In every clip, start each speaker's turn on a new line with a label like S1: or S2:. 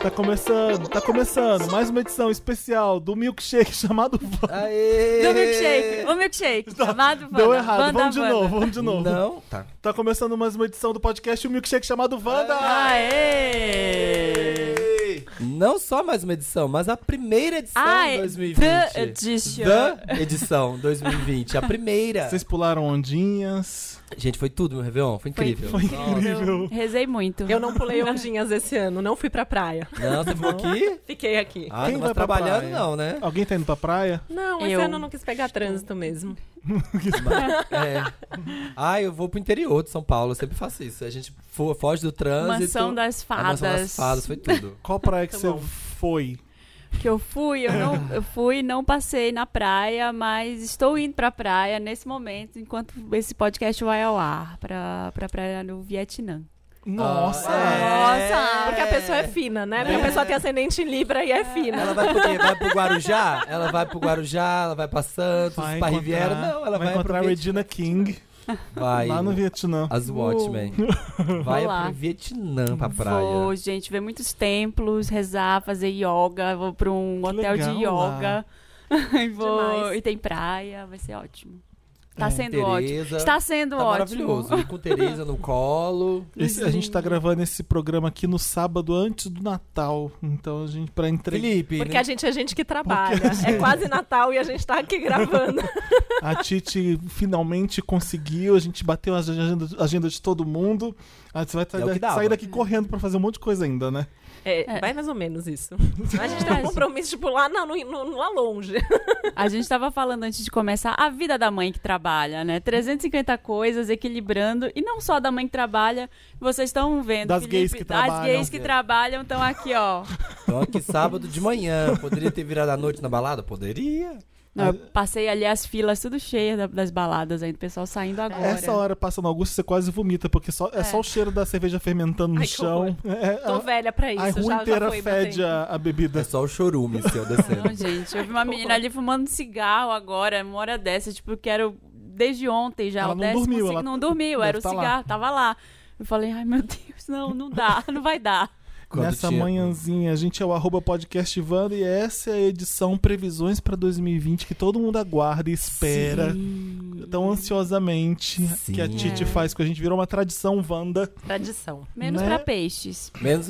S1: Tá começando, tá começando mais uma edição especial do milkshake chamado Wanda.
S2: Aê!
S3: Do milkshake. O milkshake. Chamado Wanda.
S1: Deu errado,
S3: Wanda,
S1: vamos de
S3: Wanda.
S1: novo, vamos de novo.
S2: Não, tá.
S1: Tá começando mais uma edição do podcast O Milkshake chamado Wanda.
S2: Ah, é.
S3: Aê!
S2: Não só mais uma edição, mas a primeira edição
S1: Ah, é
S3: Ai,
S2: 2020.
S3: The Edition.
S2: Da edição 2020, a primeira.
S1: Vocês pularam ondinhas.
S2: Gente, foi tudo, meu Réveillon, foi incrível.
S1: Foi incrível.
S3: Rezei muito.
S4: Eu não pulei ondinhas esse ano, não fui pra praia.
S2: Não, você ficou aqui?
S4: Fiquei aqui.
S2: Ah,
S1: Quem
S2: não
S1: vai
S2: mas
S1: pra
S2: trabalhando
S1: praia?
S2: não, né?
S1: Alguém tá indo pra praia?
S4: Não, esse
S3: Eu-
S4: ano eu não quis pegar trânsito mesmo.
S2: É. Ah, eu vou pro interior de São Paulo, eu sempre faço isso. A gente fo- foge do trânsito.
S3: Mansão das
S2: A
S3: fadas.
S2: mansão das fadas, foi tudo.
S1: Qual praia que
S4: Tá
S1: você
S4: bom.
S1: foi?
S3: Que eu fui, eu não eu fui, não passei na praia, mas estou indo pra praia nesse momento, enquanto esse podcast vai ao ar pra, pra praia no Vietnã.
S1: Nossa!
S2: É.
S3: Nossa!
S4: Porque a pessoa é fina, né?
S2: É.
S4: Porque a pessoa tem ascendente em Libra e é fina.
S2: Ela vai pro quê? Vai pro Guarujá? Ela vai pro Guarujá, ela vai pra Santos, pra
S1: encontrar-
S2: Riviera. Não, ela vai,
S1: vai encontrar
S2: pro Viet-
S1: Regina King
S2: Vai.
S1: lá no Vietnã.
S2: As Watchmen. Vai
S3: Vou lá.
S2: pro Vietnã pra praia.
S3: Vou, gente, ver muitos templos, rezar, fazer yoga, vou pra um
S1: Que
S3: hotel de
S1: legal lá.
S3: yoga. e, vou,
S4: Demais.
S3: e tem praia, vai ser ótimo. Tá
S1: É,
S3: sendo ótimo.
S2: Tereza.
S3: Está sendo
S2: tá
S3: ótimo.
S2: maravilhoso. E com Tereza no colo.
S1: Esse- a gente tá gravando esse programa aqui no sábado antes do Natal. Então a gente, pra entregar.
S2: Felipe,
S4: Porque
S2: né?
S4: a gente é gente que trabalha. É quase Natal e a gente tá aqui gravando.
S1: A Titi finalmente conseguiu, a gente bateu a agenda, agenda de todo mundo. Ah, Você vai
S2: É o que
S1: sair,
S2: dava.
S1: sair daqui correndo pra fazer um monte de coisa ainda, né?
S4: É,
S3: É.
S4: vai mais ou menos isso. A gente tem um compromisso de pular não, no, no- lá longe.
S3: A gente tava falando antes de começar a vida da mãe que trabalha, né? 350 coisas, equilibrando. E não só da mãe que trabalha, vocês estão vendo.
S1: Das gays que trabalham.
S3: As gays que trabalham estão aqui, ó.
S2: Então aqui sábado de manhã. Poderia ter virado a noite na balada? Poderia.
S3: Não, eu passei ali as filas tudo cheias da- das baladas ainda, o pessoal
S1: É
S3: saindo
S4: É
S3: agora.
S1: Essa hora passando Augusto, você quase vomita, porque só, é.
S3: É.
S1: só o cheiro da cerveja fermentando no
S4: Ai, que
S1: chão. É,
S4: Tô
S1: a,
S4: velha pra isso.
S1: a rua
S4: já, já
S1: inteira
S4: foi meu
S1: fede
S4: tempo.
S1: a, a bebida.
S2: É só o chorume seu descendo.
S3: Não, gente, eu vi uma menina ali fumando cigarro agora, uma hora dessa, tipo, eu quero desde ontem já.
S1: Ela
S3: o
S1: não
S3: décimo
S1: dormiu,
S3: cig-
S1: ela
S3: não dormiu,
S1: deve
S3: era o
S1: tá lá.
S3: cigarro, tava lá. Eu falei, ai meu Deus, não, não dá, não vai dar.
S2: Quando
S1: Nessa
S2: tinha-
S1: manhãzinha, a gente é o arroba podcast Vanda e essa é a edição Previsões pra 2020 que todo mundo aguarda e espera tão ansiosamente
S2: Sim.
S1: que a Titi
S3: É.
S1: faz com a gente. Virou uma tradição Wanda.
S4: Tradição.
S3: Menos
S1: Né?
S3: pra peixes.
S2: Menos.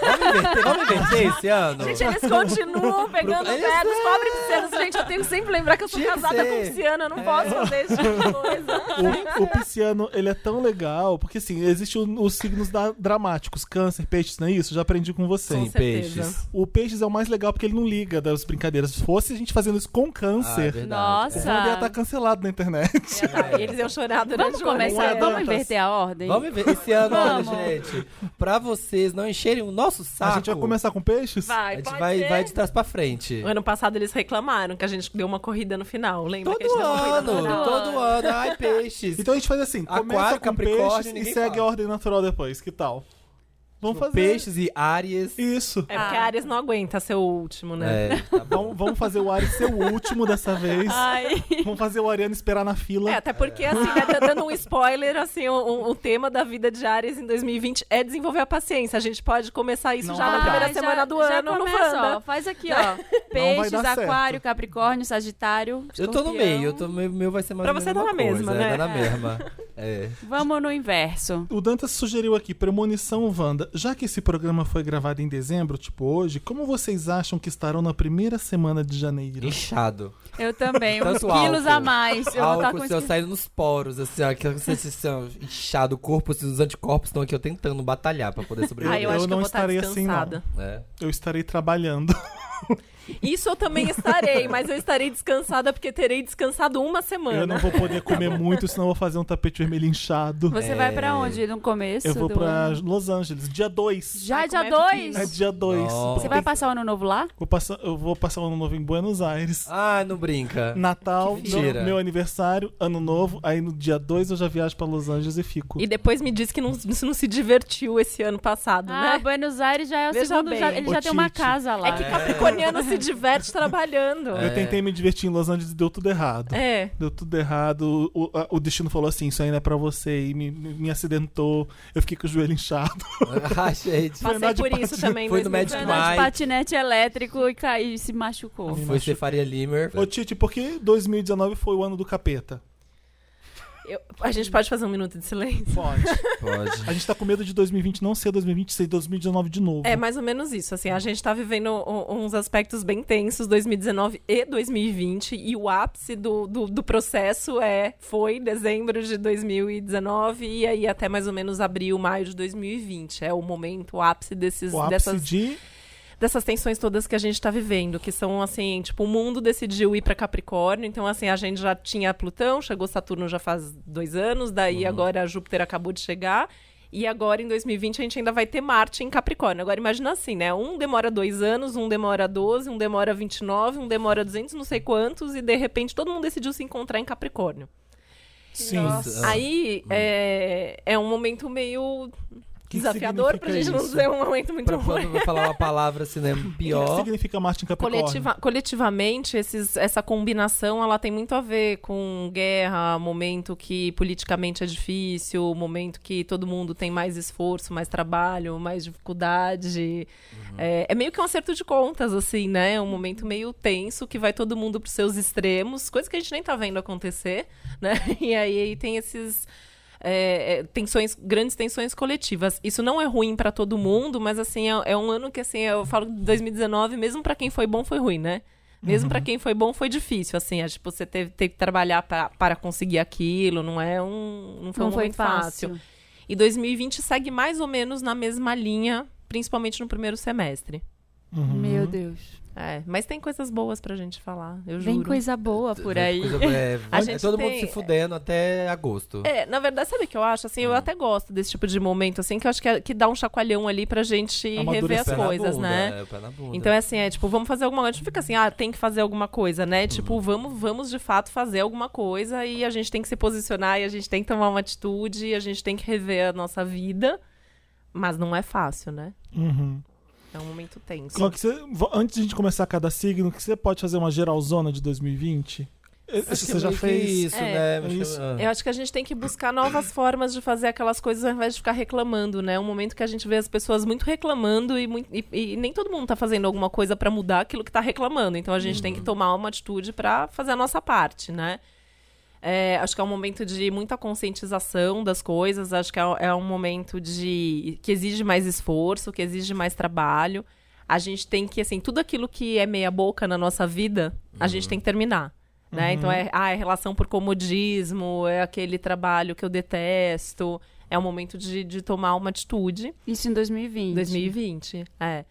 S2: Vamos inverter, vamos inverter esse ano?
S4: Gente, é eles continuam pegando
S2: Eu
S4: pé dos pobres piscianos. Gente, eu tenho que sempre lembrar É. que eu sou
S2: Tinha que
S4: casada
S2: ser.
S4: com pisciano. Eu não posso fazer esse tipo de coisa.
S1: O, o pisciano, ele é tão legal, porque assim, existem os signos da- dramáticos, câncer, peixes, não é isso? Já aprendi com você.
S2: Sim,
S4: Com certeza.
S2: peixes.
S1: O peixes é o mais legal porque ele não liga das brincadeiras. Se fosse a gente fazendo isso com
S2: Ah, é
S1: câncer,
S2: verdade.
S3: Nossa.
S1: ele
S4: Tá.
S1: ia estar cancelado na internet.
S4: Ah, Eles iam chorar durante
S3: Vamos
S4: o ano
S3: começar, então?
S4: inteiro.
S1: Vamos
S3: vamos inverter a ordem?
S2: Vamos ver esse ano, olha,
S3: Vamos.
S2: gente. Pra vocês não encherem o nosso saco,
S1: A gente vai começar com peixes?
S2: a
S4: Vai,
S2: gente
S4: pode
S2: vai,
S4: ser.
S2: vai de trás pra frente.
S4: Ano passado eles reclamaram que a gente deu uma corrida no final, lembra? que a
S2: Todo
S4: gente deu uma corrida
S2: ano,
S4: no final?
S2: todo ano. Ai, peixes.
S1: Então a gente faz assim, começa
S2: Aquário,
S1: com
S2: Capricórnio,
S1: peixes e
S2: ninguém
S1: segue a
S2: fala. Tipo,
S1: ordem natural depois. Que tal? Vamos fazer.
S2: Peixes e áreas.
S1: Isso.
S4: É porque
S3: Ah.
S4: a Ares não aguenta ser o último, né?
S2: É, tá bom.
S1: Vamos, vamos fazer o Ari ser o último dessa vez.
S3: Ai,
S1: Vamos fazer o Ariano esperar na fila.
S4: É, até porque, assim, né, tá dando um spoiler, assim, o, o- o tema da vida de Ares em 2020 é desenvolver a paciência. A gente pode começar isso
S1: Não
S4: já na
S1: vai
S4: primeira
S3: ai,
S4: semana
S3: já-
S4: do
S3: já
S4: ano no
S3: começa,
S4: Wanda.
S3: ó, Faz aqui, ó.
S1: vai
S3: Peixes,
S1: dar certo.
S3: aquário, capricórnio, sagitário,
S2: Eu tô no
S3: escorpião.
S2: meio, eu tô, meu, meu vai ser mais
S4: Pra
S2: ou menos
S4: você tá
S2: uma
S4: na mesma,
S2: coisa,
S4: né?
S2: Tá na mesma. É.
S3: Vamos no inverso.
S1: O Dantas sugeriu aqui, premonição Wanda. Já que esse programa foi gravado em dezembro, tipo hoje, como vocês acham que estarão na primeira semana de janeiro?
S2: Inchado.
S3: Eu também, uns
S2: Tanto álcool.
S3: quilos a mais. Eu
S4: tá
S3: vou estar
S2: Álcool
S3: com
S2: seu
S3: uns
S2: saindo nos poros, assim, ó, que sensação inchado. O corpo, assim, os anticorpos estão aqui, eu tentando batalhar pra poder sobreviver.
S4: Ai, eu,
S1: Eu
S4: acho que
S1: não
S4: eu vou estar
S1: estarei assim, não.
S4: descansada.
S2: É.
S1: Eu estarei trabalhando.
S4: Isso eu também estarei, mas eu estarei descansada porque terei descansado uma
S1: Eu
S4: semana.
S1: não vou poder comer muito, senão eu vou fazer um tapete vermelho inchado.
S3: Você vai pra onde no começo?
S1: Eu vou
S3: do
S1: pra
S3: ano?
S1: Los Angeles, dia 2.
S3: Já é
S4: Ai,
S3: dia
S4: como é que
S3: 2?
S1: É dia 2.
S2: Nossa.
S3: Você vai passar o ano novo lá?
S1: Vou passar, eu vou passar o ano novo em Buenos Aires.
S2: Ai, não brinca.
S1: Natal,
S2: Ah, Que mentira.
S1: meu, meu aniversário, ano novo. Aí no dia 2 eu já viajo pra Los Angeles e fico.
S4: E depois me disse que não, isso não se divertiu esse ano passado,
S3: Ah,
S4: né?
S3: Buenos Aires já é o
S4: Veja
S3: segundo.
S4: bem.
S3: já- ele
S1: Ô,
S3: já tem uma
S1: Tite.
S3: casa lá.
S4: É que capricorniano se diverte trabalhando.
S1: Eu tentei me divertir em Los Angeles e deu tudo errado.
S4: É.
S1: Deu tudo errado. O, a- o destino falou assim: isso ainda é pra você. E me, me, me acidentou. Eu fiquei com o joelho inchado.
S2: Ai, gente.
S1: Foi andar
S4: Passei
S1: de
S4: por isso
S1: patinete.
S4: também. em
S2: Foi no
S4: 2000.
S2: médico
S3: Foi
S2: Mas-
S3: andar de patinete elétrico e caiu e se machucou.
S2: Foi ser Faria Limer.
S1: Ô, Titi, por que 2019 foi o ano do capeta?
S4: Eu- a gente pode fazer um minuto de silêncio?
S1: Pode.
S2: Pode.
S1: A gente tá com medo de 2020 não ser 2020, ser 2019 de novo.
S4: É mais ou menos isso. Assim, a gente tá vivendo u- uns aspectos bem tensos, 2019 e 2020, e o ápice do, do, do processo é foi dezembro de 2019 e aí até mais ou menos abril, maio de 2020. É o momento, o ápice desses
S1: o ápice
S4: dessas
S1: de.
S4: dessas tensões todas que a gente tá vivendo, que são assim, tipo, o mundo decidiu ir pra Capricórnio, então assim, a gente já tinha Plutão, chegou Saturno já faz dois anos,
S1: Uhum.
S4: daí agora Júpiter acabou de chegar. E agora, em 2020, a gente ainda vai ter Marte em Capricórnio. Agora, imagina assim, né? Um demora dois anos, um demora 12, um demora 29, um demora 200, não sei quantos, e de repente todo mundo decidiu se encontrar em Capricórnio.
S1: Sim.
S2: Nossa.
S4: Aí é, é um momento meio
S1: Uhum. Que
S4: desafiador, pra gente
S1: significa
S4: não
S1: isso?
S4: dizer um momento muito
S2: Pra
S4: ruim.
S2: quando eu vou falar uma palavra assim, né?
S1: O que
S2: Pior.
S1: significa Marte em Capricórnio?
S4: Coletiva- coletivamente, esses- essa combinação ela tem muito a ver com guerra, momento que politicamente é difícil, momento que todo mundo tem mais esforço, mais trabalho, mais dificuldade. É, é meio que um acerto de contas, assim, né? É um momento meio tenso que vai todo mundo pros seus extremos, coisa que a gente nem tá vendo acontecer, né? E aí tem esses. é, é, tensões, grandes tensões coletivas. Isso não é ruim pra todo mundo, mas assim, é, é um ano que assim, eu falo que 2019, mesmo pra quem foi bom, foi ruim, né? Mesmo pra quem foi bom, foi difícil, assim, é, tipo, você teve, teve que trabalhar pra- para conseguir aquilo, não é um, não foi
S3: Não
S4: um
S3: foi
S4: momento fácil.
S3: fácil.
S4: E 2020 segue mais ou menos na mesma linha, principalmente no primeiro semestre.
S1: Uhum.
S3: Meu Deus.
S4: É, mas tem coisas boas pra gente falar, eu juro.
S3: Vem coisa boa por aí.
S2: Coisa- é,
S4: A
S2: é
S4: gente
S2: todo
S4: tem-
S2: mundo se fudendo até agosto.
S4: É, na verdade, sabe o que eu acho? Assim,
S1: Hum.
S4: eu até gosto desse tipo de momento, assim, que eu acho que, é- que dá um chacoalhão ali pra gente rever
S1: Amadurecer
S4: as
S2: Pé na
S4: coisas,
S2: bunda,
S4: né?
S2: É, pé na bunda.
S4: Então é assim, é tipo, vamos fazer alguma coisa. A gente fica assim, ah, tem que fazer alguma coisa,
S1: Uhum.
S4: né? Tipo, vamos, vamos de fato fazer alguma coisa e a gente tem que se posicionar e a gente tem que tomar uma atitude e a gente tem que rever a nossa vida. Mas não é fácil, né?
S1: Uhum.
S4: É um momento tenso.
S1: Qual que você- vo- antes de a gente começar cada signo, que você pode fazer uma geralzona de 2020? Eh,
S2: Acho que
S1: Você já
S2: meio que
S1: fez?
S2: isso,
S4: É,
S2: né?
S1: é
S2: Acho que-
S1: isso.
S2: ah.
S4: Eu acho que a gente tem que buscar novas formas de fazer aquelas coisas ao invés de ficar reclamando, né? É um momento que a gente vê as pessoas muito reclamando e, muito- e- e nem todo mundo tá fazendo alguma coisa pra mudar aquilo que tá reclamando. Então a gente tem que tomar uma atitude pra fazer a nossa parte, né? É, acho que é um momento de muita conscientização das coisas, acho que é, é um momento de que exige mais esforço, que exige mais trabalho. A gente tem que, assim, tudo aquilo que é meia boca na nossa vida, a gente tem que terminar. Né? Então é, ah, é relação por comodismo, é aquele trabalho que eu detesto. É um momento de, de tomar uma atitude.
S3: Isso em 2020.
S4: 2020, é.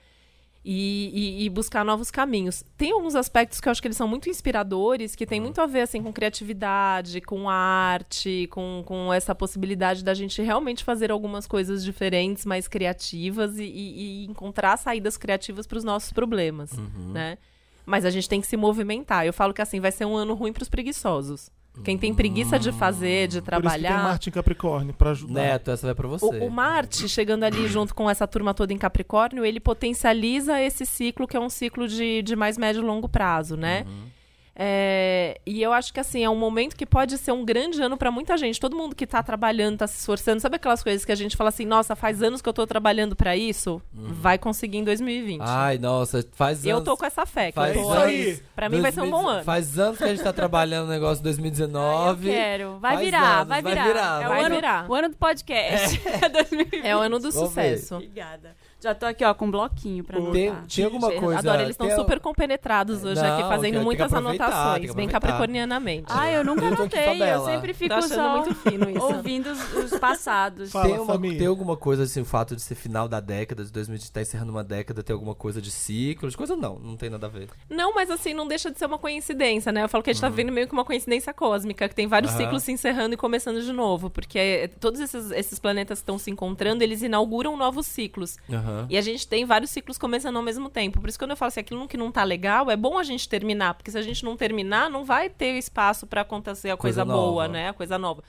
S4: E, e- e buscar novos caminhos. Tem alguns aspectos que eu acho que eles são muito inspiradores, que tem
S1: Uhum.
S4: muito a ver assim, com criatividade, com arte, com, com essa possibilidade da gente realmente fazer algumas coisas diferentes, mais criativas e, e- e encontrar saídas criativas para os nossos problemas,
S1: Uhum.
S4: né? Mas a gente tem que se movimentar. Eu falo que assim vai ser um ano ruim para os preguiçosos. Quem tem preguiça de fazer, de
S1: Por isso que tem
S4: trabalhar,
S1: Marte em Capricórnio, pra ajudar. É
S2: Neto, essa vai pra você.
S4: o, o Marte, chegando ali junto com essa turma toda em Capricórnio, ele potencializa esse ciclo, que é um ciclo de, de mais médio e longo prazo, né?
S2: Uhum.
S4: É, e eu acho que assim, é um momento que pode ser um grande ano pra muita gente. Todo mundo que tá trabalhando, tá se esforçando, sabe aquelas coisas que a gente fala assim, nossa, faz anos que eu tô trabalhando pra isso? Vai conseguir em 2020.
S2: Ai, nossa, Uhum. Ah, faz
S4: eu
S2: anos-
S4: tô com essa fé. Que
S2: faz
S4: eu tô,
S1: anos- Isso aí.
S4: Pra mim vai ser um bom
S2: 2000
S4: ano.
S2: Faz anos que a gente tá trabalhando no negócio de
S3: Eu
S2: 2019.
S3: quero. Vai
S2: Faz
S3: virar,
S2: anos,
S3: vai
S2: vai
S3: virar.
S2: virar,
S3: É
S4: vai
S3: o ano,
S4: virar.
S3: o ano do podcast. É, 2020.
S4: É o ano do
S2: Vou ver.
S4: sucesso.
S3: Obrigada. Já tô aqui, ó, com um bloquinho pra anotar.
S2: Tem, tinha alguma coisa.
S4: Adoro, eles estão
S2: tem- um-
S4: super compenetrados hoje
S2: Não,
S4: aqui,
S2: tem- tem
S4: fazendo
S2: que
S4: muitas
S2: aproveitar, tem
S4: anotações,
S2: que
S4: bem
S2: aproveitar.
S4: capricornianamente.
S3: Ah, eu nunca
S2: Eu tô aqui,
S3: anotei. Eu
S2: Fabela.
S3: sempre fico
S4: Tô achando
S3: só
S4: muito fino isso.
S3: ouvindo os, os passados.
S1: Fala,
S2: Tem, uma-
S1: Samir.
S2: tem alguma coisa, assim, o fato de ser final da década, de 2020 tá encerrando uma década, tem alguma coisa de ciclos? Coisa não, não tem nada a ver.
S4: Não, mas assim, não deixa de ser uma coincidência, né? Eu falo que a gente tá vivendo meio que uma coincidência cósmica, que tem vários
S2: Uhum. Aham.
S4: ciclos se encerrando e começando de novo, porque eh, todos esses, esses planetas que estão se encontrando, eles inauguram novos ciclos.
S2: Aham.
S4: E a gente tem vários ciclos começando ao mesmo tempo. Por isso, quando eu falo assim, aquilo que não tá legal, é bom a gente terminar, porque se a gente não terminar, não vai ter espaço pra acontecer a coisa,
S2: Coisa
S4: boa,
S2: nova.
S4: né? A coisa nova.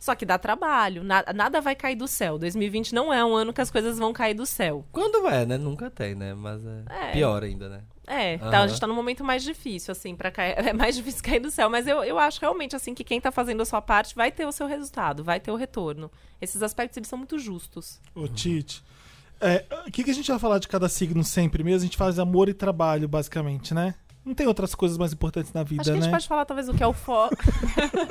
S4: Só que dá trabalho, na- nada vai cair do céu. 2020 não é um ano que as coisas vão cair do céu.
S2: Quando é, né? Nunca tem, né? Mas é,
S4: É.
S2: pior ainda, né?
S4: É, tá,
S2: Aham.
S4: a gente tá num momento mais difícil, assim, para cair. É mais difícil cair do céu, mas eu, eu acho realmente, assim, que quem tá fazendo a sua parte vai ter o seu resultado, vai ter o retorno. Esses aspectos, eles são muito justos.
S1: Ô, Tite. É, O que, que a gente vai falar de cada signo sempre mesmo? A gente faz amor e trabalho, basicamente, né? Não tem outras coisas mais importantes na vida,
S4: acho que a gente
S1: né?
S4: pode falar, talvez, o que é o foco.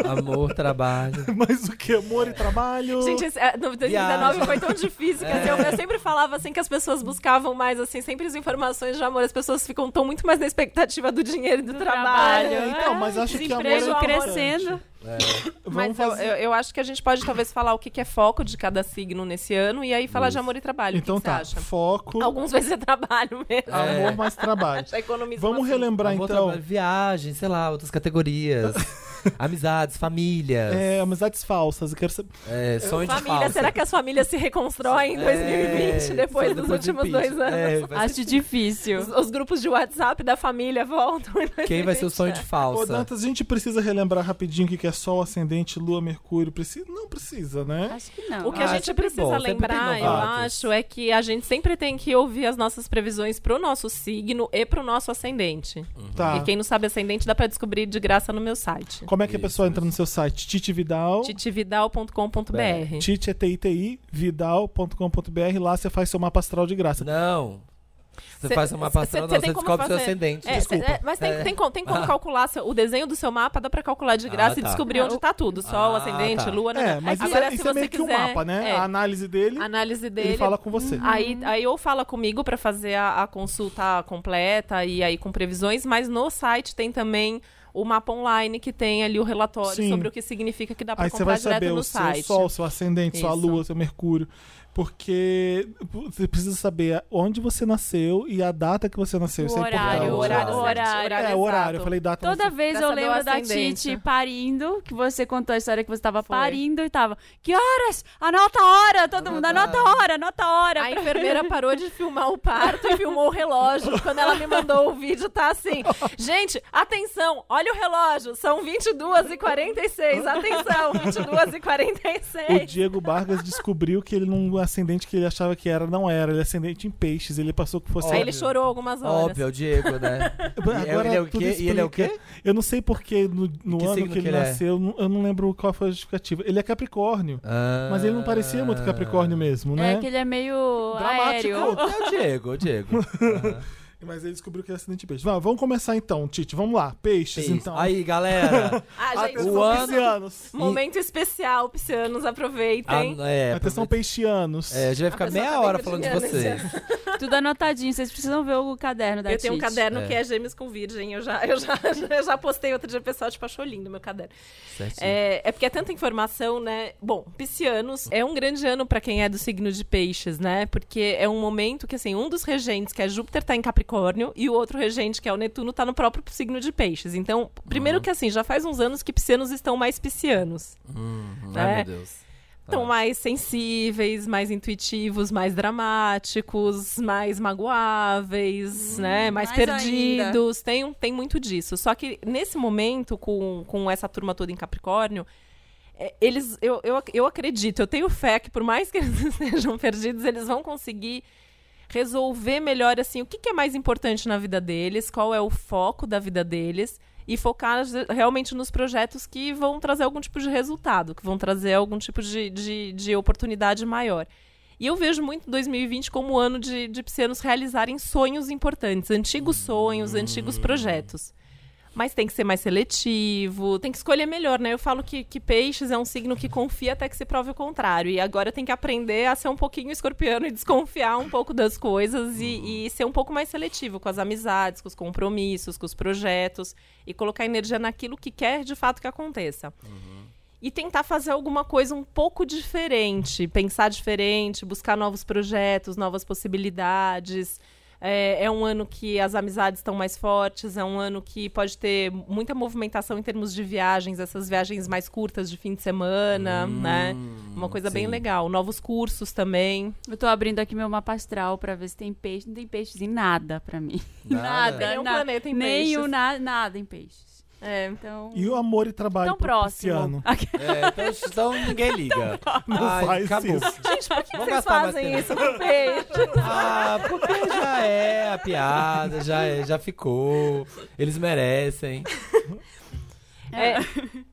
S2: Amor, trabalho.
S1: Mas o que? Amor e trabalho?
S4: Gente, esse, é, no 2019
S2: Viagem.
S4: foi tão difícil que assim, eu, eu sempre falava assim que as pessoas buscavam mais, assim, sempre as informações de amor. As pessoas ficam tão muito mais na expectativa do dinheiro e do,
S3: Do
S4: trabalho. ah,
S3: trabalho.
S1: É, então, mas acho que amor é
S3: Desemprego
S1: importante. É.
S3: crescendo.
S1: Vamos
S4: Mas eu-
S1: fazer...
S4: eu, eu acho que a gente pode talvez falar o que, que é foco de cada signo nesse ano e aí falar de
S2: Isso.
S4: amor e trabalho.
S1: Então
S4: o que que
S1: tá,
S4: você acha?
S1: foco,
S4: Alguns vezes é trabalho mesmo.
S2: É.
S1: amor mais trabalho.
S4: Já economiza
S1: Vamos
S4: bastante.
S2: assim.
S1: relembrar,
S2: Amor,
S1: então.
S2: trabalho, viagem, sei lá, outras categorias. amizades, famílias.
S1: É, amizades falsas. Eu quero saber.
S2: É, sonho de
S4: Família,
S2: falsa.
S4: será que as famílias se reconstroem em
S2: É,
S4: 2020, depois
S2: só
S4: dos
S2: de
S4: últimos
S2: impeachment.
S4: dois anos?
S2: É, vai ser-
S3: Acho difícil.
S4: Os, os grupos de WhatsApp da família voltam. em
S2: Quem vai ser o sonho de
S4: 2020?
S1: Ô,
S2: falsa?
S1: Dantas, a gente precisa relembrar rapidinho o que que é Sol, Ascendente, Lua, Mercúrio. Precisa? Não precisa, né?
S3: Acho que não.
S4: O que a
S2: Ah,
S4: gente
S2: sempre
S4: precisa
S2: bom, sempre
S4: lembrar,
S2: tem
S4: eu
S2: novatos.
S4: acho, é que a gente sempre tem que ouvir as nossas previsões pro nosso signo e pro nosso ascendente.
S1: Tá.
S2: Ah.
S4: Uhum. E quem não sabe ascendente dá pra descobrir de graça no meu site.
S1: Como é que a
S2: Isso,
S1: pessoa entra
S2: isso.
S1: no seu site? Tite Vidal.
S4: titividal.com.br
S1: Tite é T-I-T-I, vidal.com.br. Lá você faz seu mapa astral de graça.
S2: Não. Você
S4: Cê-
S2: faz uma
S4: cê-
S2: passada,
S4: cê
S2: você
S4: tem como
S2: descobre seu
S4: fazer.
S2: ascendente.
S4: É,
S2: Desculpa.
S4: é, mas tem,
S2: É.
S4: tem, co- tem como
S2: Ah.
S4: calcular seu- o desenho do seu mapa, dá pra calcular de
S2: Ah,
S4: graça e
S2: tá.
S4: descobrir onde tá tudo. Sol,
S2: Ah,
S4: ascendente,
S2: tá.
S4: lua,
S1: É,
S4: nanana.
S1: mas isso,
S4: Agora,
S1: é,
S4: se
S1: isso é
S4: você
S1: meio que um
S4: quiser-
S1: mapa, né?
S4: é,
S1: A análise dele,
S4: análise dele. hum,
S1: ele fala "Hum." com você.
S4: Aí, aí ou fala comigo pra fazer a, a consulta completa e aí com previsões, mas no site tem também o mapa online que tem ali o relatório
S1: Sim.
S4: sobre o que significa que dá pra
S1: Aí você
S4: comprar
S1: vai
S4: direto
S1: saber
S4: no
S1: o seu
S4: site.
S1: Sol, seu Ascendente, sua
S4: Isso.
S1: Lua, seu Mercúrio. Porque você precisa saber onde você nasceu e a data que você nasceu.
S3: O
S1: Isso é
S3: horário,
S1: importante.
S2: o horário,
S4: certo,
S2: o
S3: horário.
S1: É, o horário. Eu
S4: exato.
S1: falei data.
S3: Toda
S1: nasceu.
S3: vez
S4: Pra
S3: eu
S4: saber o
S3: lembro da
S4: ascendente.
S3: Titi parindo, que você contou a história que você tava
S4: Foi.
S3: parindo e tava. Que horas? Anota a hora! Todo mundo, anota a hora, anota a hora!
S4: A enfermeira parou de filmar o parto e filmou o relógio. Quando ela me mandou o vídeo, tá assim. Gente, atenção, olha o relógio. São 22h46. Atenção, 22h46.
S1: O Diego Vargas descobriu que ele não o ascendente que ele achava que era não era, ele é ascendente em peixes, ele passou que fosse
S4: Aí
S2: Óbvio.
S4: ele chorou algumas horas.
S2: Óbvio, é o Diego, né? E
S1: Agora
S2: ele é o
S1: tudo
S2: quê? E ele é o
S1: explica.
S2: quê?
S1: Eu não sei porque no, no
S2: que
S1: ano
S2: signo
S1: que ele
S2: que ele é?
S1: nasceu, eu não- eu não lembro qual foi a justificativa. Ele é Capricórnio, mas ele não parecia
S2: Ah.
S1: muito Capricórnio mesmo, né?
S3: É que ele é meio
S1: Dramático.
S3: aéreo.
S2: É o Diego, o Diego.
S1: Mas ele descobriu que é ascendente em peixes. Vá, vamos começar então, Tite, vamos lá. Peixes,
S2: Isso.
S1: então.
S2: Aí, galera.
S4: Ah, gente,
S1: Atenção,
S2: o ano-
S1: piscianos.
S4: momento especial, piscianos,
S2: a,
S4: aproveitem.
S2: é,
S1: Atenção,
S2: aproveita-
S1: peixianos.
S2: é, a gente vai ficar
S4: pessoa
S2: meia
S4: tá
S2: hora
S4: bem
S2: falando de
S4: cotidiana,
S2: vocês.
S3: Tudo anotadinho. Vocês precisam ver o caderno da
S4: eu tenho um
S3: Titi.
S4: caderno
S2: É.
S4: que é Gêmeos com Virgem. Eu já, eu já, eu já postei outro dia, o pessoal tipo, achou lindo meu caderno.
S2: Certinho.
S4: É, é porque é tanta informação, né? Bom, piscianos é um grande ano pra quem é do signo de peixes, né? Porque é um momento que, assim, um dos regentes, que é Júpiter, tá em Capricórnio e o outro regente, que é o Netuno, tá no próprio signo de peixes. Então, primeiro que, assim, já faz uns anos que piscianos estão mais piscianos.
S2: Hum,
S4: é.
S2: Ai, meu Deus. Ah.
S4: Estão Então, mais sensíveis, mais intuitivos, mais dramáticos, mais magoáveis, né? Mais,
S3: mais
S4: perdidos. Tem, um- tem muito disso. Só que nesse momento, com, com essa turma toda em Capricórnio, é, eles. Eu, eu, ac- eu acredito, eu tenho fé que por mais que eles estejam perdidos, eles vão conseguir resolver melhor assim o que, que é mais importante na vida deles, qual é o foco da vida deles e focar realmente nos projetos que vão trazer algum tipo de resultado, que vão trazer algum tipo de, de, de oportunidade maior. E eu vejo muito 2020 como um ano de, de piscianos realizarem sonhos importantes, antigos sonhos, antigos projetos. Mas tem que ser mais seletivo, tem que escolher melhor, né? Eu falo que, que peixes é um signo que confia até que se prove o contrário. E agora tem que aprender a ser um pouquinho escorpiano e desconfiar um pouco das coisas e, e ser um pouco mais seletivo com as amizades, com os compromissos, com os projetos. E colocar energia naquilo que quer de fato que aconteça.
S2: Uhum.
S4: E tentar fazer alguma coisa um pouco diferente, pensar diferente, buscar novos projetos, novas possibilidades. É, é um ano que as amizades estão mais fortes, é um ano que pode ter muita movimentação em termos de viagens, essas viagens mais curtas de fim de semana, né? Uma coisa bem
S2: Hum, sim.
S4: legal. Novos cursos também.
S3: Eu tô abrindo aqui meu mapa astral pra ver se tem peixe. Não tem peixes em nada pra mim.
S2: Nada?
S3: Nada.
S4: Nenhum
S3: nada.
S4: um planeta em
S3: Nenhum,
S4: peixes.
S3: na- nada em peixes.
S4: É.
S3: Então,
S1: E o amor e trabalho
S3: tão
S1: pro
S3: Então, próximo.
S1: Pisciano?
S2: É, então, então ninguém liga.
S1: Não
S2: Ai,
S1: faz
S2: acabou.
S1: isso.
S4: Gente, por que
S2: Vamos
S4: vocês
S2: gastar mais
S4: fazem
S2: tempo.
S4: isso com peixe?
S2: Ah, porque já é a piada, já, é, já ficou. Eles merecem.
S4: É,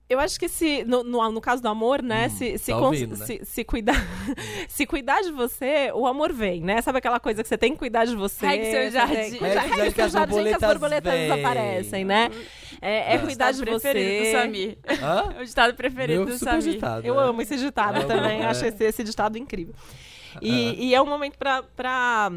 S4: eu acho que se, no, no, no caso do amor, né,
S2: Hum,
S4: se, se,
S2: tá
S4: cons-
S2: ouvindo, né?
S4: se, se cuidar, se cuidar de você, o amor vem, né? Sabe aquela coisa que você tem que cuidar de você?
S3: Regue seu
S4: você
S3: jardim.
S4: tem que-
S2: Regue seu
S4: Já- Regue seu
S2: jardim que
S4: jardim que as
S2: as
S4: borboletas
S2: vêm.
S4: desaparecem, né? É, é
S3: Tá.
S4: cuidar de
S3: preferido do
S4: você.
S3: Samir.
S2: Hã?
S3: O ditado preferido
S2: Meu
S3: do
S2: super
S3: Samir.
S2: ditado,
S4: Eu
S2: né?
S4: amo esse ditado
S2: Amo,
S4: também,
S2: é.
S4: acho esse, esse ditado incrível. E é, e é um momento pra- pra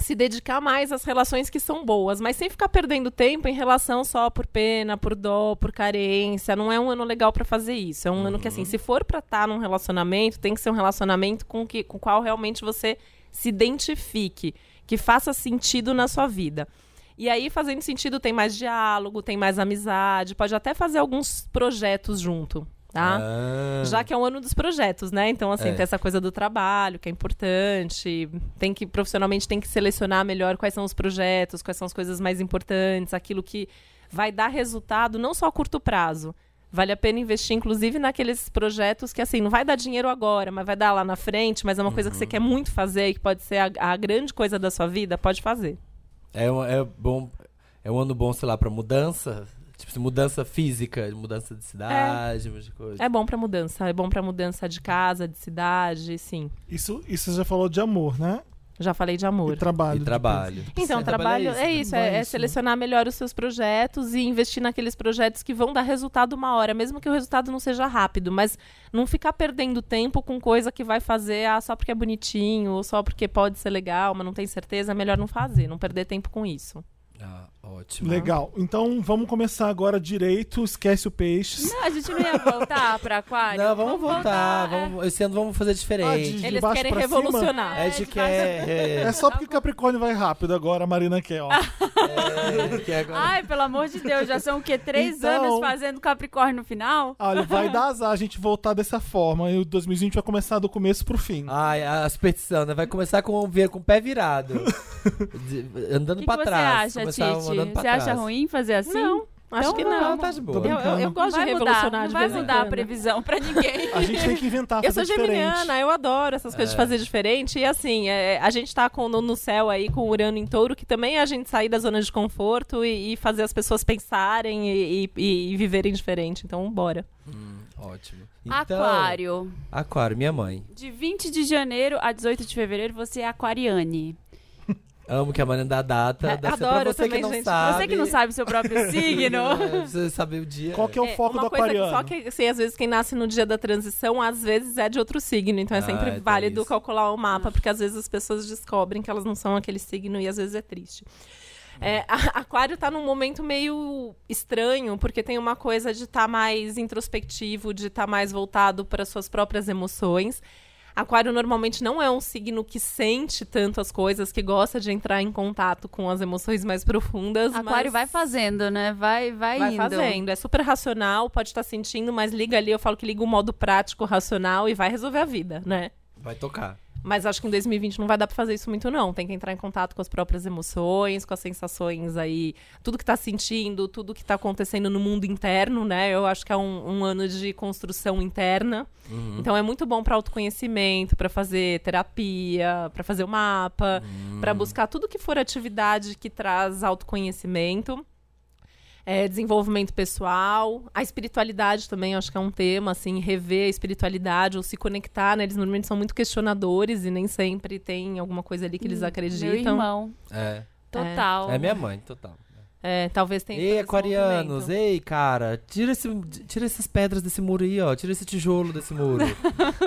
S4: se dedicar mais às relações que são boas, mas sem ficar perdendo tempo em relação só por pena, por dó, por carência. Não é um ano legal pra fazer isso. É um ano que,
S2: Uhum.
S4: assim, se for pra estar num relacionamento, tem que ser um relacionamento com que, com o qual realmente você se identifique, que faça sentido na sua vida. E aí, fazendo sentido, tem mais diálogo, tem mais amizade, pode até fazer alguns projetos junto, tá?
S2: Ah.
S4: Já que é um ano dos projetos, né? Então, assim,
S2: É.
S4: tem essa coisa do trabalho, que é importante. Tem que, profissionalmente, tem que selecionar melhor quais são os projetos, quais são as coisas mais importantes, aquilo que vai dar resultado não só a curto prazo. Vale a pena investir, inclusive, naqueles projetos que, assim, não vai dar dinheiro agora, mas vai dar lá na frente, mas é uma coisa que
S2: Uhum.
S4: você quer muito fazer e que pode ser a, a grande coisa da sua vida, pode fazer.
S2: É, um- é bom. É um ano bom, sei lá, pra mudança. Tipo, se mudança física, mudança de cidade, um monte de coisa.
S4: É bom pra mudança, é bom pra mudança de casa, de cidade, sim.
S1: Isso, isso você já falou de amor, né?
S4: Já falei de
S1: E
S4: amor.
S1: trabalho.
S2: E trabalho.
S4: Então,
S2: Sim,
S4: trabalho é
S2: né?
S4: isso, é,
S1: trabalho é
S4: é
S1: isso, né?
S4: selecionar melhor os seus projetos e investir naqueles projetos que vão dar resultado uma hora, mesmo que o resultado não seja rápido, mas não ficar perdendo tempo com coisa que vai fazer ah, só porque é bonitinho ou só porque pode ser legal, mas não tem certeza, é melhor não fazer, não perder tempo com isso.
S2: Ah, ótimo.
S1: Legal. Então vamos começar agora direito. Esquece o peixes.
S3: Não, a gente não ia voltar pra aquário?
S2: Não, vamos voltar.
S3: é.
S2: Vamos, esse ano vamos fazer
S1: Ah,
S2: diferente.
S1: de-
S4: Eles
S1: baixo
S4: querem
S1: pra cima?
S4: revolucionar.
S2: É de que é.
S1: É só porque o Capricórnio vai rápido agora, a Marina quer, ó.
S2: é, que agora-
S3: Ai, pelo amor de Deus, já são o quê? Três
S1: Então-
S3: anos fazendo Capricórnio no
S2: tá
S3: final?
S1: Ah, Olha, vai dar azar a gente voltar dessa forma. E o 2020 vai começar do começo pro fim.
S2: Ai, a superstição, né? Vai começar com, vir com o pé virado. De- andando
S3: O que,
S2: pra
S3: que você
S2: trás.
S3: acha,
S2: Começar andando
S3: Titi?
S2: pra
S3: Você acha
S2: trás.
S3: ruim fazer assim?
S4: Não, acho
S3: Então
S4: que
S2: Não,
S4: não.
S2: tá de boa.
S1: Tô
S4: Eu, eu- eu gosto
S3: vai
S4: de
S3: mudar,
S4: revolucionar
S3: não
S4: de
S3: vai
S4: vez em
S3: mudar a
S4: quando. né?
S3: previsão pra ninguém.
S1: A gente tem que inventar,
S4: Eu
S1: fazer
S4: sou
S1: diferente.
S4: geminiana, né? eu adoro essas coisas de fazer diferente. E assim, é, a gente tá com, no, no céu aí com o Urano em touro, que também é a gente sair da zona de conforto e, e fazer as pessoas pensarem e, e- e viverem diferente. Então, bora.
S2: Ótimo. Então,
S3: Aquário.
S2: Aquário, minha mãe.
S3: De 20 de janeiro a 18 de fevereiro, você é aquariane.
S2: Amo que a Mariana dá a data.
S4: É,
S2: dá sempre
S4: adoro
S2: pra você
S4: também,
S2: que não
S4: gente.
S2: sabe.
S3: Você que não sabe seu próprio signo.
S2: É, Precisa saber o dia.
S1: Qual que é o foco
S4: uma
S1: do
S4: coisa
S1: aquariano?
S4: Que só que, assim, às vezes quem nasce no dia da transição, às vezes é de outro signo. Então é
S2: Ah,
S4: sempre
S2: tem
S4: válido
S2: isso.
S4: calcular o mapa, porque às vezes as pessoas descobrem que elas não são aquele signo e às vezes é triste. É, a- aquário tá num momento meio estranho, porque tem uma coisa de estar mais introspectivo, de estar mais voltado para suas próprias emoções. Aquário normalmente não é um signo que sente tanto as coisas, que gosta de entrar em contato com as emoções mais profundas.
S3: Aquário
S4: mas
S3: vai fazendo, né? Vai, vai,
S4: vai
S3: indo.
S4: fazendo. É super racional, pode estar sentindo, mas liga ali, eu falo que liga o modo prático, racional e vai resolver a vida, né?
S2: Vai tocar.
S4: Mas acho que em 2020 não vai dar pra fazer isso muito, não. Tem que entrar em contato com as próprias emoções, com as sensações aí, tudo que tá sentindo, tudo que tá acontecendo no mundo interno, né? Eu acho que é um, um ano de construção interna.
S2: Uhum.
S4: Então é muito bom pra autoconhecimento, pra fazer terapia, pra fazer o mapa,
S2: Uhum.
S4: pra buscar tudo que for atividade que traz autoconhecimento. É, desenvolvimento pessoal, a espiritualidade também, eu acho que é um tema, assim, rever a espiritualidade ou se conectar, né? Eles normalmente são muito questionadores e nem sempre tem alguma coisa ali que eles
S3: Hum, Meu
S4: acreditam.
S3: irmão.
S2: É.
S3: Total.
S2: É minha mãe, total.
S4: É, talvez tenha.
S2: Ei,
S4: esse
S2: aquarianos,
S4: movimento.
S2: ei, cara, tira, esse, tira essas pedras desse muro aí, ó. Tira esse tijolo desse muro.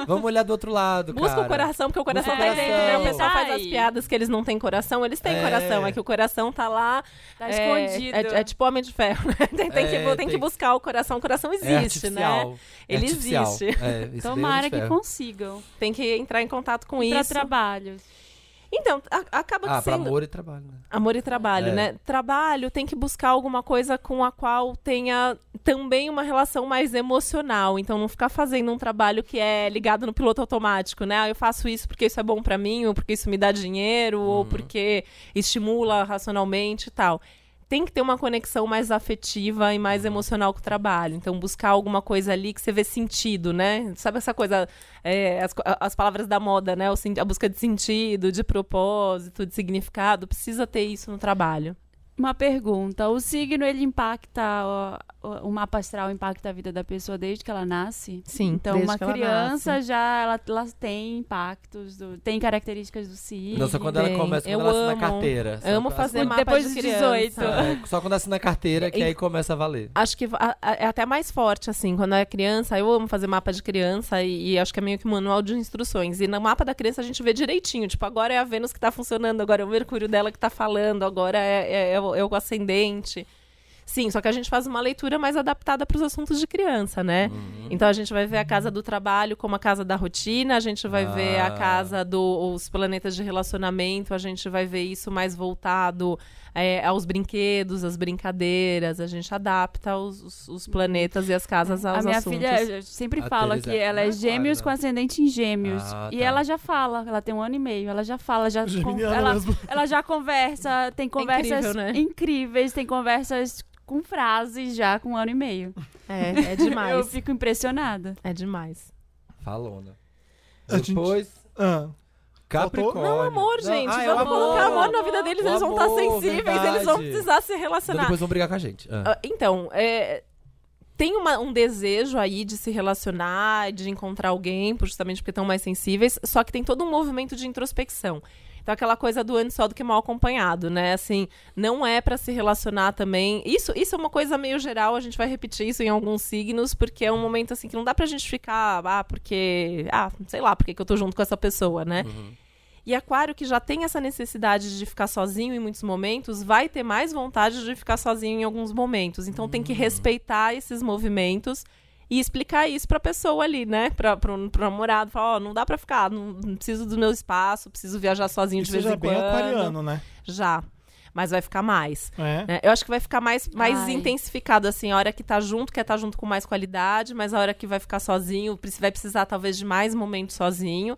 S2: Vamos olhar do outro lado,
S4: Busca
S2: cara.
S4: o coração, porque o coração
S3: Busca
S4: tá
S3: o
S4: aí dentro, né?
S2: coração.
S4: O pessoal faz as
S3: Sai.
S4: piadas que eles não têm coração, eles têm
S2: É.
S4: coração, é que o coração tá lá.
S3: Tá
S4: é,
S3: escondido.
S4: É, é tipo homem de ferro, né? Tem, tem
S2: É,
S4: que, tem que
S2: tem-
S4: buscar o coração, o coração
S2: É
S4: existe, né?
S2: artificial. É
S4: Ele
S2: artificial.
S4: existe.
S2: É, isso daí eu
S3: Tomara que
S2: espero.
S3: consigam.
S4: Tem que entrar em contato com
S3: Pra
S4: isso.
S3: trabalhos.
S4: Então, a- acaba
S2: Ah, pra
S4: sendo.
S2: amor e trabalho, né?
S4: Amor e trabalho,
S2: É.
S4: né? Trabalho tem que buscar alguma coisa com a qual tenha também uma relação mais emocional. Então não ficar fazendo um trabalho que é ligado no piloto automático, né? Ah, eu faço isso porque isso é bom pra mim, ou porque isso me dá dinheiro, ou porque estimula racionalmente e tal. tem que ter uma conexão mais afetiva e mais emocional com o trabalho. Então, buscar alguma coisa ali que você vê sentido, né? Sabe essa coisa, é, as, co- a- as palavras da moda, né? O sen- a busca de sentido, de propósito, de significado. Precisa ter isso no trabalho.
S3: Uma pergunta. O signo, ele impacta, ó, ó, o mapa astral impacta a vida da pessoa desde que ela nasce?
S4: Sim,
S3: Então, uma criança já, ela, ela tem impactos, do- tem características do signo.
S2: Nossa, quando ela
S4: bem.
S2: começa, quando
S4: Eu
S2: ela assina
S4: amo.
S2: é a carteira. sabe?
S4: Amo
S2: Ela
S4: fazer
S2: assina-
S4: mapa
S3: Depois
S4: de
S3: dos
S4: criança.
S3: 18.
S2: É, só quando assina a carteira que aí começa a valer.
S4: Acho que a- a- é até mais forte, assim, quando é criança. Eu amo fazer mapa de criança e, e acho que é meio que um manual de instruções. E no mapa da criança a gente vê direitinho. Tipo, agora é a Vênus que tá funcionando, agora é o Mercúrio dela que tá falando, agora é, é- é o, é o ascendente. Sim, só que a gente faz uma leitura mais adaptada para os assuntos de criança, né? Então a gente vai ver a casa do trabalho como a casa da rotina, a gente vai ver a
S2: Ah.
S4: casa dos planetas de relacionamento, a gente vai ver isso mais voltado é, aos brinquedos, às brincadeiras, a gente adapta os, os- os planetas e as casas aos
S3: Uhum. A minha
S4: assuntos.
S3: filha eu sempre
S2: A
S3: fala
S2: Teresa
S3: que ela é
S2: Aquino é
S3: gêmeos
S2: aquário,
S3: com ascendente em gêmeos.
S2: Ah,
S3: E
S2: tá.
S3: ela já fala, ela tem um ano e meio, ela já fala, já con-
S1: Geminiana
S3: ela,
S1: mesmo.
S3: ela já conversa, tem conversas
S4: incrível, né?
S3: incríveis, tem conversas com frases já com um ano e meio.
S4: É, é
S3: Eu
S4: demais.
S3: fico impressionada.
S4: É demais.
S2: Falona.
S1: A gente-
S2: Depois,
S1: Ah,
S2: Capricórnio.
S4: Não, amor, gente.
S2: ah, é
S4: vamos
S2: amor.
S4: colocar amor na vida deles,
S2: O
S4: eles vão estar
S2: amor,
S4: sensíveis, eles
S2: verdade.
S4: vão precisar se
S2: Então
S4: relacionar.
S2: depois vão brigar com a gente. Ah.
S4: Ah, Então, é, tem uma- um desejo aí de se relacionar, de encontrar alguém, por- justamente porque estão mais sensíveis, só que tem todo um movimento de introspecção. Então, aquela coisa do antes só do que mal acompanhado, né? Assim, não é pra se relacionar também. Isso, isso é uma coisa meio geral, a gente vai repetir isso em alguns signos, porque é um momento assim que não dá pra gente ficar, ah, porque. Ah, sei lá, porque que eu tô junto com essa pessoa, né?
S1: Uhum.
S4: E Aquário, que já tem essa necessidade de ficar sozinho em muitos momentos, vai ter mais vontade de ficar sozinho em alguns momentos. Então tem
S1: Hum.
S4: que respeitar esses movimentos e explicar isso pra pessoa ali, né? Pra, pro, pro namorado. Falar, ó, não dá pra ficar, não, não preciso do meu espaço, preciso viajar sozinho de
S1: isso
S4: vez
S1: já
S4: em
S1: é bem
S4: quando.
S1: aquariano, né?
S4: Já. Mas vai ficar mais.
S1: É.
S4: né? Eu acho que vai ficar mais, mais
S3: Ai.
S4: intensificado, assim. A hora que tá junto, quer tá junto com mais qualidade, mas a hora que vai ficar sozinho, pre- vai precisar talvez de mais momentos sozinho.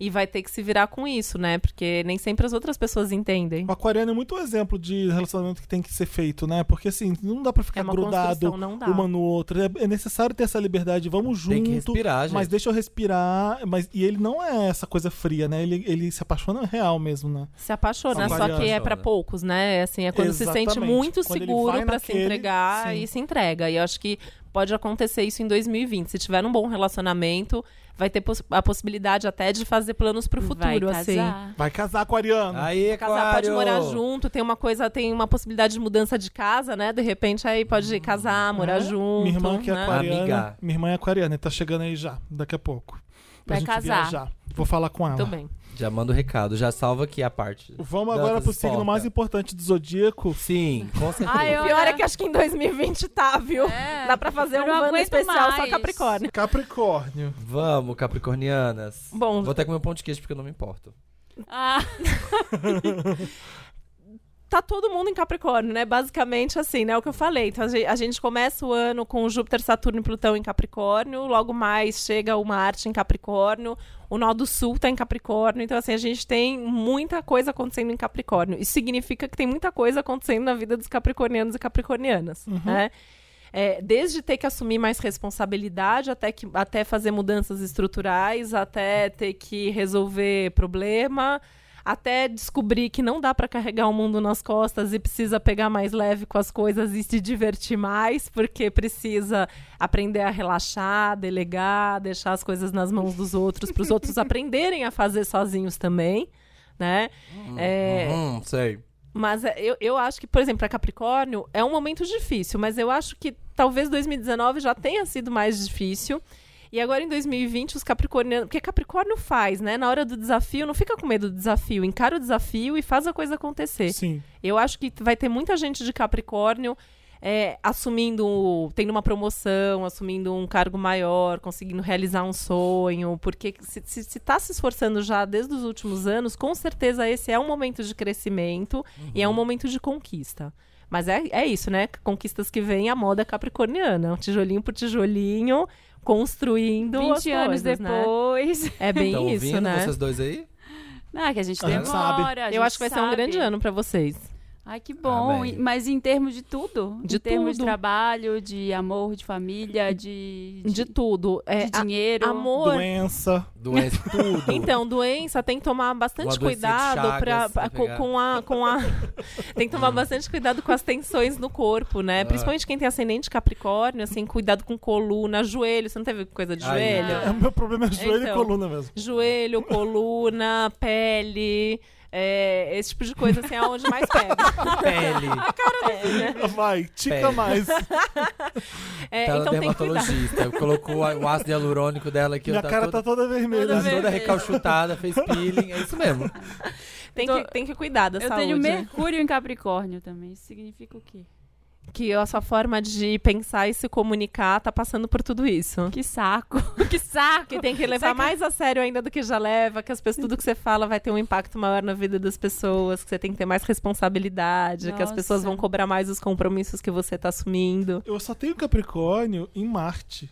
S4: E vai ter que se virar com isso, né? Porque nem sempre as outras pessoas entendem.
S1: O aquariano é muito um exemplo de relacionamento que tem que ser feito, né? Porque assim, não dá pra ficar
S4: É uma
S1: grudado
S4: construção, não dá.
S1: uma no outro. É- É necessário ter essa liberdade, vamos junto.
S2: Tem que respirar, gente.
S1: Mas deixa eu respirar. Mas, e ele não é essa coisa fria, né? Ele, ele se apaixona real mesmo, né?
S4: Se apaixona,
S1: Se
S4: só que é
S2: apaixona.
S4: pra poucos, né? Assim, é quando se sente
S1: Exatamente.
S4: muito
S1: Quando ele
S4: seguro
S1: vai
S4: pra se
S1: naquele,
S4: entregar
S1: sim.
S4: e se entrega. E eu acho que pode acontecer isso em 2020. Se tiver um bom relacionamento, vai ter poss- a possibilidade até de fazer planos pro
S3: Vai
S4: futuro, assim.
S3: casar.
S1: Vai casar, aquariano.
S2: Aí,
S4: Casar, pode
S2: Aquário.
S4: morar junto, tem uma coisa, tem uma possibilidade de mudança de casa, né? De repente aí pode
S3: Uhum.
S4: casar, morar
S1: É.
S4: junto.
S1: Minha irmã que é
S4: né?
S1: aquariana.
S2: Amiga.
S1: Minha irmã é aquariana, tá chegando aí já, daqui a pouco. Pra
S3: Vai
S1: gente
S3: casar.
S1: viajar. Vou falar com ela.
S4: Muito bem.
S2: Já manda o recado, já salva aqui a parte.
S1: Vamos
S2: da-
S1: agora
S2: das
S1: pro signo
S2: porcas.
S1: mais importante do zodíaco.
S2: Sim, com certeza.
S3: Ai, eu-
S4: Pior é que acho que em 2020 tá, viu?
S3: É.
S4: Dá pra fazer
S3: Eu
S4: um
S3: não
S4: ano
S3: aguento
S4: especial só
S3: mais.
S4: Capricórnio.
S1: Capricórnio.
S2: Vamos, Capricornianas.
S4: Bom,
S2: Vou até comer um pão de queijo porque eu não me importo.
S3: Ah,
S4: tá todo mundo em Capricórnio, né? Basicamente assim, né? O que eu falei. Então a ge- a gente começa o ano com Júpiter, Saturno e Plutão em Capricórnio, logo mais chega o Marte em Capricórnio, o Nó do Sul tá em Capricórnio. Então, assim, a gente tem muita coisa acontecendo em Capricórnio. Isso significa que tem muita coisa acontecendo na vida dos capricornianos e capricornianas, né? É, desde ter que assumir mais responsabilidade, até, que, até fazer mudanças estruturais, até ter que resolver problema, até descobrir que não dá para carregar o mundo nas costas e precisa pegar mais leve com as coisas e se divertir mais, porque precisa aprender a relaxar, delegar, deixar as coisas nas mãos dos outros, para os outros aprenderem a fazer sozinhos também, né? É,
S2: Hum, sei.
S4: mas é, eu, eu acho que, por exemplo, para Capricórnio é um momento difícil, mas eu acho que talvez 2019 já tenha sido mais difícil. E agora em 2020, os Capricornianos. Porque Capricórnio faz, né? Na hora do desafio, não fica com medo do desafio, encara o desafio e faz a coisa acontecer.
S1: Sim.
S4: Eu acho que vai ter muita gente de Capricórnio é, assumindo, tendo uma promoção, assumindo um cargo maior, conseguindo realizar um sonho, porque se está se, tá se esforçando já desde os últimos anos, com certeza esse é um momento de crescimento e é
S2: Uhum.
S4: um momento de conquista. Mas é, é isso, né? Conquistas que vêm a moda capricorniana, tijolinho por tijolinho, construindo
S3: 20
S4: as
S3: anos
S4: coisas, né?
S3: depois.
S4: É bem
S2: Estão
S4: isso,
S2: ouvindo
S4: né?
S2: vocês dois aí?
S3: Ah, que a gente
S1: A gente
S3: demora.
S1: sabe.
S3: a
S4: Eu
S3: gente
S4: acho que vai ser um
S3: sabe.
S4: grande ano para vocês.
S3: Ai, que bom.
S2: Amém.
S3: E- Mas em termos de tudo?
S4: De
S3: em termos de
S4: tudo.
S3: trabalho, de amor, de família, de, de,
S4: De tudo. É,
S3: de dinheiro.
S4: a- amor.
S1: Doença.
S2: Doença, tudo.
S4: Então, doença tem que tomar bastante
S2: Uma doencinha de
S4: cuidado
S2: Chagas, tá Hum.
S4: pra,
S2: se
S4: pra- co-
S2: pegar.
S4: com a com a tem que tomar bastante cuidado com as tensões no corpo,
S2: Ah.
S4: né? Principalmente quem tem ascendente Capricórnio, assim, cuidado com coluna, joelho, você não teve coisa de
S2: Ai,
S4: joelho?
S2: não.
S1: É, o meu problema é joelho
S4: Então.
S1: e coluna mesmo.
S4: Joelho, coluna, pele, é, esse tipo de coisa assim é onde mais pega.
S2: Tá
S4: né?
S2: Pele.
S1: Vai, tica
S2: Pera.
S1: mais.
S4: É,
S2: Tá na
S4: então tem que cuidar.
S2: dermatologista. Colocou a- o ácido hialurônico dela aqui.
S1: Minha
S2: tá
S1: cara
S2: toda,
S1: tá toda vermelha.
S2: tá
S3: toda
S2: toda
S3: vermelha.
S2: recalchutada, fez peeling. É isso mesmo.
S4: Tem
S3: Tô-
S4: que, tem que cuidar da
S3: Eu
S4: saúde.
S3: tenho
S4: né?
S3: Mercúrio em Capricórnio também. Isso significa o quê?
S4: Que a sua forma de pensar e se comunicar tá passando por tudo isso.
S3: Que saco. que saco.
S4: Que tem que levar
S3: Saca-
S4: mais a sério ainda do que já leva, que as pessoas, tudo que você fala vai ter um impacto maior na vida das pessoas, que você tem que ter mais responsabilidade, que as
S3: Nossa.
S4: pessoas vão cobrar mais os compromissos que você tá assumindo.
S1: Eu só tenho Capricórnio em Marte.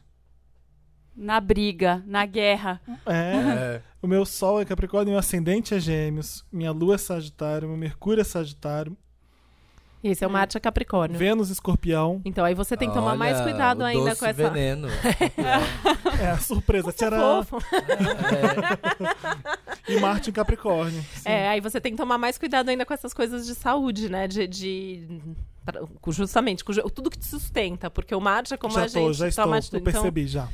S3: Na briga, na guerra.
S1: É.
S2: É.
S1: O meu sol é Capricórnio, meu ascendente é Gêmeos, minha lua é Sagitário, meu Mercúrio é Sagitário,
S4: E esse é o Marte é Capricórnio.
S1: Vênus Escorpião.
S4: Então aí você tem que tomar mais
S2: Olha,
S4: cuidado
S2: o
S4: ainda
S2: doce
S4: com essa.
S2: veneno.
S1: É a surpresa. Tcharam!
S4: Fofo.
S2: É,
S1: E Marte em Capricórnio.
S4: É, aí você tem que tomar mais cuidado ainda com essas coisas de saúde, né? De. de- pra- Justamente, cujo- tudo que te sustenta, porque o Marte é como
S1: já
S4: a gente
S1: tô, já estou.
S4: toma
S1: Eu
S4: atitude. Então,
S1: percebi já.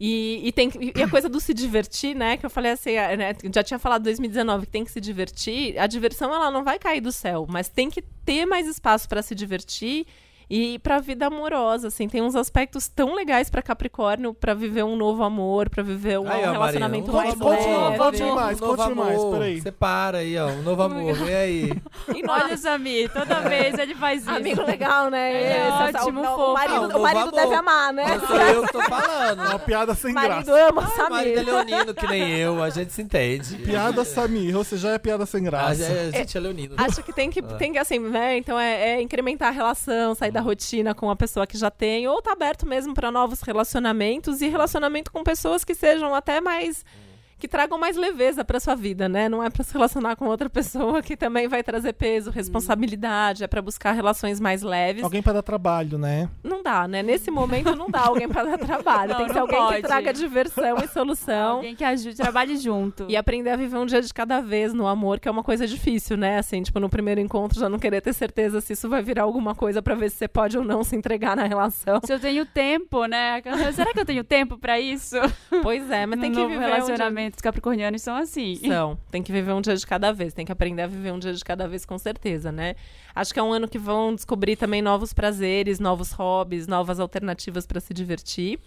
S4: E, e tem que- e a coisa do se divertir, né? Que eu falei assim, ah, né, já tinha falado em 2019 que tem que se divertir. A diversão ela não vai cair do céu, mas tem que ter mais espaço para se divertir e para a vida amorosa, assim, tem uns aspectos tão legais para Capricórnio, para viver um novo amor, para viver um
S2: Aí, ó,
S4: relacionamento
S2: Marina,
S4: mais
S2: um novo
S1: Continua,
S2: leve.
S1: continua mais,
S2: um novo
S1: continua mais,
S2: amor.
S1: peraí.
S2: Você para aí, ó. Um novo amor. Vem aí.
S4: E nós-
S3: Olha o Samir, toda vez ele faz isso.
S4: Amigo legal, né?
S3: É,
S4: Esse,
S3: ótimo,
S4: o-
S3: fofo.
S4: O marido,
S2: Ah, um
S4: o
S2: novo
S4: marido
S2: amor.
S4: deve amar, né?
S2: Não sou eu que tô falando.
S1: É uma piada sem
S4: O marido
S1: graça.
S4: ama,
S2: O marido é
S4: sabe?
S2: leonino, que nem eu. A gente se entende.
S1: Piada Samir, você já é piada sem
S2: A gente,
S1: graça.
S2: a gente Ah, é leonino.
S4: Acho que tem que, tem que assim, né? Então é, é incrementar a relação, sair
S3: Uhum.
S4: da rotina com a pessoa que já tem, ou tá aberto mesmo para novos relacionamentos
S3: Uhum.
S4: e relacionamento com pessoas que sejam até mais. que tragam mais leveza para sua vida, né? Não é para se relacionar com outra pessoa que também vai trazer
S3: Uhum.
S4: peso, responsabilidade, é para buscar relações mais leves.
S1: Alguém pra dar trabalho, né?
S4: Não dá, né? Nesse momento não dá alguém para dar trabalho,
S3: Não,
S4: tem que ser
S3: não
S4: alguém
S3: pode.
S4: que traga diversão e solução.
S3: Alguém que ajude, trabalhe junto.
S4: E aprender a viver um dia de cada vez no amor, que é uma coisa difícil, né? Assim, tipo, no primeiro encontro já não querer ter certeza se isso vai virar alguma coisa pra ver se você pode ou não se entregar na relação.
S3: Se eu tenho tempo, né? Será que eu tenho tempo pra isso?
S4: Pois é, mas tem
S3: No
S4: que
S3: novo
S4: viver um dia...
S3: relacionamentos capricornianos são assim.
S4: São, tem que viver um dia de cada vez, tem que aprender a viver um dia de cada vez com certeza, né? Acho que é um ano que vão descobrir também novos prazeres, novos hobbies, novas alternativas pra se divertir.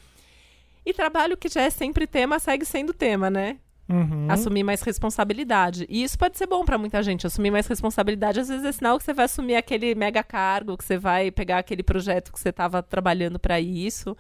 S4: E trabalho que já é sempre tema, segue sendo tema, né?
S1: Uhum.
S4: assumir mais responsabilidade. E isso pode ser bom pra muita gente. Assumir mais responsabilidade, às vezes é sinal que você vai assumir aquele mega cargo, que você vai pegar aquele projeto que você estava trabalhando pra isso.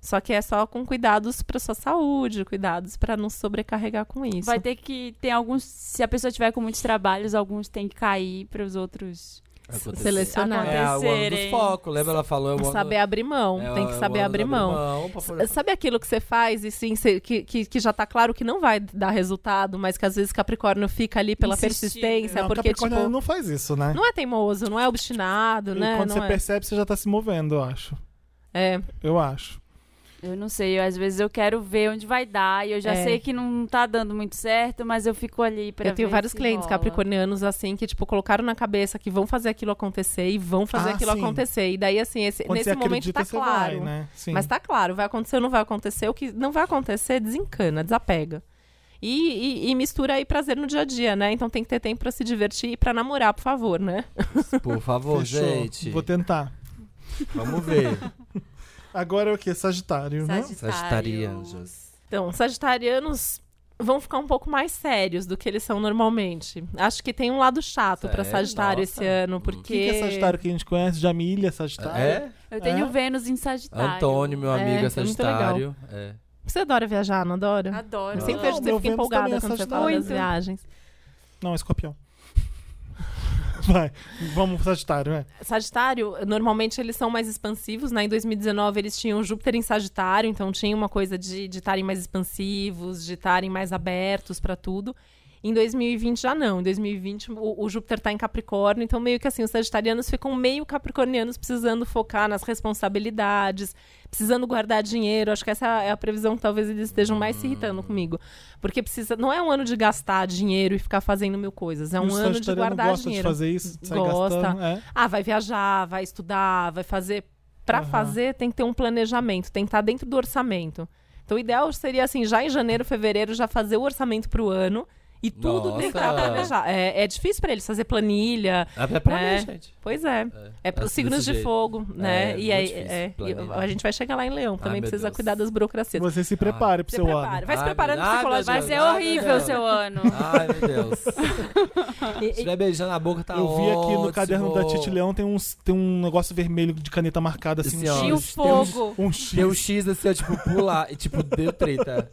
S4: Só que é só com cuidados pra sua saúde, cuidados pra não sobrecarregar com isso.
S3: Vai ter que tem alguns, se a pessoa tiver com muitos trabalhos, alguns tem que cair para os outros.
S2: Aconteceu.
S4: Selecionar.
S2: É, o ano dos
S3: Acontecerem.
S2: focos. Lembra? Ela falou. É o ano...
S4: saber abrir mão,
S2: é,
S4: tem que
S2: é o
S4: saber
S2: ano
S4: abrir
S2: do
S4: mão.
S2: pra
S4: S-
S2: poder-
S4: Sabe aquilo que você faz e sim, cê- que, que, que já tá claro que não vai dar resultado, mas que às vezes Capricórnio fica ali pela
S3: Insistindo.
S4: persistência,
S1: não,
S4: porque tipo,
S1: Capricórnio
S4: não...
S1: não faz isso, né?
S4: é teimoso, não é obstinado,
S1: E
S4: né?
S1: quando
S4: não
S1: você
S4: é...
S1: percebe, você já tá se movendo, eu acho.
S4: é.
S1: Eu acho.
S3: Eu não sei, eu, às vezes eu quero ver onde vai dar e eu já
S4: É.
S3: sei que não tá dando muito certo, mas eu fico ali para
S4: Eu tenho vários clientes capricornianos, assim, que, tipo, colocaram na cabeça que vão fazer aquilo acontecer e vão fazer
S1: Ah,
S4: aquilo
S1: sim.
S4: acontecer. E daí, assim, esse-
S1: Quando
S4: nesse
S1: você
S4: momento
S1: acredita,
S4: tá
S1: você vai,
S4: claro.
S1: né? Sim.
S4: Mas tá claro, vai acontecer ou não vai acontecer. O que não vai acontecer, desencana, desapega. E, e- e mistura aí prazer no dia a dia, né? Então tem que ter tempo pra se divertir e pra namorar, por favor, né?
S2: Por favor,
S1: Fechou.
S2: gente.
S1: Vou tentar.
S2: Vamos ver.
S1: Agora é o quê? Sagitário, né?
S2: Sagitarianos.
S4: Então, sagitarianos vão ficar um pouco mais sérios do que eles são normalmente. Acho que tem um lado chato pra
S2: Sério?
S4: sagitário
S2: Nossa.
S4: esse ano,
S2: Hum.
S4: porque...
S1: Quem que é Sagitário que a gente conhece? Jamília, Sagitário.
S2: É?
S3: Eu tenho
S1: É?
S3: Vênus em Sagitário.
S2: Antônio, meu
S4: É,
S2: amigo, é,
S4: isso é muito
S2: Sagitário. É.
S4: Você adora viajar, não adora?
S3: Adoro.
S4: Eu
S2: Não.
S4: sempre vejo que você
S1: meu
S4: fica
S1: Vênus também
S4: empolgada
S1: é
S4: quando você
S1: Sagitário.
S4: fala das
S3: Muito.
S4: viagens.
S1: Não, escorpião. Vai, vamos, Sagitário, né?
S4: Sagitário, normalmente eles são mais expansivos, né? Em 2019 eles tinham Júpiter em Sagitário, então tinha uma coisa de estarem mais expansivos, de estarem mais abertos pra tudo. Em 2020 já não. Em 2020 o, o Júpiter está em Capricórnio, então meio que assim, os sagitarianos ficam meio capricornianos precisando focar nas responsabilidades, precisando guardar dinheiro. Acho que essa é a previsão que talvez eles estejam mais
S1: Hum.
S4: se irritando comigo. Porque precisa, não é um ano de gastar dinheiro e ficar fazendo mil coisas, é
S1: E
S4: um
S1: o
S4: ano de
S1: sagitariano
S4: guardar
S1: gosta
S4: dinheiro.
S1: de fazer isso, sai
S4: Gosta.
S1: gastando. É.
S4: Ah, vai viajar, vai estudar, vai fazer. Pra
S1: Aham.
S4: fazer, tem que ter um planejamento, tem que estar dentro do orçamento. Então, o ideal seria, assim, já em janeiro, fevereiro, já fazer o orçamento pro ano e tudo
S2: Nossa.
S4: tentar planejar. É, é difícil pra eles fazer planilha.
S2: Até pra
S4: É.
S2: mim, gente.
S4: Pois é. É pros
S2: assim,
S4: signos
S2: desse
S4: de
S2: jeito.
S4: fogo,
S2: É,
S4: né? e
S2: muito
S4: aí,
S2: difícil
S4: é, e
S2: planejar.
S4: a gente vai chegar lá em Leão. Também
S2: meu
S4: precisa
S2: Deus.
S4: cuidar das burocracias.
S1: Você se prepare pro
S4: Se
S1: seu
S4: prepara,
S1: ano.
S4: vai se
S2: Ah,
S4: preparando
S2: verdade,
S3: Vai
S4: psicologicamente.
S3: ser
S2: Ah,
S3: horrível
S2: legal.
S3: o seu ano.
S2: Ai, meu Deus. Se
S4: E- e-
S2: estiver beijando a boca, tá
S1: Eu vi aqui no
S2: ótimo.
S1: caderno da Titi Leão tem, uns, tem um negócio vermelho de caneta marcada assim.
S2: Esse, ó,
S3: E o
S2: Deus, Deus.
S3: fogo.
S1: Um X.
S2: Deu um X assim, ó, tipo, pular. E, tipo, deu treta.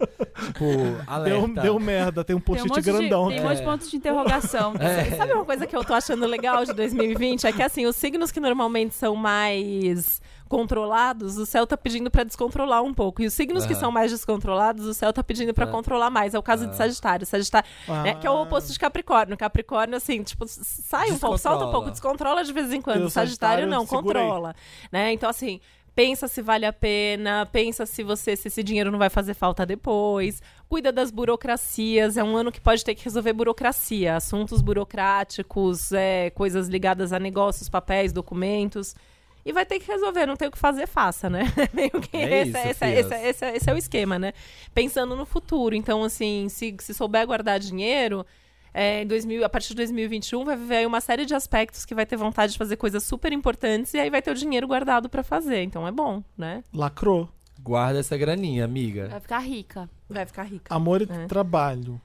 S2: Tipo,
S1: Deu, um-
S2: alerta.
S1: deu merda, tem um
S3: Tem um
S1: post-it
S3: monte de,
S1: grandão.
S3: tem
S1: aqui.
S3: um monte de pontos de interrogação.
S2: né? É.
S4: Sabe uma coisa que eu tô achando legal de 2020? É que, assim, os signos que normalmente são mais controlados, o céu tá pedindo pra descontrolar um pouco. E os signos que
S2: Aham.
S4: são mais descontrolados, o céu tá pedindo pra
S2: Ah.
S4: controlar mais. É o caso de
S2: Ah.
S4: Sagitário. Sagitário, né,
S1: Ah.
S4: que é o oposto de Capricórnio. Capricórnio, assim, tipo, s- sai um pouco, solta um
S2: Descontrola.
S4: pouco, descontrola de vez em
S1: E
S4: quando.
S1: o
S4: O Sagitário
S1: Sagitário
S4: não,
S1: segura aí.
S4: controla. Né? Então, assim... Pensa se vale a pena, pensa se você se esse dinheiro não vai fazer falta depois cuida das burocracias. É um ano que pode ter que resolver burocracia, assuntos burocráticos, é, coisas ligadas a negócios, papéis, documentos. E vai ter que resolver, não tem o que fazer, faça, né? Meio que
S2: É
S4: esse,
S2: isso,
S4: esse-
S2: fias.
S4: esse- esse- esse é o esquema, né? Pensando no futuro. Então, assim, se, se souber guardar dinheiro, é, em 2000, a partir de 2021 vai viver aí uma série de aspectos que vai ter vontade de fazer coisas super importantes e aí vai ter o dinheiro guardado pra fazer. Então é bom, né?
S1: Lacrou.
S2: Guarda essa graninha, amiga.
S3: Vai ficar rica.
S4: Vai ficar rica.
S1: Amor e
S4: É.
S1: trabalho.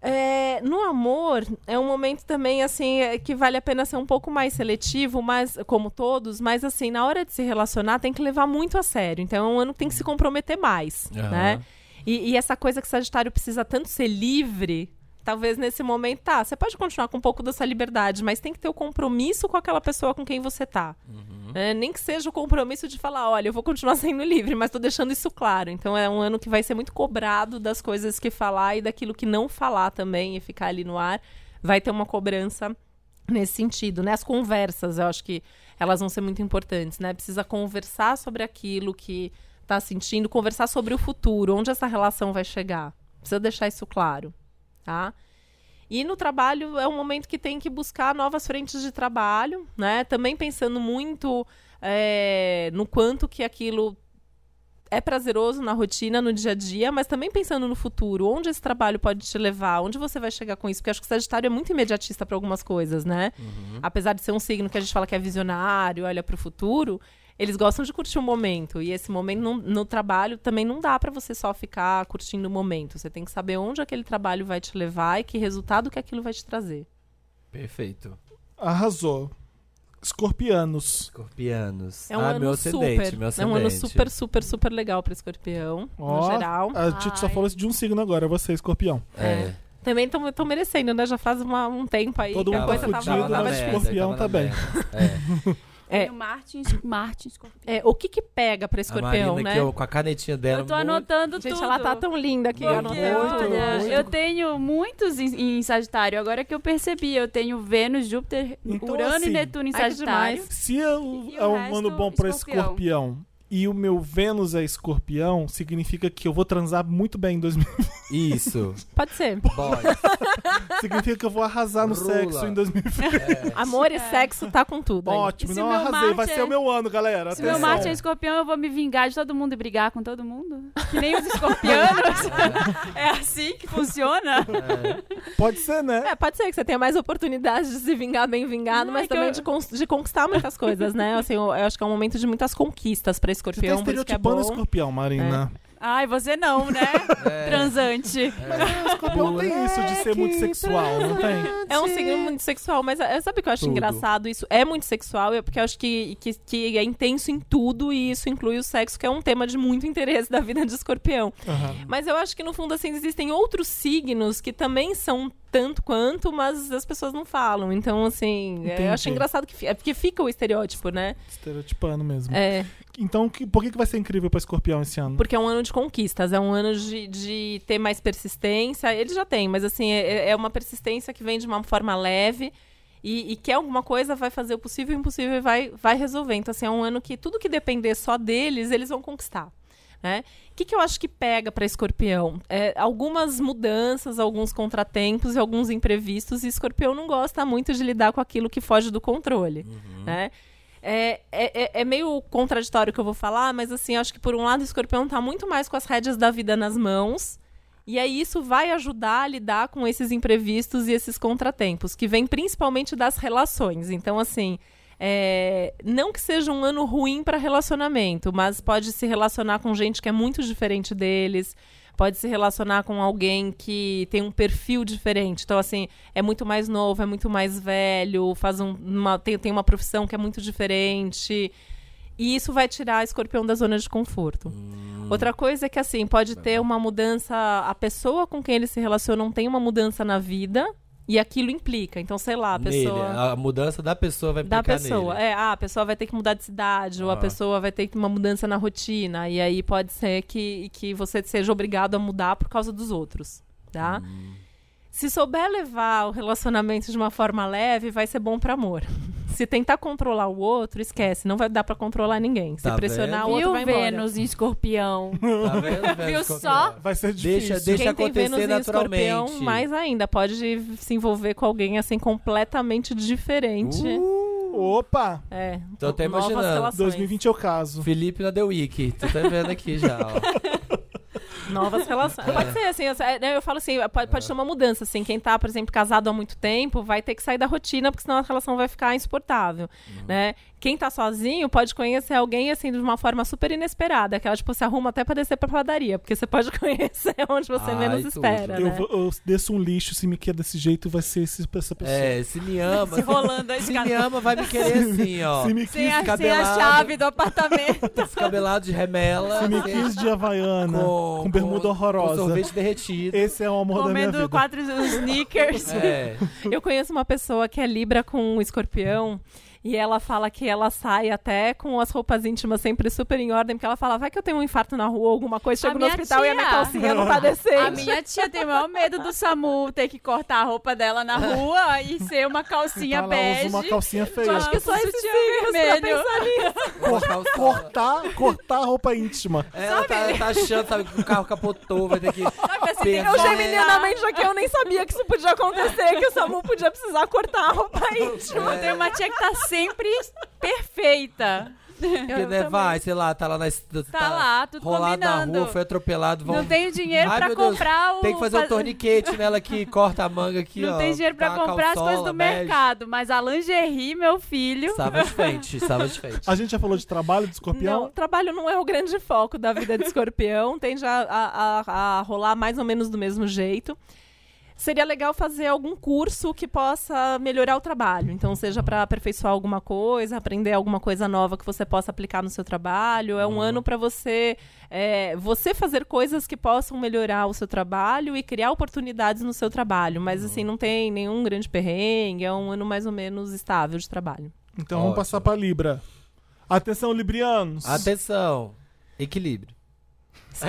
S4: É, no amor, é um momento também, assim, é, que vale a pena ser um pouco mais seletivo, mas, como todos, mas, assim, na hora de se relacionar, tem que levar muito a sério. Então, é um ano que tem que se comprometer mais,
S2: Aham.
S4: né? E, e essa coisa que o Sagitário precisa tanto ser livre, talvez nesse momento, tá, você pode continuar com um pouco dessa liberdade, mas tem que ter o compromisso com aquela pessoa com quem você tá. É, nem que seja o compromisso de falar, olha, eu vou continuar sendo livre, mas tô deixando isso claro. Então é um ano que vai ser muito cobrado das coisas que falar e daquilo que não falar também e ficar ali no ar. Vai ter uma cobrança nesse sentido, né? As conversas, eu acho que elas vão ser muito importantes, né? Precisa conversar sobre aquilo que tá sentindo, conversar sobre o futuro, onde essa relação vai chegar. Precisa deixar isso claro, tá? E no trabalho é um momento que tem que buscar novas frentes de trabalho, né? Também pensando muito é, no quanto que aquilo é prazeroso na rotina, no dia a dia, mas também pensando no futuro, onde esse trabalho pode te levar, onde você vai chegar com isso, porque acho que o Sagitário é muito imediatista para algumas coisas, né? Apesar de ser um signo que a gente fala que é visionário, olha para o futuro, eles gostam de curtir o momento e esse momento não- no trabalho também não dá para você só ficar curtindo o momento. Você tem que saber onde aquele trabalho vai te levar e que resultado que aquilo vai te trazer.
S2: Perfeito.
S1: Arrasou. Escorpianos.
S2: Escorpianos.
S4: É um
S2: ah,
S4: ano
S2: meu ascendente,
S4: super,
S2: meu
S4: é
S2: ascendente.
S4: um ano super super super legal para escorpião
S1: Ó,
S4: no geral.
S1: A Titi só
S3: Ai.
S1: falou de um signo agora, você, escorpião.
S2: É.
S4: Também estão merecendo, né? Já faz uma- um tempo aí
S1: Todo
S4: que a
S1: mundo
S4: coisa
S1: tá
S4: tava,
S1: fudido,
S4: tava
S1: mas
S2: né,
S4: difícil.
S1: escorpião tá bem.
S4: É.
S3: E o Martin, es- Martin Escorpião.
S4: É, o que que pega pra
S2: Escorpião, a
S4: escorpião,
S2: Marina,
S4: né?
S2: que eu, com a canetinha dela.
S3: Eu tô anotando
S4: Gente,
S3: tudo.
S4: ela tá tão linda que
S3: Porque,
S4: eu não
S1: muito,
S3: olha,
S1: muito.
S3: eu tenho muitos em, em Sagitário. Agora que eu percebi, eu tenho Vênus, Júpiter,
S1: Então,
S3: Urano
S1: assim,
S3: e Netuno em
S4: ai, que
S3: Sagitário.
S4: demais.
S1: Se é um
S3: E
S1: é
S3: o
S1: um
S3: resto,
S1: ano bom pra
S3: escorpião.
S1: escorpião e o meu Vênus é escorpião, significa que eu vou transar muito bem em 2000.
S2: Isso.
S4: Pode ser.
S2: Boy.
S1: significa que eu vou arrasar no
S2: Rula.
S1: sexo em 2020.
S4: Amor e sexo tá com tudo. aí.
S1: Ótimo,
S3: E se
S1: não
S3: meu
S1: arrasei.
S3: Marte
S1: Vai
S3: é-
S1: ser o meu ano, galera.
S3: Se meu
S1: Atenção.
S3: Marte é escorpião, eu vou me vingar de todo mundo e brigar com todo mundo. Que nem os escorpianos. é assim que funciona.
S2: é,
S1: Pode ser, né?
S4: É, pode ser que você tenha mais oportunidades de se vingar bem vingado,
S3: Não,
S4: mas
S3: é que
S4: também
S3: eu-
S4: de, cons- de conquistar muitas coisas, né? Assim, eu, eu acho que é um momento de muitas conquistas pra
S1: Você tá
S4: escorpião, por isso que é
S1: estereotipando
S4: bom.
S1: escorpião, Marina.
S3: Ai, você não, né?
S2: é.
S3: Transante.
S1: Escorpião tem isso de ser muito sexual, não tem?
S4: É um signo muito sexual, mas é, sabe o que eu acho
S2: Tudo.
S4: engraçado? Isso é muito sexual, é porque eu acho que, que, que é intenso em tudo e isso inclui o sexo, que é um tema de muito interesse da vida de escorpião.
S1: Aham.
S4: Mas eu acho que no fundo, assim, existem outros signos que também são tanto quanto, mas as pessoas não falam. Então, assim, é,
S1: Entendi.
S4: eu acho engraçado que fi- é porque fica o estereótipo, né?
S1: Estereotipando mesmo.
S4: É.
S1: Então, que- por que, que vai ser incrível pra Escorpião esse ano?
S4: Porque é um ano de conquistas, é um ano de, de ter mais persistência. Ele já tem, mas assim, é, é uma persistência que vem de uma forma leve e, e quer alguma coisa, vai fazer o possível e o impossível e vai, vai resolver. Então, assim, é um ano que tudo que depender só deles, eles vão conquistar. Né? O que, que eu acho que pega para escorpião? É, algumas mudanças, alguns contratempos e alguns imprevistos, e escorpião não gosta muito de lidar com aquilo que foge do controle. Né? É, é, é- é meio contraditório o que eu vou falar, mas assim, acho que por um lado o escorpião tá muito mais com as rédeas da vida nas mãos. E aí isso vai ajudar a lidar com esses imprevistos e esses contratempos, que vêm principalmente das relações. Então, assim, é, não que seja um ano ruim para relacionamento, mas pode se relacionar com gente que é muito diferente deles, pode se relacionar com alguém que tem um perfil diferente. Então, assim, é muito mais novo, é muito mais velho, faz um- uma, tem, tem uma profissão que é muito diferente. E isso vai tirar escorpião da zona de conforto. Outra coisa é que, assim, pode ter uma mudança. A pessoa com quem ele se relaciona não tem uma mudança na vida. E aquilo implica. Então, sei lá, a
S2: Nele, é.
S4: pessoa
S2: a mudança da pessoa vai
S4: da
S2: implicar
S4: pessoa.
S2: nele.
S4: É, ah, a pessoa vai ter que mudar de cidade, ou
S2: Ah.
S4: a pessoa vai ter que uma mudança na rotina. E aí pode ser que, que você seja obrigado a mudar por causa dos outros, tá?
S2: Hum.
S4: Se souber levar o relacionamento de uma forma leve, vai ser bom para amor. Se tentar controlar o outro, esquece, não vai dar para controlar ninguém. Se
S2: Tá
S4: pressionar
S2: vendo?
S4: o
S3: Viu
S4: outro vai embora.
S3: Vênus em escorpião?
S2: Tá vendo, velho? é?
S3: Viu
S2: Escorpião?
S3: só?
S1: Vai ser difícil.
S2: Deixa, deixa
S4: Quem tem Vênus
S2: acontecer
S4: em escorpião,
S2: naturalmente.
S4: mais ainda, pode se envolver com alguém assim completamente diferente.
S2: Uh!
S1: Opa!
S4: É.
S2: Tô até
S4: novas
S2: imaginando.
S4: relações.
S1: 2020 é o caso.
S2: Felipe na The Wiki. Tu tá vendo aqui já, ó.
S4: Novas relações. Pode ser, assim, essa- é, né, eu falo assim, pode, pode ter uma mudança, assim, quem tá, por exemplo, casado há muito tempo, vai ter que sair da rotina, porque senão a relação vai ficar insuportável, né? Quem tá sozinho pode conhecer alguém, assim, de uma forma super inesperada, aquela, tipo, você arruma até pra descer pra padaria, porque você pode conhecer onde você
S2: Ai,
S4: menos
S2: tudo.
S4: espera,
S1: Eu,
S4: né?
S1: vou- eu desço um lixo, se me quer desse jeito, vai ser esse- essa pessoa.
S2: É, se me ama.
S3: Se rolando a
S2: Se me
S3: escada.
S2: ama, vai me querer assim, ó.
S1: Se me
S3: Sem
S1: quis,
S3: a, sem a
S2: Descabelado.
S3: chave do apartamento.
S2: Descabelado de remela. assim,
S1: se me quis de Havaiana, com, bermuda horrorosa.
S2: Com sorvete derretido.
S1: Esse é o amor da minha vida.
S3: comendo quatro sneakers.
S2: É.
S4: Eu conheço uma pessoa que é Libra com um escorpião. E ela fala que ela sai até com as roupas íntimas sempre super em ordem, porque ela fala, vai que eu tenho um infarto na rua, alguma coisa,
S3: A
S4: chego no
S3: minha
S4: hospital e a minha
S3: tia.
S4: calcinha não tá decente.
S3: A minha tia tem o maior medo do SAMU ter que cortar a roupa dela na rua e ser uma calcinha
S1: Tá lá, usa
S3: bege.
S1: uma calcinha feia.
S3: Eu acho que só
S4: Só
S3: esse
S2: um
S4: esses signos pra
S3: vermelho.
S2: Cortar o sol.
S1: Cortar, cortar a roupa íntima.
S2: Ela tá, tá achando, sabe, que o carro capotou, vai ter que.
S3: Sabe, assim,
S2: Pena.
S3: tem
S4: Eu
S3: que
S2: Só-
S4: geminianamente aqui, eu nem sabia que isso podia acontecer, que o Samu podia precisar cortar a roupa íntima.
S2: É.
S3: Eu tenho uma tia que tá sempre perfeita.
S2: Porque, né, vai, sei lá, tá lá na. Tá,
S3: Tá lá, tudo
S2: rolado na
S3: combinando.
S2: rua, foi atropelado, vão.
S3: Não tenho dinheiro
S2: Ai,
S3: pra
S2: meu Deus,
S3: comprar o.
S2: Tem que fazer um
S3: fa-
S2: torniquete nela que corta a manga aqui, ó.
S3: Não tem dinheiro pra
S2: dá uma
S3: comprar as coisas
S2: calçola,
S3: do
S2: mexe.
S3: mercado, mas a lingerie, meu filho.
S2: Estava de frente, estava de frente.
S1: A gente já falou de trabalho, de escorpião.
S4: Não, trabalho não é o grande foco da vida de escorpião, tende a, a- a- a rolar mais ou menos do mesmo jeito. Seria legal fazer algum curso que possa melhorar o trabalho. Então, seja para aperfeiçoar alguma coisa, aprender alguma coisa nova que você possa aplicar no seu trabalho. É um ano para você é, você fazer coisas que possam melhorar o seu trabalho e criar oportunidades no seu trabalho. Mas, assim, não tem nenhum grande perrengue. É um ano mais ou menos estável de trabalho.
S1: Então vamos
S2: Ótimo.
S1: passar pra Libra. Atenção, Librianos.
S2: Atenção, equilíbrio.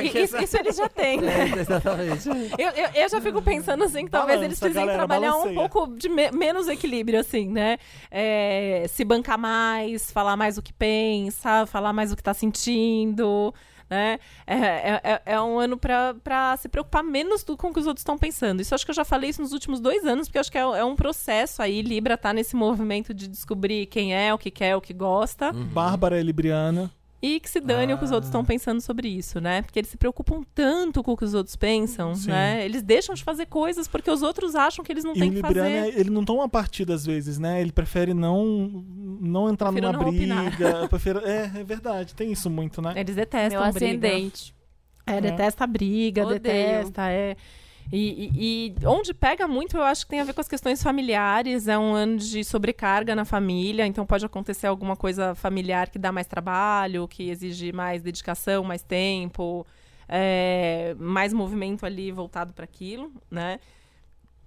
S4: E- Isso, isso eles já têm. né?
S2: É, exatamente.
S4: Eu, eu, eu já fico pensando assim que talvez
S1: Balança,
S4: eles precisem
S1: galera,
S4: trabalhar um
S1: balanceia.
S4: pouco de me- menos equilíbrio, assim, né? É, se bancar mais, falar mais o que pensa, falar mais o que tá sentindo. Né? É, é, é- é um ano pra- pra se preocupar menos do, com o que os outros estão pensando. Isso acho que eu já falei isso nos últimos dois anos, porque acho que é, é um processo aí. Libra tá nesse movimento de descobrir quem é, o que quer, o que gosta.
S1: Bárbara é Libriana.
S4: E que se dane o que os outros
S1: Ah.
S4: estão pensando sobre isso, né? Porque eles se preocupam tanto com o que os outros pensam,
S1: Sim.
S4: né? Eles deixam de fazer coisas porque os outros acham que eles não
S1: E o
S4: têm que fazer.
S1: Libriano, é- ele não toma partido às vezes, né? Ele prefere não, não entrar
S4: Prefiro
S1: numa
S4: não opinar. É.
S1: briga. Prefiro... É, é verdade. Tem isso muito, né?
S4: Eles detestam
S3: Meu
S4: briga.
S3: ascendente. Né?
S4: É, detesta a briga,
S3: Odeio.
S4: detesta, é. E, e- e onde pega muito, eu acho que tem a ver com as questões familiares. É um ano de sobrecarga na família, então pode acontecer alguma coisa familiar que dá mais trabalho, que exige mais dedicação, mais tempo, é, mais movimento ali voltado para aquilo, né?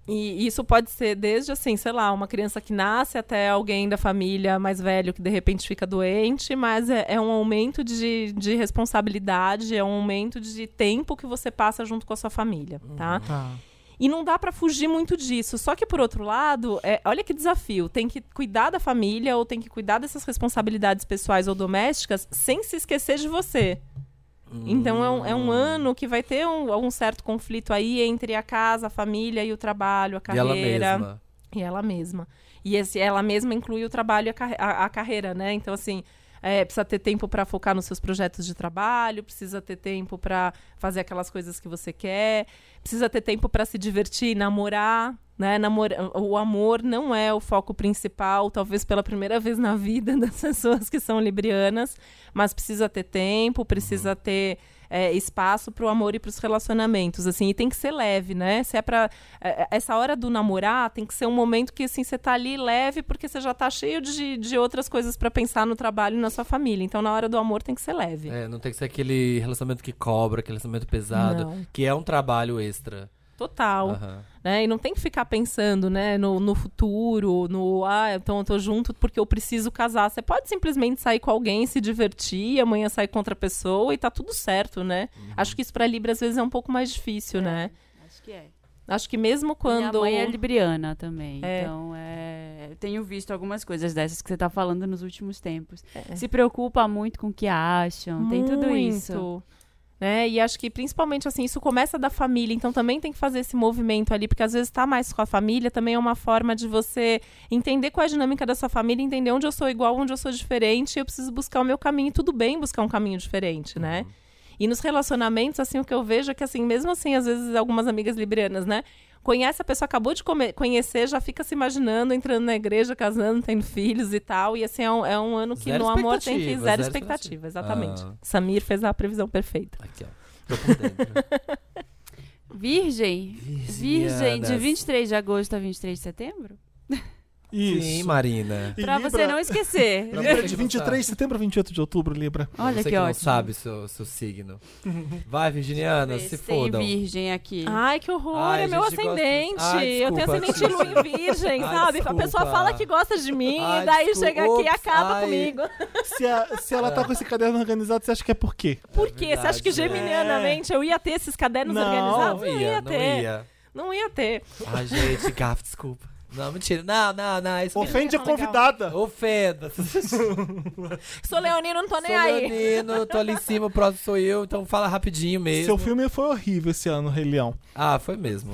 S4: E isso pode ser desde, assim, sei lá, uma criança que nasce até alguém da família mais velho que de repente fica doente, mas é, é um aumento de, de responsabilidade, é um aumento de tempo que você passa junto com a sua família, tá?
S1: Tá.
S4: E não dá pra fugir muito disso. Só que, por outro lado, é, olha que desafio. Tem que cuidar da família ou tem que cuidar dessas responsabilidades pessoais ou domésticas sem se esquecer de você. Então é um,
S2: Hum.
S4: é um ano que vai ter um, algum certo conflito aí entre a casa, a família e o trabalho, a
S2: E ela
S4: carreira.
S2: mesma.
S4: E ela mesma. E esse, ela mesma inclui o trabalho e a, carre- a- a carreira, né? Então, assim, é, precisa ter tempo para focar nos seus projetos de trabalho, precisa ter tempo para fazer aquelas coisas que você quer, precisa ter tempo para se divertir, namorar. Né? Namora- O amor não é o foco principal, talvez pela primeira vez na vida das pessoas que são librianas, mas precisa ter tempo, precisa ter é, espaço para o amor e para os relacionamentos, assim, e tem que ser leve, né? Se é para essa hora do namorar, tem que ser um momento que assim você tá ali leve porque você já tá cheio de, de outras coisas para pensar no trabalho e na sua família. Então na hora do amor tem que ser leve.
S2: É, não tem que ser aquele relacionamento que cobra, aquele relacionamento pesado,
S4: Não.
S2: que é um trabalho extra.
S4: Total,
S2: Aham.
S4: né? E não tem que ficar pensando, né, no, no futuro, no ah, então eu tô junto porque eu preciso casar. Você pode simplesmente sair com alguém, se divertir, amanhã sair com outra pessoa e tá tudo certo, né? Acho que isso para Libra às vezes é um pouco mais difícil, né?
S3: Acho que é.
S4: Acho que mesmo quando
S3: Minha mãe é libriana também.
S4: É.
S3: Então, é, eu tenho visto algumas coisas dessas que você tá falando nos últimos tempos.
S2: É.
S3: Se preocupa muito com o que acham, Então, tem tudo isso.
S4: Muito. Né? E acho que principalmente assim, isso começa da família, então também tem que fazer esse movimento ali, porque às vezes estar mais com a família também é uma forma de você entender qual é a dinâmica da sua família, entender onde eu sou igual, onde eu sou diferente, e eu preciso buscar o meu caminho, e tudo bem buscar um caminho diferente,
S2: Uhum.
S4: né? E nos relacionamentos, assim, o que eu vejo é que, assim, mesmo assim, às vezes algumas amigas librianas, né? Conhece a pessoa, acabou de come- conhecer, já fica se imaginando, entrando na igreja, casando, tendo filhos e tal. E assim, é um, é um ano que
S2: Zero
S4: no amor tem que
S2: expectativa,
S4: zero
S2: zero expectativa.
S4: expectativa, exatamente.
S2: Ah.
S4: Samir fez a previsão perfeita.
S2: Aqui, ó. Tô por dentro.
S3: Virgem? Virgem, de
S2: Virginianas.
S3: 23 de agosto a 23 de setembro?
S1: Isso.
S2: Sim, Marina.
S1: E
S3: Pra você
S1: Libra-
S3: não esquecer.
S2: Pra
S1: Libra
S2: você
S1: de
S2: que não
S1: 23 de setembro a 28 de outubro, Libra.
S3: Olha
S2: você
S3: que,
S2: que não
S3: ótimo.
S2: sabe seu, seu signo. Vai, Virginiana,
S3: Vê
S2: se
S3: tem
S2: fodam.
S3: virgem aqui.
S4: Ai, que horror!
S2: Ai,
S4: é meu
S2: gente, gosto-
S4: ascendente!
S2: Ai,
S4: eu tenho
S2: desculpa,
S4: ascendente
S2: Titi.
S4: lua em virgem,
S2: Ai,
S4: sabe?
S2: desculpa.
S4: A pessoa fala que gosta de mim,
S2: Ai,
S4: e daí
S2: desculpa.
S4: chega aqui e
S2: Ops, ai.
S4: acaba
S2: é
S4: comigo.
S1: Se, a- se ela tá com esse caderno organizado, você acha que é por quê?
S4: Por quê? Você acha que
S2: verdade, né?
S4: geminianamente eu ia ter esses cadernos
S1: Não,
S4: organizados?
S2: Não ia, não
S4: ter.
S2: ia.
S4: Não ia ter.
S2: Ai, gente, gafo, desculpa. Não, mentira. Não, não, não. é Isso mesmo.
S1: Ofende a
S4: legal.
S1: convidada.
S2: Ofenda.
S4: Sou leonino, não tô nem
S2: sou
S4: aí.
S2: leonino, tô ali em cima, o próximo sou eu, então fala rapidinho mesmo.
S1: Seu filme foi horrível esse ano, Rei Leão.
S2: Ah, foi mesmo.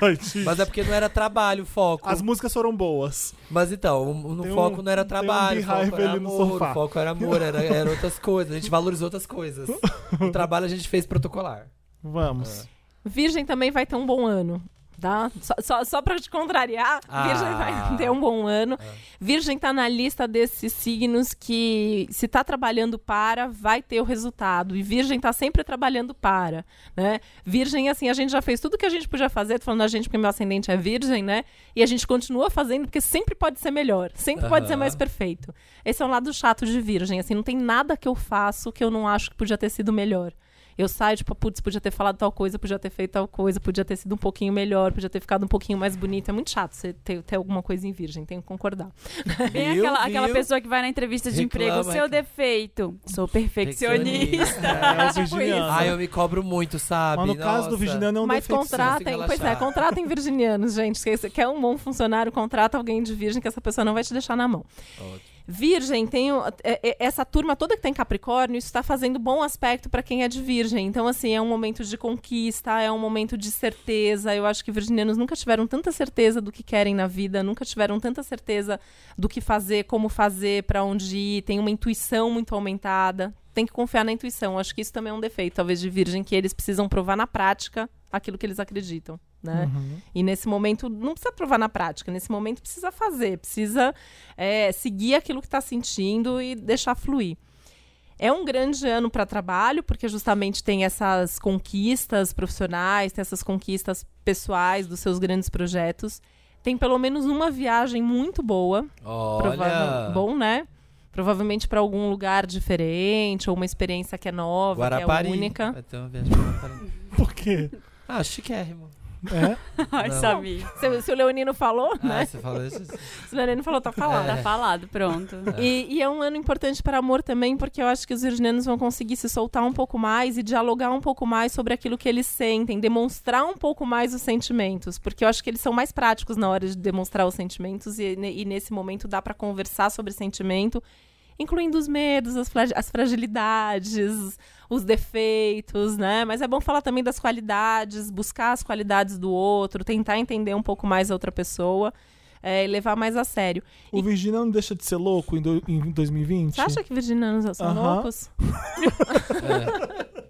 S1: Vai, Titi.
S2: Mas é porque não era trabalho o foco.
S1: As músicas foram boas.
S2: Mas então, o- no
S1: Tem um-
S2: foco não era
S1: tem um
S2: trabalho, o foco
S1: beehive
S2: era
S1: ali no
S2: amor,
S1: sofá.
S2: o foco era amor, era, era outras coisas. A gente valorizou outras coisas. O trabalho a gente fez protocolar.
S1: Vamos.
S4: Virgem também vai ter um bom ano. Tá? Só, só, só pra te contrariar,
S2: Ah.
S4: Virgem vai ter um bom ano. Virgem tá na lista desses signos que, se tá trabalhando para, vai ter o resultado. E Virgem tá sempre trabalhando para, né? Virgem, assim, a gente já fez tudo que a gente podia fazer, tô falando a gente porque meu ascendente é Virgem, né? E a gente continua fazendo porque sempre pode ser melhor, sempre pode ser
S2: Aham.
S4: mais perfeito. Esse é um lado chato de Virgem, assim, não tem nada que eu faço que eu não acho que podia ter sido melhor. Eu saio, tipo, putz, podia ter falado tal coisa, podia ter feito tal coisa, podia ter sido um pouquinho melhor, podia ter ficado um pouquinho mais bonito. É muito chato você ter, ter alguma coisa em virgem, tenho que concordar.
S3: Bem
S2: Viu,
S3: aquela, aquela
S2: viu?
S3: pessoa que vai na entrevista de
S2: Reclama,
S3: emprego, seu
S2: reclama.
S3: defeito. Sou
S1: É,
S3: perfeccionista.
S1: o
S3: Tipo isso.
S1: virginiano.
S2: Ah, eu me cobro muito, sabe?
S1: Mas no caso do
S2: Nossa.
S1: virginiano é um
S4: Mas
S1: defeito. sim.
S4: contratem,
S2: Consigo
S4: pois é,
S2: relaxar.
S4: contratem virginianos, gente. Se você quer um bom funcionário, contrata alguém de virgem que essa pessoa não vai te deixar na mão.
S2: Ótimo.
S4: Virgem tem o- é- é- essa turma toda que tem Capricórnio, isso está fazendo bom aspecto para quem é de Virgem. Então assim, é um momento de conquista, é um momento de certeza. Eu acho que virginianos nunca tiveram tanta certeza do que querem na vida, nunca tiveram tanta certeza do que fazer, como fazer, para onde ir. Tem uma intuição muito aumentada. Tem que confiar na intuição. Acho que isso também é um defeito, talvez de Virgem, que eles precisam provar na prática aquilo que eles acreditam, né?
S1: Uhum.
S4: E nesse momento não precisa provar na prática, nesse momento precisa fazer, precisa é, seguir aquilo que está sentindo e deixar fluir. É um grande ano para trabalho, porque justamente tem essas conquistas profissionais, tem essas conquistas pessoais dos seus grandes projetos. Tem pelo menos uma viagem muito boa,
S2: Olha,
S4: provável, bom, né? Provavelmente para algum lugar diferente, ou uma experiência que é nova,
S2: Guarapari.
S4: que é única.
S2: Vai ter uma viagem pra Guarapari.
S1: Por quê?
S2: Ah, chiquérrimo.
S1: É?
S3: Ai,
S2: Não.
S3: Samir.
S4: Se, se o Leonino falou,
S2: Ah,
S4: né?
S2: você fala isso.
S4: Se o Leonino falou, tá falado.
S2: É.
S3: Tá falado, pronto.
S4: E, e é um ano importante para amor também, porque eu acho que os virginianos vão conseguir se soltar um pouco mais e dialogar um pouco mais sobre aquilo que eles sentem, demonstrar um pouco mais os sentimentos, porque eu acho que eles são mais práticos na hora de demonstrar os sentimentos e, ne- e nesse momento dá para conversar sobre sentimento, incluindo os medos, as, fra- as fragilidades, os defeitos, né? Mas é bom falar também das qualidades, buscar as qualidades do outro, tentar entender um pouco mais a outra pessoa. é, e levar mais a sério.
S1: O Virginia não deixa de ser louco em, do- em 2020?
S4: Você acha que virginianos são
S1: Aham.
S4: loucos?
S2: É.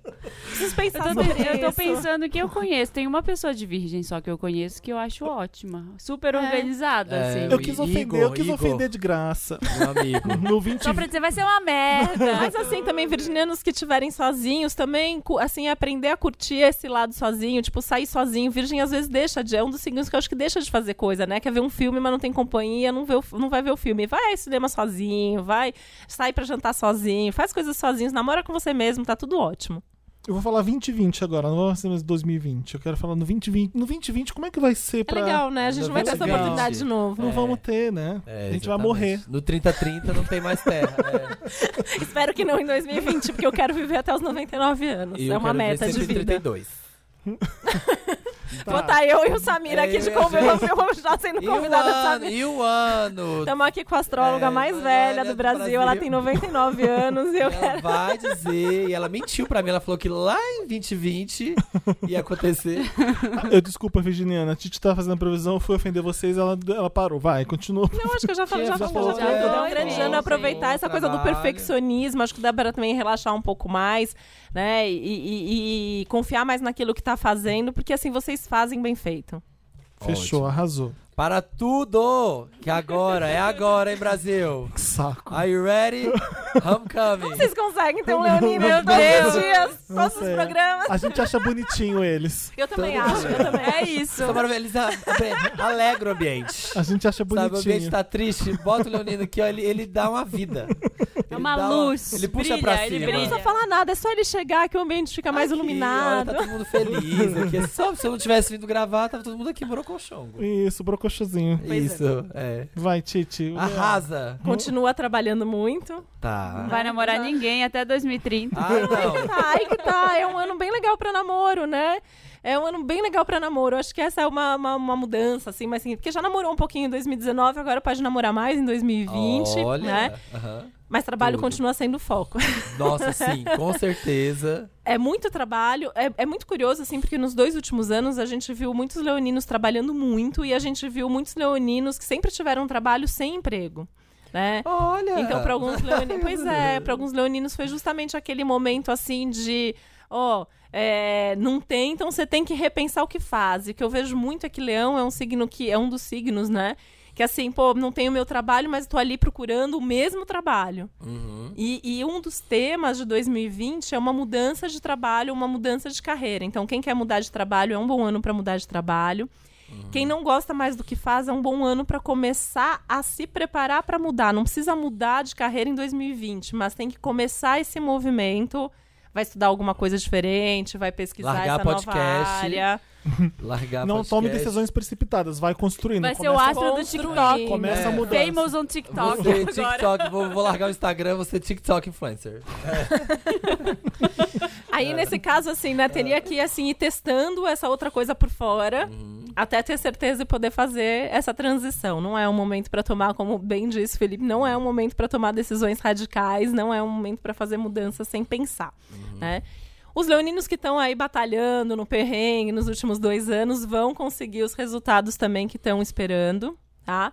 S4: Preciso
S3: Eu tô,
S4: pensar sobre
S3: eu tô
S4: é isso.
S3: pensando que eu conheço. Tem uma pessoa de virgem só que eu conheço que eu acho ótima. Super
S4: É.
S3: organizada,
S2: É,
S3: assim.
S1: Eu quis ofender, eu quis
S2: Igor.
S1: ofender de graça.
S2: Meu amigo.
S1: No 20
S3: Só pra dizer, vai ser uma merda.
S4: Mas assim, também virginianos que estiverem sozinhos também, cu- assim, aprender a curtir esse lado sozinho, tipo, sair sozinho. Virgem às vezes deixa de. É um dos signos que eu acho que deixa de fazer coisa, né? Quer ver um filme, mas não tem companhia, não, vê o f- não vai ver o filme. Vai ao cinema sozinho, vai, sai pra jantar sozinho, faz coisas sozinhos, namora com você mesmo, tá tudo ótimo.
S1: Eu vou falar 2020 agora, não vou ser mais 2020. Eu quero falar no 2020. No 2020, como é que vai ser
S4: É
S1: pra.
S4: legal, né? A gente não vai ter essa
S1: Legal.
S4: oportunidade de novo.
S1: Não
S2: É.
S1: vamos ter, né?
S2: É,
S1: a gente vai
S2: exatamente.
S1: morrer.
S2: No 30-30 não tem mais terra. é.
S4: Espero que não em 2020, porque eu quero viver até os 99 anos.
S2: E
S4: é
S2: eu
S4: uma
S2: quero ver
S4: meta de vida.
S2: 132.
S1: Tá.
S4: Botar eu e o Samir aqui de
S2: Eu e a
S4: convidado, eu já sendo
S2: É. E o
S4: convidada Tá do
S2: ano,
S4: Samir.
S2: e o ano.
S4: Estamos aqui com a astróloga
S2: É,
S4: mais
S2: mais
S4: velha
S2: velha
S4: do
S2: do
S4: Brasil,
S2: Brasil.
S4: ela tem 99 anos e eu
S2: ela vai dizer, e ela mentiu pra mim, ela falou que lá em 2020 ia acontecer.
S1: Eu desculpa, Virginiana. A Titi tá fazendo a previsão, eu fui ofender vocês, ela, ela parou. Vai, continua.
S4: Não, acho que eu já falei,
S2: Que
S4: já
S1: já
S4: falei.
S1: falou,
S4: Já falei.
S1: já
S4: Então,
S1: foi,
S4: é um grande
S1: sim,
S4: ano aproveitar
S2: sim,
S4: essa coisa do
S2: trabalho.
S4: perfeccionismo, acho que dá para também relaxar um pouco mais, né? E, e- e- e confiar mais naquilo que tá fazendo, porque assim vocês fazem bem feito.
S1: Fechou, arrasou.
S2: Para tudo! Que agora, é agora, hein, Brasil?
S1: Que saco.
S2: Are you ready? Homecoming!
S4: Vocês conseguem ter um Leonino
S1: Meu
S4: todos
S1: Deus.
S4: os dias,
S1: Não
S4: todos os
S1: sei.
S4: programas.
S1: A gente acha bonitinho eles.
S4: Eu também
S2: Todo
S4: acho,
S2: dia.
S4: eu também acho.
S3: É isso.
S2: São maravilhosos, eles a- alegra o ambiente.
S1: A gente acha
S2: Sabe, o ambiente
S1: bonitinho.
S2: tá triste, bota o Leonino aqui, ó, ele, ele dá uma vida. Ele
S3: É uma
S2: dá
S3: luz,
S2: ele puxa
S3: brilha,
S2: pra cima.
S3: ele
S4: Ele não
S3: brilha.
S4: precisa falar nada, é só ele chegar que o ambiente fica Tá mais
S2: Aqui,
S4: iluminado.
S2: Olha, tá todo mundo feliz aqui. É Só se eu não tivesse vindo gravar, tava todo mundo aqui brocochongo.
S1: Isso, brocochozinho.
S3: Pois
S2: Isso, é.
S1: Vai, Titi.
S2: Arrasa!
S4: Continua trabalhando muito.
S2: Tá.
S3: Não vai namorar ninguém até 2030.
S2: Ah,
S4: Aí que
S2: não.
S4: tá, aí que tá. É um ano bem legal pra namoro, né? É um ano bem legal pra namoro. Eu Acho que essa é uma, uma, uma mudança, assim, mas assim, porque já namorou um pouquinho em 2019, agora pode namorar mais em 2020,
S2: Olha.
S4: né?
S2: aham.
S4: Mas trabalho
S2: Tudo.
S4: continua sendo o foco.
S2: Nossa, sim, com certeza.
S4: É muito trabalho, é, é muito curioso, assim, porque nos dois últimos anos a gente viu muitos leoninos trabalhando muito e a gente viu muitos leoninos que sempre tiveram trabalho sem emprego, né?
S2: Olha.
S4: Então, para alguns leoninos. pois é, para alguns leoninos foi justamente aquele momento assim de. Ó, é, não tem, então você tem que repensar o que faz. E o que eu vejo muito é que leão é um signo que. É um dos signos, né? Que assim, pô, não tenho meu trabalho, mas tô ali procurando o mesmo trabalho.
S2: Uhum.
S4: E, e um dos temas de 2020 é uma mudança de trabalho, uma mudança de carreira. Então, quem quer mudar de trabalho é um bom ano para mudar de trabalho.
S2: Uhum.
S4: Quem não gosta mais do que faz é um bom ano para começar a se preparar para mudar. Não precisa mudar de carreira em 2020, mas tem que começar esse movimento. Vai estudar alguma coisa diferente, vai pesquisar
S2: Largar
S4: essa nova
S2: podcast.
S4: área.
S2: Largar
S1: Não
S2: podcast.
S1: tome decisões precipitadas, vai construindo.
S3: Vai ser o
S1: começa-
S3: astro do
S4: construindo.
S3: TikTok.
S1: Começa a
S2: É.
S1: mudança.
S3: Famous on TikTok
S2: Você, é
S3: agora.
S2: TikTok, vou, vou largar o Instagram, você é TikTok influencer.
S4: Aí, nesse caso, assim, né, teria que assim, ir testando essa outra coisa por fora.
S2: Uhum.
S4: até ter certeza e poder fazer essa transição. Não é um momento para tomar, como bem disse o Felipe, não é um momento para tomar decisões radicais, não é um momento para fazer mudanças sem pensar, né? Os leoninos que estão aí batalhando no perrengue nos últimos dois anos vão conseguir os resultados também que estão esperando, tá?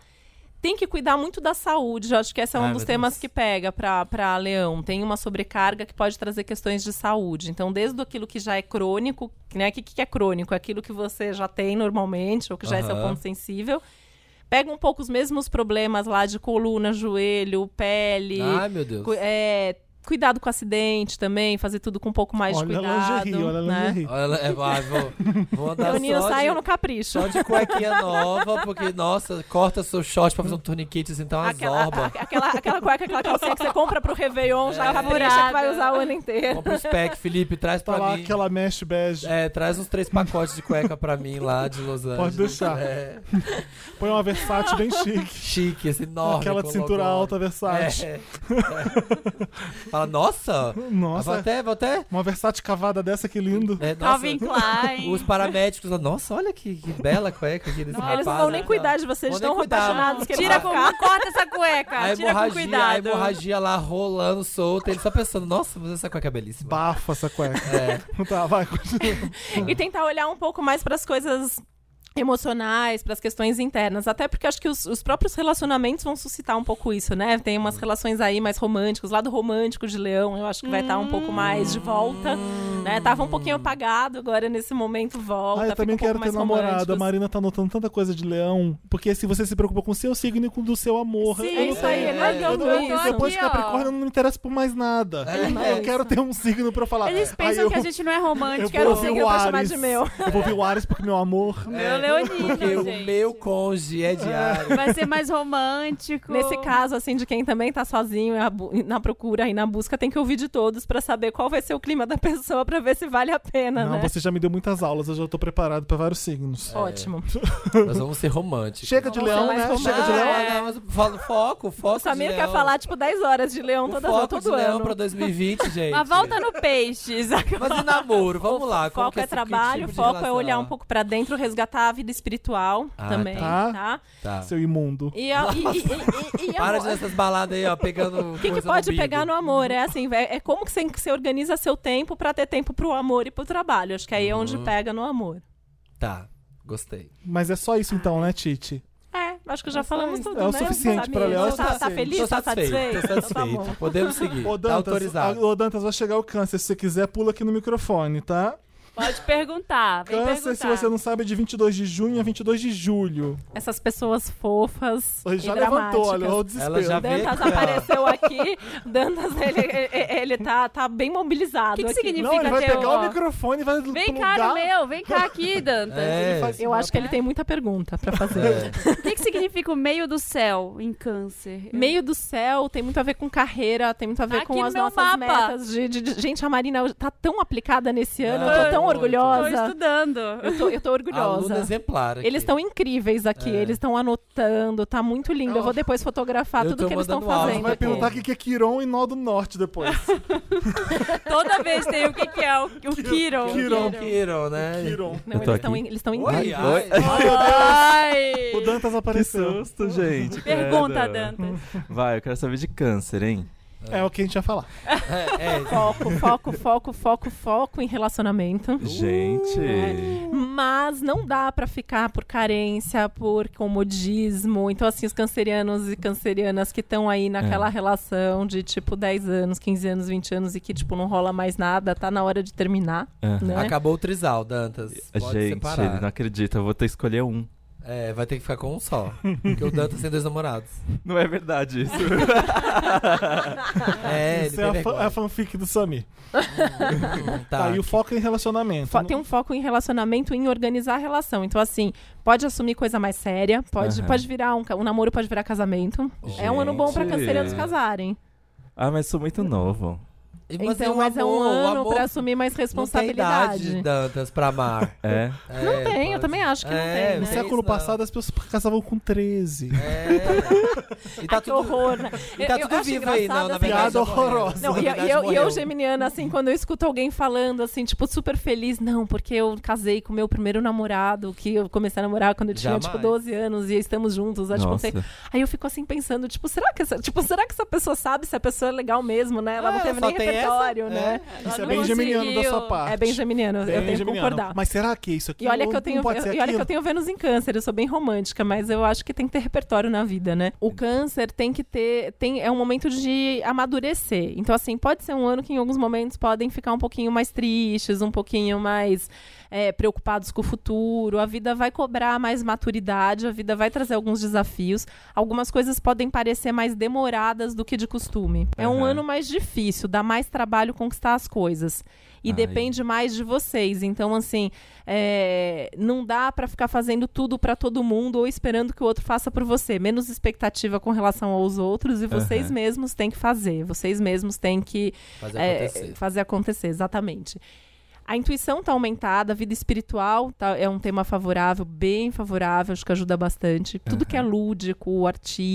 S4: Tem que cuidar muito da saúde. Eu acho que esse é um
S2: Ai,
S4: dos
S2: meu
S4: temas
S2: Deus.
S4: que pega para leão. Tem uma sobrecarga que pode trazer questões de saúde. Então, desde aquilo que já é crônico, né? O que, que é crônico? Aquilo que você já tem normalmente, ou que já é seu
S2: Aham.
S4: ponto sensível. Pega um pouco os mesmos problemas lá de coluna, joelho, pele,
S2: Ai, meu Deus.
S4: cu- é, cuidado com o acidente também, fazer tudo com um pouco mais de
S1: olha
S4: cuidado.
S1: a lingerie, olha a
S4: né?
S1: lingerie.
S2: Olha, é, vai, vou, vou andar
S4: Leonino,
S2: só
S4: saiam
S2: de,
S4: no capricho.
S2: só de cuequinha nova, porque, nossa, corta seu short pra fazer um tourniquet, então as
S4: Aquela,
S2: zorba.
S4: a- aquela, aquela cueca, aquela calcinha que você compra pro Réveillon, já
S3: É.
S4: capricha, que vai usar o ano inteiro.
S2: Compra os pack, Felipe, traz
S1: Tá
S2: pra
S1: lá
S2: mim.
S1: aquela mesh bege.
S2: É, traz uns três pacotes de cueca pra mim lá de Los Angeles.
S1: deixar.
S2: É,
S1: Põe uma Versace bem chique.
S2: chique, esse enorme.
S1: aquela de
S2: com
S1: cintura
S2: logo.
S1: alta Versace.
S2: É. É. Fala, nossa, vou
S1: Nossa,
S2: até, vou até.
S1: uma Versace cavada dessa, que lindo.
S2: É, nossa,
S3: Calvin Klein.
S2: os paramédicos, lá, nossa, olha que, que bela cueca aqui desse
S3: Não,
S2: rapaz.
S4: Eles não vão
S2: né,
S4: nem
S2: tá?
S4: cuidar de vocês,
S2: Vão nem
S4: estão
S2: cuidar.
S4: apaixonados que
S3: Tira
S4: eles
S3: com,
S4: vão ficar.
S3: corta essa cueca,
S2: A
S3: tira com
S2: hemorragia, a
S3: cuidado.
S2: hemorragia lá rolando solta, ele só pensando, nossa, mas essa cueca é belíssima.
S1: Bafa essa cueca.
S2: É.
S1: tá, vai, continua.
S4: E tentar olhar um pouco mais para as coisas emocionais, para as questões internas. Até porque acho que os, os próprios relacionamentos vão suscitar um pouco isso, né? Tem umas relações aí mais românticas, o lado romântico de Leão, eu acho que vai estar um pouco mais de volta, né? Tava um pouquinho apagado, agora nesse momento volta.
S1: Ah, eu
S4: fica
S1: também
S4: um pouco
S1: quero ter
S4: mais
S1: namorada. A
S4: romântico.
S1: Marina tá notando tanta coisa de leão. Porque se você se preocupa com o seu signo e com o do seu amor.
S3: Sim,
S1: eu não
S4: É isso aí,
S1: tenho.
S4: é legal
S1: Eu não-
S4: mesmo.
S3: Eu tô
S1: Depois de
S3: aqui, ó.
S1: Capricórnio, eu não me interessa por mais nada.
S2: É,
S1: eu quero ter um signo pra eu falar.
S3: Eles
S1: "Ai,
S3: pensam
S1: eu,
S3: que a gente não é
S1: eu
S3: romântico.
S1: vou
S4: quero
S1: ouvir
S4: signo
S1: o
S4: pra chamar
S1: Ares.
S4: de meu.
S1: Eu vou ouvir o Ares porque meu amor.
S3: Meu Leonino,
S2: É, Porque o
S3: gente.
S2: meu conge é diário.
S3: Vai ser mais romântico.
S4: Nesse caso, assim, de quem também tá sozinho e a bu- e na procura e na busca, tem que ouvir de todos para saber qual vai ser o clima da pessoa, para ver se vale a pena,
S1: Não,
S4: né?
S1: você já me deu muitas aulas, eu já tô preparado pra vários signos.
S4: Ótimo.
S2: Nós vamos ser românticos.
S1: É. Chega de
S4: Vamos ser
S1: leão,
S4: mais
S1: né? Chega de
S2: não,
S1: leão.
S2: é, não, mas fala- foco, foco.
S4: O Samir
S2: de
S4: quer
S2: leão.
S4: falar, tipo, 10 horas de leão
S2: O
S4: todas
S2: foco
S4: as todo
S2: de leão
S4: ano.
S2: pra 2020, gente.
S3: Mas volta no peixe, saca?
S2: Mas e namoro? Vamos lá. como
S4: foco
S2: que
S4: é
S2: esse- que
S4: trabalho,
S2: tipo de
S4: foco é
S2: relação?
S4: olhar um pouco pra dentro, resgatar a vida espiritual
S2: Ah,
S4: também,
S1: tá.
S4: tá?
S2: Tá.
S1: Seu imundo.
S4: E, a, e, e, e, e, e a-
S2: Para de nessas baladas aí, ó, pegando.
S4: O que, que pode pegar no amor? É assim, vé- é como que você, que você organiza seu tempo pra ter tempo pro amor e pro trabalho. Acho que aí é onde
S2: Uhum.
S4: pega no amor.
S2: Tá, gostei.
S1: Mas é só isso então, né, Tite?
S4: É, acho que já falamos tudo,
S1: É o
S4: né,
S1: suficiente
S4: Samir?
S1: pra Leão, é o
S4: Você Tá, tá
S1: suficiente.
S4: feliz?
S2: Tô
S4: Tá satisfeito?
S2: Tô
S4: Então tá
S2: satisfeito.
S4: bom.
S2: Podemos seguir.
S1: Ô
S2: tá
S1: Dantas,
S2: autorizado.
S1: a- ô, Dantas, vai chegar o câncer. Se você quiser, pula aqui no microfone, tá?
S3: Pode perguntar. Vem
S1: Câncer, se
S3: perguntar.
S1: você não sabe, é de 22 de junho a 22 de julho.
S4: Essas pessoas fofas
S1: Ele
S4: e
S1: já
S4: dramáticas.
S1: levantou, olha, olha o desespero.
S2: Ela já-
S4: Dantas
S2: Vê que-
S4: apareceu aqui. Dantas, ele, ele, ele tá, tá bem mobilizado.
S3: O que, que
S4: aqui.
S3: significa
S1: Não, ele vai
S3: ter
S1: pegar
S3: uma-
S1: o microfone e vai
S3: Vem
S1: plugar.
S3: cá no meu, vem cá aqui, Dantas.
S2: É.
S1: faz-
S4: Eu acho que ele tem muita pergunta pra fazer.
S2: É.
S3: O que, que significa o meio do céu em câncer?
S4: Meio do céu tem muito a ver com carreira, tem muito a ver
S3: Tá aqui
S4: com
S3: no
S4: as
S3: meu
S4: nossas
S3: mapa.
S4: metas. De, de- de- Gente, a Marina tá tão aplicada nesse ano, eu tô
S2: Ah,
S4: tão
S2: muito.
S3: Eu tô
S4: orgulhosa.
S3: estudando.
S4: Eu tô, eu tô
S2: Aluna
S4: orgulhosa.
S2: exemplar. é aqui.
S4: Eles estão incríveis aqui,
S2: É.
S4: eles estão anotando, tá muito lindo. Eu vou depois fotografar
S2: Eu
S4: tudo
S2: tô
S4: que eles estão
S2: mandando áudio
S1: Você
S4: fazendo.
S1: vai
S2: aqui.
S1: perguntar o que que é Quiron e Nó do Norte depois.
S3: Toda vez tem o que, que é o, o Kiron.
S1: Kiron.
S2: Kiron,
S4: É.
S2: né?
S1: Quiron.
S4: Não,
S5: Eu tô
S4: eles estão
S5: aqui.
S4: in- eles estão
S2: Oi, ah.
S4: incríveis.
S2: ai.
S3: Ai.
S1: O Dantas
S5: Que
S1: apareceu.
S5: susto, gente.
S3: Pergunta,
S5: credo.
S3: Dantas.
S5: Vai, eu quero saber de câncer, hein?
S1: É o que a gente ia falar.
S2: É, é.
S4: Foco, foco, foco, foco, foco em relacionamento.
S5: Gente.
S4: Mas não dá pra ficar por carência, por comodismo. Então, assim, os cancerianos e cancerianas que estão aí naquela relação de tipo 10 anos, 15 anos, 20 anos e que, tipo, não rola mais nada, tá na hora de terminar.
S5: Aham.
S4: Né?
S2: Acabou o trisal, Dantas. Pode
S5: Ah, gente,
S2: separar.
S5: não acredita, eu vou ter que escolher um.
S2: É, vai ter que ficar com um só. Porque o Dantas tem dois namorados.
S5: Não é verdade isso.
S2: É, ele
S1: Isso
S2: tem
S1: é a, fa-
S2: vergonha.
S1: a fanfic do Samir.
S2: Tá.
S1: Tá, e o foco é em relacionamento.
S4: Fo- tem um foco em relacionamento e em organizar a relação. Então, assim, pode assumir coisa mais séria, pode,
S5: Aham.
S4: pode virar um, ca- um namoro, pode virar casamento. É um ano bom pra
S5: Gente.
S4: cancerianos casarem.
S5: ah, mas sou muito novo.
S2: E-
S4: Então, mas é,
S2: o
S4: um
S2: amor, o
S4: ano
S2: amor
S4: pra assumir mais
S2: Não tem idade,
S4: responsabilidade.
S2: Dantas, pra amar.
S5: É?
S2: É,
S4: Não tem, eu
S2: pode-
S4: também acho que não
S2: É,
S4: tem.
S1: No
S4: Né?
S2: você
S1: século
S2: não.
S1: passado, as pessoas casavam com 13.
S2: É. E tá
S4: Ai, que
S2: tudo...
S4: horror, né?
S2: E tá
S4: Eu- eu
S2: tudo
S4: acho
S2: vivo aí, não,
S4: engraçado,
S2: na
S4: assim,
S2: verdade.
S1: Piada é
S2: já morreu.
S1: horrorosa.
S4: Não,
S2: Na
S4: e, eu-
S2: verdade,
S4: e eu, e eu,
S2: morreu.
S4: geminiana, assim, quando eu escuto alguém falando, assim, tipo, super feliz, não, porque eu casei com o meu primeiro namorado, que eu comecei a namorar quando eu tinha,
S2: Jamais.
S4: tipo, 12 anos e estamos juntos. Acho que não sei.
S5: Nossa.
S4: Aí eu fico assim pensando, tipo, será que essa, tipo, será que essa pessoa sabe se a pessoa é legal mesmo, né? Ela
S2: Ah,
S4: não teve
S2: só
S4: nem
S2: tem essa?
S4: repertório, né?
S1: Isso é
S3: não
S1: bem geminiano da
S3: conseguiu.
S1: sua parte.
S4: É bem geminiano, eu tenho que
S1: geminiano.
S4: concordar.
S1: Mas será que é isso aqui?
S4: E olha
S1: Ou
S4: que eu tenho,
S1: Não pode ser
S4: eu- e olha que
S1: aquilo?
S4: eu tenho Vênus em câncer, eu sou bem romântica, mas eu acho que tem que ter repertório na vida, né? O câncer tem que ter, tem, é um momento de amadurecer. Então, assim, pode ser um ano que em alguns momentos podem ficar um pouquinho mais tristes, um pouquinho mais é, preocupados com o futuro, a vida vai cobrar mais maturidade, a vida vai trazer alguns desafios. Algumas coisas podem parecer mais demoradas do que de costume. É um
S5: Aham.
S4: ano mais difícil, dá mais trabalho conquistar as coisas. E
S5: Ai.
S4: depende mais de vocês. Então, assim, é, não dá pra ficar fazendo tudo pra todo mundo ou esperando que o outro faça por você. Menos expectativa com relação aos outros e vocês
S5: Aham.
S4: mesmos têm que fazer. Vocês mesmos têm que
S2: Fazer
S4: é,
S2: acontecer.
S4: fazer acontecer, exatamente. A intuição está aumentada, a vida espiritual tá- é um tema favorável, bem favorável, acho que ajuda bastante. Tudo que é lúdico,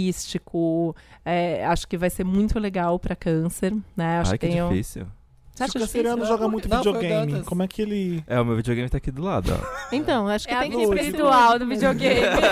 S4: artístico, é, acho que vai ser muito legal para câncer, né? Acho
S5: Ai, que
S4: tem um-
S5: difícil.
S4: Você acha
S1: o Canceriano
S4: difícil?
S1: joga muito
S2: Não, foi
S1: videogame.
S2: Dantas.
S1: Como é que ele.
S5: É, o meu videogame tá aqui do lado, ó.
S4: Então, acho que
S3: É a
S4: tem que
S3: vida
S4: ir pra esse
S3: espiritual do
S4: lúdico.
S3: videogame.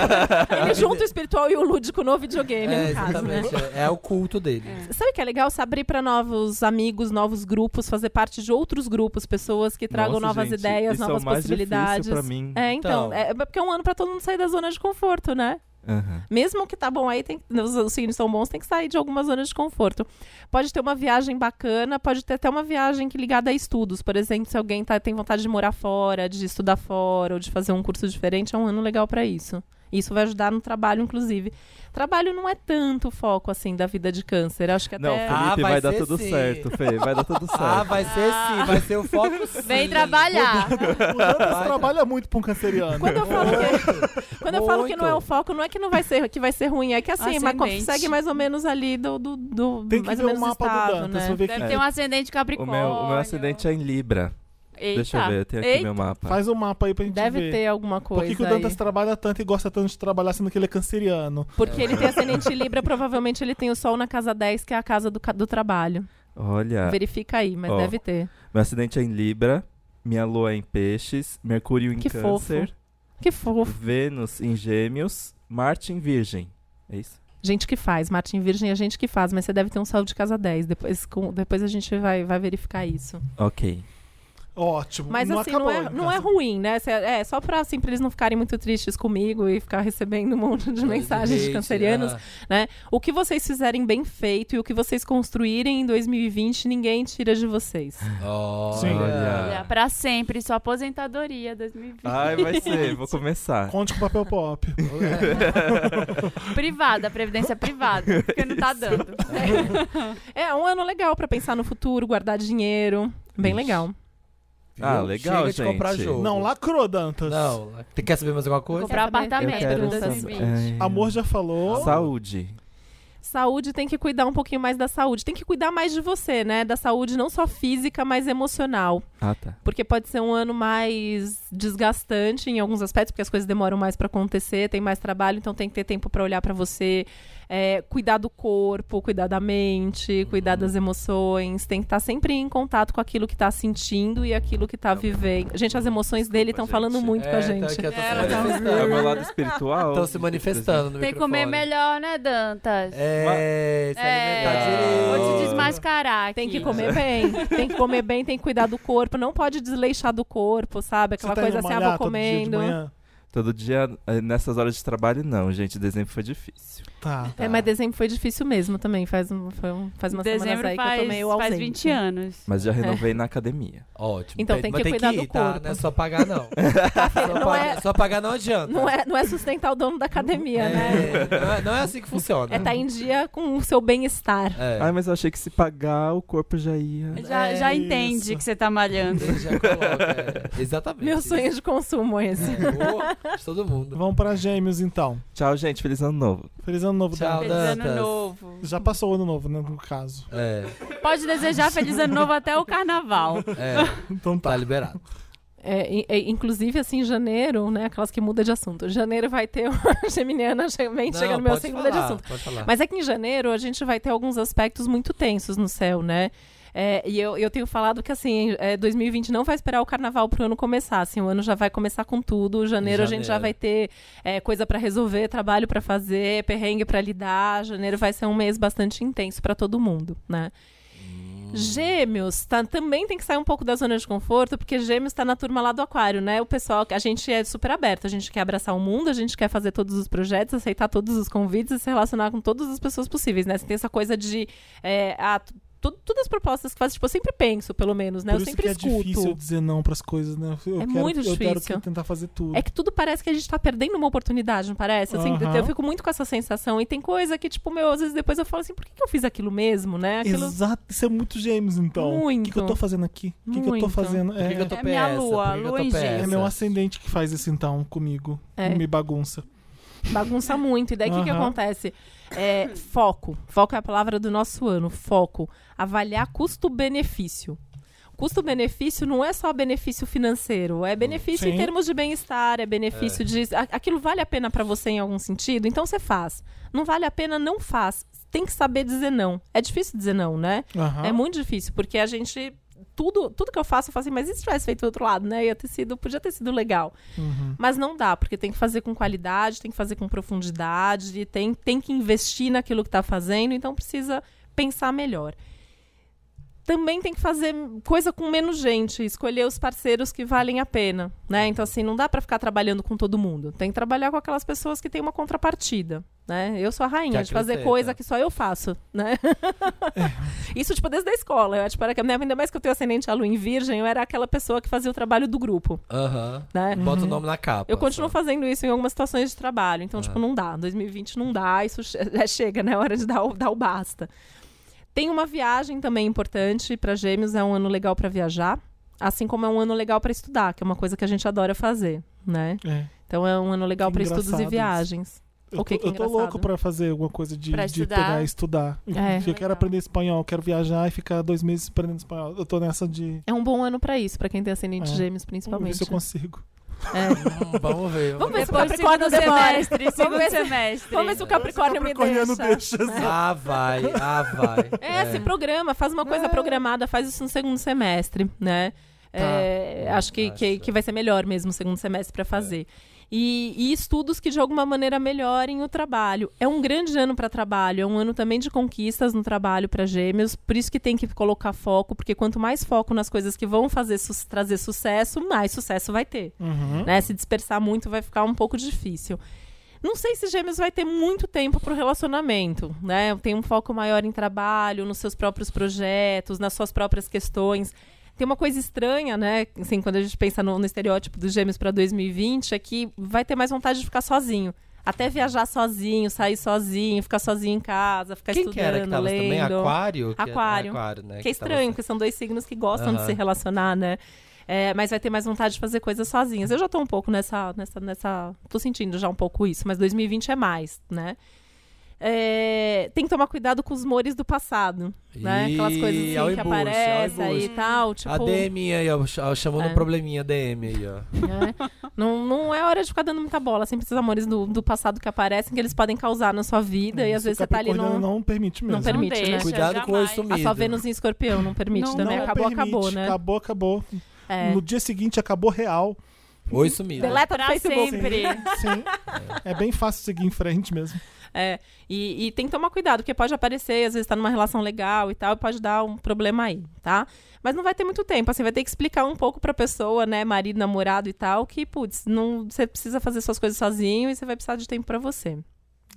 S4: Ele junta o espiritual e o lúdico no videogame,
S2: É,
S4: no caso, né?
S2: exatamente. É, é o culto dele.
S4: Sabe o que é legal? Se abrir para novos amigos, novos grupos, fazer parte de outros grupos, pessoas que tragam
S5: Nossa,
S4: novas
S5: gente,
S4: ideias,
S5: isso
S4: novas
S5: é o mais
S4: possibilidades.
S5: Difícil pra mim.
S4: É, então,
S2: Então.
S4: é é porque é um ano pra todo mundo sair da zona de conforto, né?
S5: Aham.
S4: Mesmo que tá bom aí, tem, os, os signos são bons, tem que sair de alguma zona de conforto. Pode ter uma viagem bacana, pode ter até uma viagem que ligada a estudos. Por exemplo, se alguém tá, tem vontade de morar fora, de estudar fora, ou de fazer um curso diferente, é um ano legal pra isso. Isso vai ajudar no trabalho, inclusive. Trabalho não é tanto o foco, assim, da vida de câncer. Acho que até...
S5: Não,
S1: é
S5: Felipe,
S2: Ah, vai
S5: vai, dar
S2: ser
S5: tudo
S2: sim.
S5: certo, Fê. Vai dar tudo certo.
S2: Ah, vai ser sim, vai ser o foco sim.
S3: Vem trabalhar.
S1: O Dantas
S2: Vai,
S1: trabalha muito pra um canceriano.
S4: Quando eu falo que, é quando eu falo que não é o
S2: Muito.
S4: foco, não é que não vai ser, que vai ser ruim, é que assim, mas
S3: Ascendente.
S4: consegue mais ou menos ali do, do, do
S1: Tem que
S4: mais
S1: ver
S4: ou menos
S1: o mapa
S4: estado,
S1: do Dantas.
S4: né?
S1: pra ver
S3: Deve
S1: que- é.
S3: ter um ascendente
S5: O
S3: capricórnio.
S5: meu, o meu acidente é em Libra.
S3: Eita.
S5: Deixa eu ver, eu tenho aqui
S3: Eita.
S5: meu mapa.
S1: Faz um mapa aí pra gente
S4: Deve
S1: ver.
S4: ter alguma coisa
S1: Por que, que o
S4: aí.
S1: Dantas trabalha tanto e gosta tanto de trabalhar sendo que ele é canceriano?
S4: Porque ele tem ascendente em Libra, provavelmente ele tem o Sol na casa 10, que é a casa do, ca- do trabalho.
S5: Olha,
S4: Verifica aí, mas
S5: É. Ó,
S4: deve ter.
S5: meu acidente é em Libra, minha lua é em peixes, Mercúrio em
S4: Que
S5: câncer,
S4: Que fofo.
S5: Vênus em gêmeos, Marte em virgem. É isso?
S4: Gente que faz, Martin Virgem é gente que faz, mas você deve ter um Sol de casa 10. Depois, com- depois a gente vai, vai verificar isso.
S5: Ok.
S1: Ótimo.
S4: Mas
S1: não
S4: assim,
S1: acabou,
S4: não é,
S1: hein,
S4: não é
S1: Câncer.
S4: ruim, né? Cê- É, só pra, assim, pra eles não ficarem muito tristes comigo e ficar recebendo um monte de mensagens de
S2: Gente,
S4: cancerianos.
S2: ah,
S4: O que vocês fizerem bem feito e o que vocês construírem em 2020, ninguém tira de vocês. ah,
S1: Sim.
S3: Olha,
S2: É.
S5: Olha.
S3: pra sempre, sua aposentadoria 2020.
S5: Ai, vai ser, vou começar.
S1: Conte com papel pop.
S3: Privada, previdência privada, porque não tá dando.
S4: É um ano legal pra pensar no futuro, guardar dinheiro. Bem
S5: Ixi.
S4: legal.
S5: Ah, legal,
S2: Chega
S5: gente.
S2: De comprar jogo.
S1: Não, lacrou, Dantas.
S2: Não, te- quer saber mais alguma coisa?
S3: Comprar
S4: saber.
S5: Eu
S3: apartamento
S5: quero
S3: em
S5: sa-
S3: 2020.
S5: é,
S1: Amor já falou.
S5: Saúde.
S4: Saúde tem que cuidar um pouquinho mais da saúde. Tem que cuidar mais de você, né? Da saúde não só física, mas emocional.
S5: Ah, tá.
S4: Porque pode ser um ano mais desgastante em alguns aspectos, porque as coisas demoram mais pra acontecer, tem mais trabalho, então tem que ter tempo pra olhar pra você, é, cuidar do corpo, cuidar da mente, cuidar das emoções, tem que estar sempre em contato com aquilo que tá sentindo e aquilo que tá vivendo. Gente, as emoções dele estão
S5: gente.
S4: falando muito com a gente. um
S2: Tá, aqui,
S3: É,
S2: eu tô se
S3: tá.
S5: É o
S2: manifestando.
S5: meu lado espiritual.
S2: Estão se manifestando no
S3: Tem que comer
S2: microfone.
S3: melhor, né, Dantas?
S2: É, se alimentar
S3: É,
S2: direito.
S3: vou te desmascarar.
S4: Tá Tem que
S3: aqui.
S4: comer bem, tem que comer bem, tem que cuidar do corpo, não pode desleixar do corpo, sabe?
S1: Você
S4: Aquela
S1: tá
S4: coisa
S1: indo
S4: assim, ah,
S1: malhar
S4: vou
S1: todo dia de
S4: comendo.
S1: manhã?
S5: Todo dia, eh, nessas horas de trabalho, não, gente. Dezembro foi difícil.
S1: Tá.
S4: É, mas dezembro foi difícil mesmo também. Faz, um, foi um- faz umas semanas
S3: Dezembro
S4: aí que eu tô
S3: faz,
S4: meio
S3: faz
S4: ausente.
S3: 20 anos.
S5: Mas
S1: É.
S5: já renovei na academia.
S2: Ótimo.
S4: Então
S2: Mas
S4: tem que
S2: tem
S4: cuidar
S2: que
S4: do
S2: ir, tá?
S4: corpo.
S2: Não é só pagar, não. só,
S4: não
S2: pagar,
S4: é-
S2: só pagar não adianta.
S4: Não é, não é sustentar o dono da academia,
S2: É,
S4: né?
S2: não é- não é assim que funciona.
S4: É estar em dia com o seu bem-estar.
S2: É.
S5: Ai, mas eu achei que se pagar, o corpo já ia.
S3: Já, já
S1: É
S3: entende
S1: isso.
S3: que você tá malhando.
S2: Ele já coloca, é. Exatamente.
S4: Meu sonho de consumo é esse.
S2: É, boa, de todo mundo.
S1: Vamos pra Gêmeos, então.
S5: Tchau, gente. Feliz ano novo.
S1: Feliz ano novo,
S2: Tchau,
S1: Dantas.
S3: Feliz ano
S2: Dantas.
S3: novo.
S1: Já passou o ano novo, né, no caso.
S2: É,
S3: Pode desejar feliz ano novo até o carnaval.
S2: é,
S1: Então tá.
S2: tá liberado.
S4: É, in- é, inclusive, assim, janeiro, né? Aquelas que muda de assunto. Janeiro vai ter uma geminiana realmente chega no meu
S2: pode
S4: assim,
S2: falar,
S4: muda de assunto.
S2: Pode falar.
S4: Mas é que em janeiro a gente vai ter alguns aspectos muito tensos no céu, né? É, e eu, eu tenho falado que assim, é, 2020 não vai esperar o carnaval pro ano começar. Assim, o ano já vai começar com tudo. Janeiro, a gente já
S2: Janeiro.
S4: vai ter é, coisa pra resolver, trabalho pra fazer, perrengue pra lidar. Janeiro vai ser um mês bastante intenso pra todo mundo, né? Gêmeos tá, também tem que sair um pouco da zona de conforto, porque Gêmeos tá na turma lá do Aquário, né? O pessoal, a gente é super aberto, a gente quer abraçar o mundo, a gente quer fazer todos os projetos, aceitar todos os convites e se relacionar com todas as pessoas possíveis, né? Você tem essa coisa de. é, ah, t- tu- todas as propostas que fazem, tipo, eu sempre penso, pelo menos, né?
S1: Por
S4: eu
S1: isso
S4: sempre
S1: que é
S4: escuto.
S1: difícil dizer não pras coisas, né? Eu
S4: É
S1: quero,
S4: muito
S1: Eu quero
S4: difícil.
S1: que- tentar fazer tudo.
S4: É que tudo parece que a gente tá perdendo uma oportunidade, não parece? Assim,
S1: Aham.
S4: Eu fico muito com essa sensação. E tem coisa que, tipo, meu, às vezes depois eu falo assim, por que, que eu fiz aquilo mesmo, né? Aquilo.
S1: Exato, isso é muito Gêmeos, então. O que, que eu tô
S4: Muito.
S1: fazendo aqui? O que, que eu tô
S4: Muito.
S1: fazendo?
S2: Por que, que eu tô
S3: É minha
S2: PS?
S3: lua,
S2: Por que que eu
S3: lua
S2: tô
S3: em
S2: PS?
S1: É meu ascendente que faz isso então comigo.
S4: É.
S1: Me bagunça.
S4: Bagunça muito. E daí o que, que
S1: Aham.
S4: acontece? É, foco. Foco é a palavra do nosso ano. Foco. Avaliar custo-benefício. Custo-benefício não é só benefício financeiro, é benefício
S1: Sim.
S4: em termos de bem-estar, é benefício de. a- Aquilo vale a pena pra você em algum sentido? Então você faz. Não vale a pena, não faz. Tem que saber dizer não. É difícil dizer não, né?
S1: Aham.
S4: É muito difícil, porque a gente. Tudo, tudo que eu faço, eu faço assim, mas e se tivesse feito do outro lado, né? Ia ter sido, podia ter sido legal.
S1: Uhum.
S4: Mas não dá, porque tem que fazer com qualidade, tem que fazer com profundidade, tem, tem que investir naquilo que está fazendo, então precisa pensar melhor. Também tem que fazer coisa com menos gente, escolher os parceiros que valem a pena, né? Então, assim, não dá para ficar trabalhando com todo mundo. Tem que trabalhar com aquelas pessoas que têm uma contrapartida, né? Eu sou a
S2: Que
S4: rainha de fazer
S2: acredita.
S4: coisa que só eu faço, né? Isso, tipo, desde a escola. Eu, tipo, era, que- né? Ainda mais que eu tenho ascendente à lua em virgem, eu era aquela pessoa que fazia o trabalho do grupo,
S2: Aham.
S4: né?
S2: Bota o nome na capa.
S4: Eu continuo
S2: só.
S4: fazendo isso em algumas situações de trabalho.
S1: É.
S4: Então, tipo, não dá. 2020 não dá. Isso che- já chega, né? É hora de dar o, dar o basta. Tem uma viagem também importante para Gêmeos. É um ano legal para viajar. Assim como é um ano legal para estudar, que é uma coisa que a gente adora fazer, né?
S1: É.
S4: Então, é um ano legal
S1: Que
S4: para estudos
S1: engraçado
S4: e
S1: isso.
S4: viagens.
S1: Eu,
S4: O que
S1: tô,
S4: que é
S1: eu tô
S4: engraçado?
S1: louco pra fazer alguma coisa de,
S3: Pra
S1: de
S3: estudar.
S1: pegar e estudar.
S4: É.
S1: Eu quero
S3: Legal.
S1: aprender espanhol, quero viajar e ficar dois meses aprendendo espanhol. Eu tô nessa de.
S4: É um bom ano para isso, para quem tem ascendente
S1: É.
S4: Gêmeos,
S1: Vamos ver
S4: principalmente.
S1: se eu consigo.
S4: É.
S2: Hum, vamos ver.
S4: Vamos ver se o
S3: Depois do
S4: Capricórnio
S3: segundo
S4: demora.
S3: semestre,
S4: Vamos ver
S3: segundo
S4: se-
S3: semestre.
S4: Vamos ver se o Capricórnio me
S1: Capricorniano
S4: deixa.
S1: deixa.
S2: Ah, vai. Ah, vai.
S4: É, se programa, faz uma coisa programada, faz isso no segundo semestre, né? É,
S2: É. Tá.
S4: acho que,
S2: Acho, É.
S4: que,
S2: tá.
S4: que vai ser melhor mesmo o segundo semestre para fazer. E, e estudos que de alguma maneira melhorem o trabalho. É um grande ano para trabalho, é um ano também de conquistas no trabalho para gêmeos, por isso que tem que colocar foco, porque quanto mais foco nas coisas que vão fazer su- trazer sucesso, mais sucesso vai ter
S1: Uhum.
S4: né? Se dispersar muito vai ficar um pouco difícil. Não sei se Gêmeos vai ter muito tempo para o relacionamento, né? Tem um foco maior em trabalho, nos seus próprios projetos, nas suas próprias questões. Tem uma coisa estranha, né? Assim, quando a gente pensa no, no estereótipo dos Gêmeos para 2020, é que vai ter mais vontade de ficar sozinho. Até viajar sozinho, sair sozinho, ficar sozinho em casa, ficar
S2: Quem
S4: estudando,
S2: que era que tava
S4: lendo.
S2: também? Aquário? Que-
S4: Aquário.
S2: Aquário, né?
S4: Que é
S2: tava
S4: estranho, porque são dois signos que gostam de
S2: Aham.
S4: se relacionar, né? É, mas vai ter mais vontade de fazer coisas sozinhas. Eu já tô um pouco nessa, nessa, nessa. Tô sentindo já um pouco isso, mas 2020 é mais, né? É, tem que tomar cuidado com os mores do passado, né? Aquelas
S2: Ih,
S4: coisas assim
S2: olha o
S4: que
S2: embuste, olha o
S4: aparecem aí e
S2: embuste.
S4: tal. Tipo,
S2: A DM aí, ó, ch- ó, chamando
S4: É.
S2: o probleminha DM aí, ó.
S4: né? não, não é hora de ficar dando muita bola. Sempre esses amores do, do passado que aparecem, que eles podem causar na sua vida, e às
S1: Isso,
S4: vezes você tá ali
S1: Capricorniano
S4: num.
S1: não permite mesmo.
S4: Não permite, né?
S3: deixa,
S2: Cuidado com
S3: jamais.
S2: isso
S4: A
S2: mesmo.
S4: sua Vênus em escorpião não permite
S3: Não,
S4: também.
S1: Não
S4: acabou,
S1: permite.
S4: acabou, né?
S1: Acabou, acabou.
S4: É.
S1: No dia seguinte acabou real.
S2: Ou isso mesmo.
S4: Deleta do
S3: Pra
S4: Facebook.
S3: sempre.
S1: Sim. É bem fácil seguir em frente mesmo.
S4: É, e, e tem que tomar cuidado, porque pode aparecer, às vezes tá numa relação legal e tal, e pode dar um problema aí, tá? Mas não vai ter muito tempo, assim, vai ter que explicar um pouco pra pessoa, né, marido, namorado e tal, que, putz, não, você precisa fazer suas coisas sozinho e você vai precisar de tempo pra você.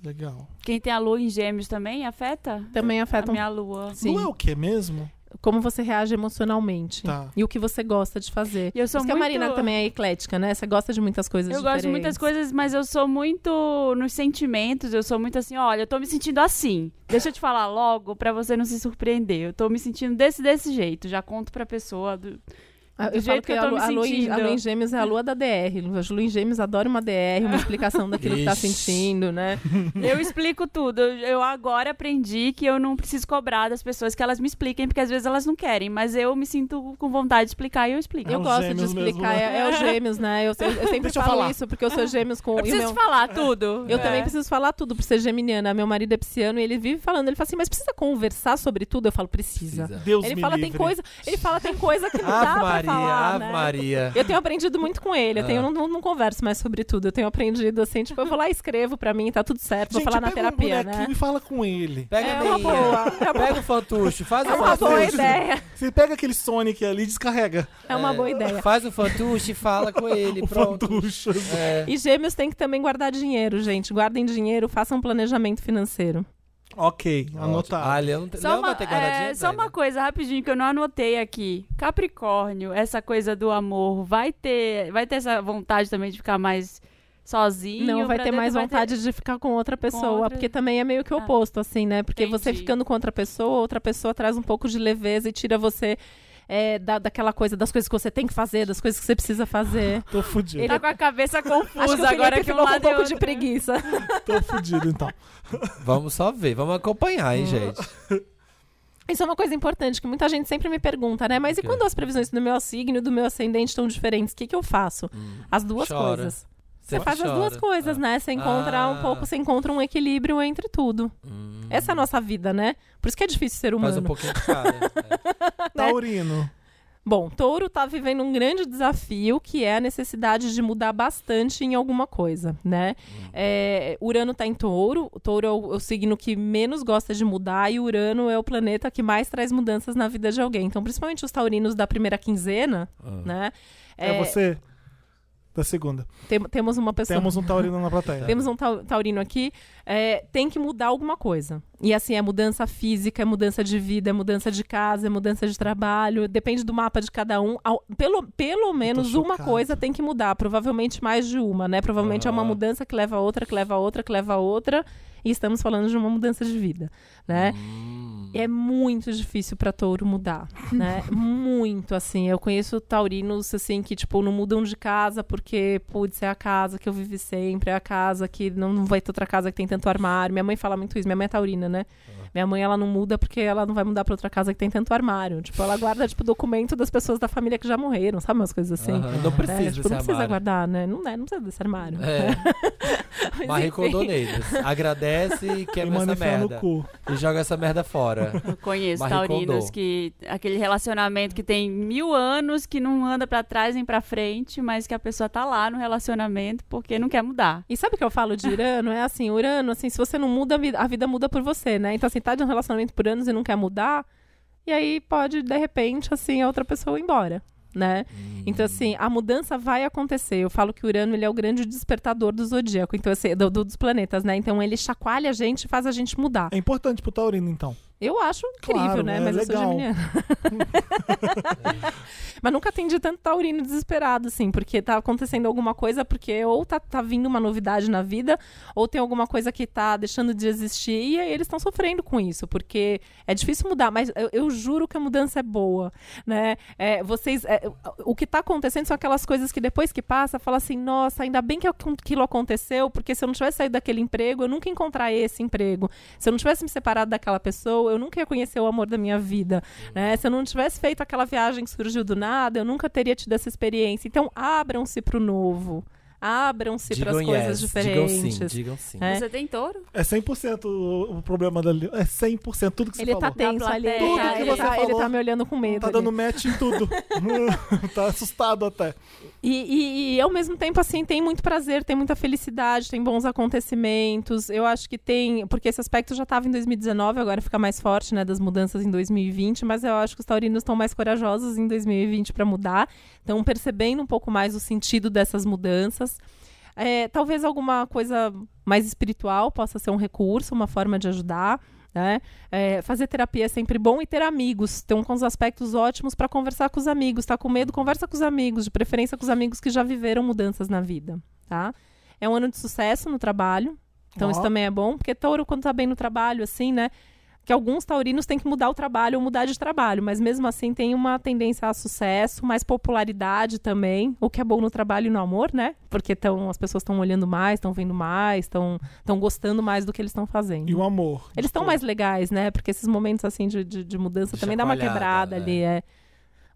S1: Legal.
S3: Quem tem a lua em gêmeos também afeta?
S4: Também afeta
S3: É, a
S4: um,
S3: minha lua.
S4: sim,
S1: Não é o que mesmo?
S4: como você reage emocionalmente.
S1: Tá.
S4: E o que você gosta de fazer.
S3: E eu sou
S4: Por isso que a
S3: muito-
S4: Marina também é eclética, né? Você gosta de muitas coisas
S3: Eu gosto de muitas
S4: diferentes.
S3: coisas, mas eu sou muito nos sentimentos, eu sou muito assim, olha, eu tô me sentindo assim. Deixa eu te falar logo pra você não se surpreender. Eu tô me sentindo desse desse jeito, já conto pra pessoa do,
S4: Ah,
S3: do
S4: eu falo
S3: jeito que eu tô
S4: a lua,
S3: me
S4: a lua em- A
S3: sentindo.
S4: lua em gêmeos é a lua da DR. A lua em gêmeos adora uma DR, uma explicação daquilo que tá
S2: Ixi.
S4: sentindo, né?
S3: Eu explico tudo. Eu, eu agora aprendi que eu não preciso cobrar das pessoas que elas me expliquem, porque às vezes elas não querem, mas eu me sinto com vontade de explicar e eu explico.
S1: É
S4: Eu
S1: um
S4: gosto de
S1: gêmeos
S4: explicar,
S1: mesmo,
S4: é, é os gêmeos, né? Eu, eu- eu sempre
S1: Deixa eu
S4: falo
S1: falar.
S4: isso, porque eu sou gêmeos com.
S3: Eu
S4: e
S3: preciso
S4: meu-
S3: te falar tudo. É.
S4: eu também preciso falar tudo por ser geminiana. Meu marido é pisciano e ele vive falando. Ele fala assim, mas precisa conversar sobre tudo? Eu falo, precisa.
S2: Precisa.
S1: Deus
S4: Ele
S1: me
S4: fala,
S1: livre.
S4: tem coisa. Ele fala, tem coisa que não dá
S2: Ave
S4: pra
S2: Maria,
S4: falar.
S2: Ave
S4: né?
S2: Maria.
S4: Eu tenho aprendido muito com ele. Eu, tenho,
S2: Ah.
S4: eu não, não converso mais sobre tudo. Eu tenho aprendido assim, tipo, eu vou lá e escrevo pra mim, tá tudo certo, vou
S1: Gente,
S4: falar na
S1: pega um
S4: terapia, né?
S1: bonequinho e fala com ele.
S2: Pega
S4: É
S2: a meinha.
S4: uma boa, é uma-
S2: Pega o fantucho. Faz
S4: É
S2: o
S4: uma boa
S2: fantucho.
S4: ideia.
S1: Você pega aquele Sonic ali e descarrega
S4: É uma boa ideia.
S2: Faz o fantuche e fala com ele.
S1: o
S2: Pronto.
S1: fantucho.
S2: É.
S4: E gêmeos tem que também guardar dinheiro, gente. Guardem dinheiro, façam um planejamento financeiro.
S1: Ok, anotado.
S2: Ah, Leandro, tem-
S3: Só
S2: Leandro
S3: uma,
S2: vai né? ter
S3: é,
S2: guardadinha.
S3: só uma coisa rapidinho que eu não anotei aqui. Capricórnio, essa coisa do amor, vai ter, vai ter essa vontade também de ficar mais sozinho?
S4: Não vai
S3: pra
S4: ter
S3: dentro,
S4: mais
S3: vai
S4: vontade de ficar com outra pessoa,
S3: outra-
S4: porque também é meio que o
S3: Ah.
S4: oposto, assim, né? Porque você
S3: Entendi.
S4: ficando com outra pessoa, outra pessoa traz um pouco de leveza e tira você é, da, daquela coisa, das coisas que você tem que fazer, das coisas que você precisa fazer.
S1: Tô fudido.
S3: Tá com a cabeça
S4: Acho que o
S3: confusa
S4: Felipe
S3: agora que um
S4: ficou com
S3: lado
S4: um pouco
S3: e
S4: de
S3: outro.
S4: preguiça.
S1: Tô fudido, então.
S4: Né?
S2: Vamos só ver, vamos acompanhar,
S4: Hum.
S2: hein, gente.
S4: Isso é uma coisa importante que muita gente sempre me pergunta, né? Mas e
S2: Ok.
S4: quando as previsões do meu signo e do meu ascendente estão diferentes, o que, que eu faço? As duas
S2: Hum. Chora.
S4: coisas. Você faz as duas coisas, né? Você encontra um
S2: Ah. Uhum.
S4: pouco, você encontra um equilíbrio entre tudo. Essa é a nossa vida, né? Por isso que é difícil ser humano.
S2: hum. Faz um pouquinho de cara. É.
S1: Taurino.
S4: Bom, Touro tá vivendo um grande desafio, que é a necessidade de mudar bastante em alguma coisa, né?
S2: Uhum.
S4: É, Urano tá em Touro, o Touro é o, é o signo que menos gosta de mudar e Urano é o planeta que mais traz mudanças na vida de alguém. Então, principalmente os taurinos da primeira quinzena,
S2: Ah.
S4: né?
S1: É,
S4: É,
S1: você? Da segunda.
S4: tem- temos uma pessoa
S1: Temos um taurino na plateia.
S4: Temos um tau- taurino aqui. é, tem que mudar alguma coisa. E assim, é mudança física, é mudança de vida, é mudança de casa, é mudança de trabalho. Depende do mapa de cada um. Ao- pelo, pelo menos uma
S1: chocado.
S4: coisa tem que mudar. Provavelmente mais de uma, né? Provavelmente é uma
S2: Ah.
S4: mudança que leva a outra, que leva a outra, que leva a outra. E estamos falando de uma mudança de vida, né? E É muito difícil pra touro mudar, né? muito, assim. Eu conheço taurinos, assim, que, tipo, não mudam de casa porque, putz, é a casa que eu vivi sempre, é a casa que não, não vai ter outra casa que tem tanto armário. Minha mãe fala muito isso, minha mãe é taurina, né?
S2: Ah.
S4: Minha mãe, ela não muda porque ela não vai mudar pra outra casa que tem tanto armário. Tipo, ela guarda, tipo, documento das pessoas da família que já morreram, sabe? Umas coisas assim.
S2: Aham, Não
S4: É,
S2: precisa
S4: tipo,
S2: desse
S4: não precisa
S2: armário.
S4: guardar, né? Não, né? não precisa desse armário.
S2: É,
S4: Mas,
S2: Marie
S4: enfim.
S2: Condoneiros. Agradece e
S1: E
S2: quebra essa
S1: manifé no
S2: merda.
S1: cu.
S2: E joga essa merda fora.
S3: Eu conheço
S2: Marie
S3: taurinos
S2: Kondo.
S3: que aquele relacionamento que tem mil anos que não anda pra trás nem pra frente, mas que a pessoa tá lá no relacionamento porque não quer mudar.
S4: E sabe o que eu falo de Urano? É assim, Urano, assim, se você não muda, a vida, a vida muda por você, né? Então, assim, tá de um relacionamento por anos e não quer mudar, e aí pode, de repente, assim, a outra pessoa ir embora, né? Então, assim, a mudança vai acontecer. Eu falo que Urano, ele é o grande despertador do zodíaco, então, assim, do- do- dos planetas, né? Então, ele chacoalha a gente e faz a gente mudar.
S1: É importante pro taurino, então.
S4: Eu acho incrível,
S1: Claro,
S4: né?
S1: é
S4: Mas eu sou
S1: legal.
S4: geminiana. Mas nunca atendi tanto taurino desesperado, assim, porque tá acontecendo alguma coisa, porque ou tá, tá vindo uma novidade na vida, ou tem alguma coisa que tá deixando de existir, e aí eles estão sofrendo com isso, porque é difícil mudar, mas eu, eu juro que a mudança é boa, né? É, vocês, é, o que tá acontecendo são aquelas coisas que depois que passa, fala assim, nossa, ainda bem que aquilo aconteceu, porque se eu não tivesse saído daquele emprego, eu nunca ia encontrar esse emprego. Se eu não tivesse me separado daquela pessoa, eu nunca ia conhecer o amor da minha vida. Né? Se eu não tivesse feito aquela viagem que surgiu do nada, eu nunca teria tido essa experiência. Então, abram-se para o novo. Abram-se para
S2: Digam
S4: as
S2: yes,
S4: coisas
S2: digam
S4: diferentes.
S2: sim, digam sim.
S4: É.
S3: Você tem touro?
S1: É 100% o, o problema da Lil. É 100% tudo que você
S4: Ele tá
S1: falou.
S4: tenso
S3: Da
S4: ali.
S3: plateia,
S4: Ele tá,
S1: Tudo que
S4: ele
S1: você
S4: tá- ele
S1: falou.
S4: tá me olhando com medo.
S1: Tá
S4: ali.
S1: dando match em tudo. tá assustado até.
S4: E, e- e, ao mesmo tempo, assim, tem muito prazer, tem muita felicidade, tem bons acontecimentos. Eu acho que tem. Porque esse aspecto já estava em 2019, agora fica mais forte, né? Das mudanças em 2020. Mas eu acho que os taurinos estão mais corajosos em 2020 para mudar. Estão percebendo um pouco mais o sentido dessas mudanças. É, talvez alguma coisa mais espiritual possa ser um recurso, uma forma de ajudar. Né? É, fazer terapia é sempre bom e ter amigos. Tem uns aspectos ótimos para conversar com os amigos. Tá com medo? Conversa com os amigos, de preferência com os amigos que já viveram mudanças na vida. Tá? É um ano de sucesso no trabalho. Então
S1: Ó.
S4: isso também é bom, porque touro, quando tá bem no trabalho, assim, né? Que alguns taurinos têm que mudar o trabalho ou mudar de trabalho, mas mesmo assim tem uma tendência a sucesso, mais popularidade também, o que é bom no trabalho e no amor, né? Porque tão, as pessoas estão olhando mais, estão vendo mais, estão gostando mais do que eles estão fazendo.
S1: E o amor.
S4: Eles estão mais legais, né? Porque esses momentos assim de, de, de mudança
S2: De
S4: também dá uma
S2: chacoalhada,
S4: quebrada ali.
S1: né?
S4: É.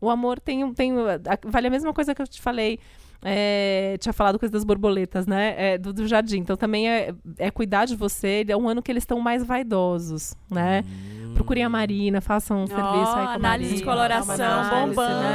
S4: O amor tem. um- tem a- vale a mesma coisa que eu te falei. é, tinha falado coisa das borboletas, né? É, do, do jardim. Então também é, é cuidar de você. É um ano que eles estão mais vaidosos, né?
S2: Hum.
S4: Procurem
S1: Hum.
S4: a Marina, façam um serviço aí com a
S3: análise de
S4: Marina,
S3: coloração
S4: dá uma análise, né?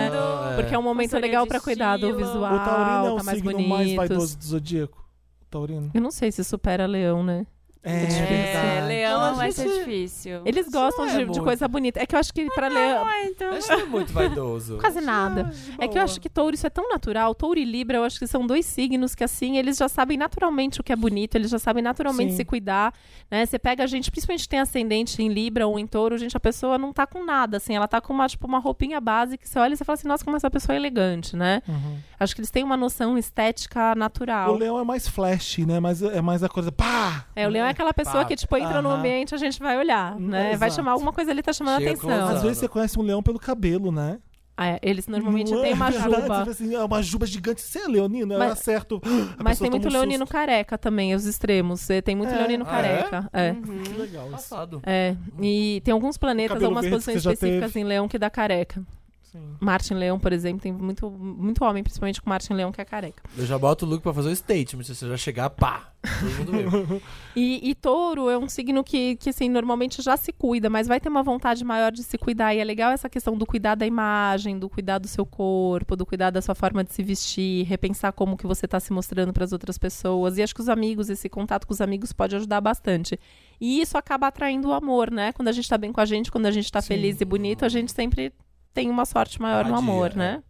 S3: bombando.
S2: Ah,
S4: Porque é um momento
S3: Consultoria
S4: legal
S3: de
S4: pra cuidar do
S3: estilo.
S4: visual.
S1: o taurino é o
S4: tá mais
S1: signo
S4: bonito.
S1: mais vaidoso do zodíaco. O taurino.
S4: Eu não sei se supera leão, né?
S1: É,
S3: É,
S1: verdade.
S4: Leão,
S3: Não,
S4: a
S3: vai ser
S4: gente-
S3: difícil.
S4: Eles gostam
S2: é
S4: de, de
S2: muito.
S4: coisa bonita. É que eu acho que pra Leão.
S3: Muito.
S2: Acho que é muito vaidoso.
S4: Quase nada. É que eu acho que touro, isso é tão natural. Touro e Libra, eu acho que são dois signos que, assim, eles já sabem naturalmente o que é bonito, eles já sabem naturalmente
S1: Sim.
S4: se cuidar, né? Você pega a gente, principalmente tem ascendente em Libra ou em touro, gente, a pessoa não tá com nada, assim, ela tá com uma, tipo, uma roupinha básica, que você olha e você fala assim, nossa, como essa pessoa é elegante, né?
S1: Uhum.
S4: Acho que eles têm uma noção estética
S1: O
S4: natural.
S1: leão é mais flash, né? Mas é mais a coisa. Pá!
S4: É, o leão é aquela pessoa
S2: Pá.
S4: que, tipo, entra no
S1: Aham.
S4: ambiente, a gente vai olhar, né? Vai
S1: Exato.
S4: chamar alguma coisa, ele tá chamando a
S2: Chega
S4: atenção.
S2: close
S1: Às
S2: Não,
S1: vezes
S2: não.
S1: você conhece um leão pelo cabelo, né?
S4: Ah, é, eles normalmente
S1: Não é
S4: têm uma
S1: verdade? Você
S4: juba.
S1: fala assim, é uma juba gigante. Você é leonino?
S4: Mas-
S1: eu acerto. A
S4: Mas
S1: pessoa
S4: tem muito
S1: toma um
S4: leonino careca também, os extremos. Você Tem muito
S1: É.
S4: leonino
S2: Ah,
S4: careca. É.
S1: susto. Que legal isso.
S2: Passado.
S4: É. E tem alguns planetas,
S1: Cabelo
S4: algumas
S1: verde que
S4: posições
S1: você já
S4: específicas em leão que dá careca.
S1: Sim.
S4: Marte em leão, por exemplo, tem muito, muito homem, principalmente com Marte em leão, que é careca.
S2: Eu já boto o look pra fazer o statement. Se você já chegar, pá! Todo mundo viu.
S4: E, e touro é um signo que, que, assim, normalmente já se cuida, mas vai ter uma vontade maior de se cuidar. E é legal essa questão do cuidar da imagem, do cuidar do seu corpo, do cuidar da sua forma de se vestir, repensar como que você está se mostrando para as outras pessoas. E acho que os amigos, esse contato com os amigos pode ajudar bastante. E isso acaba atraindo o amor, né? Quando a gente tá bem com a gente, quando a gente tá
S1: Sim.
S4: feliz e bonito, a gente sempre tem uma sorte maior no
S2: Radia,
S4: amor,
S2: é.
S4: né?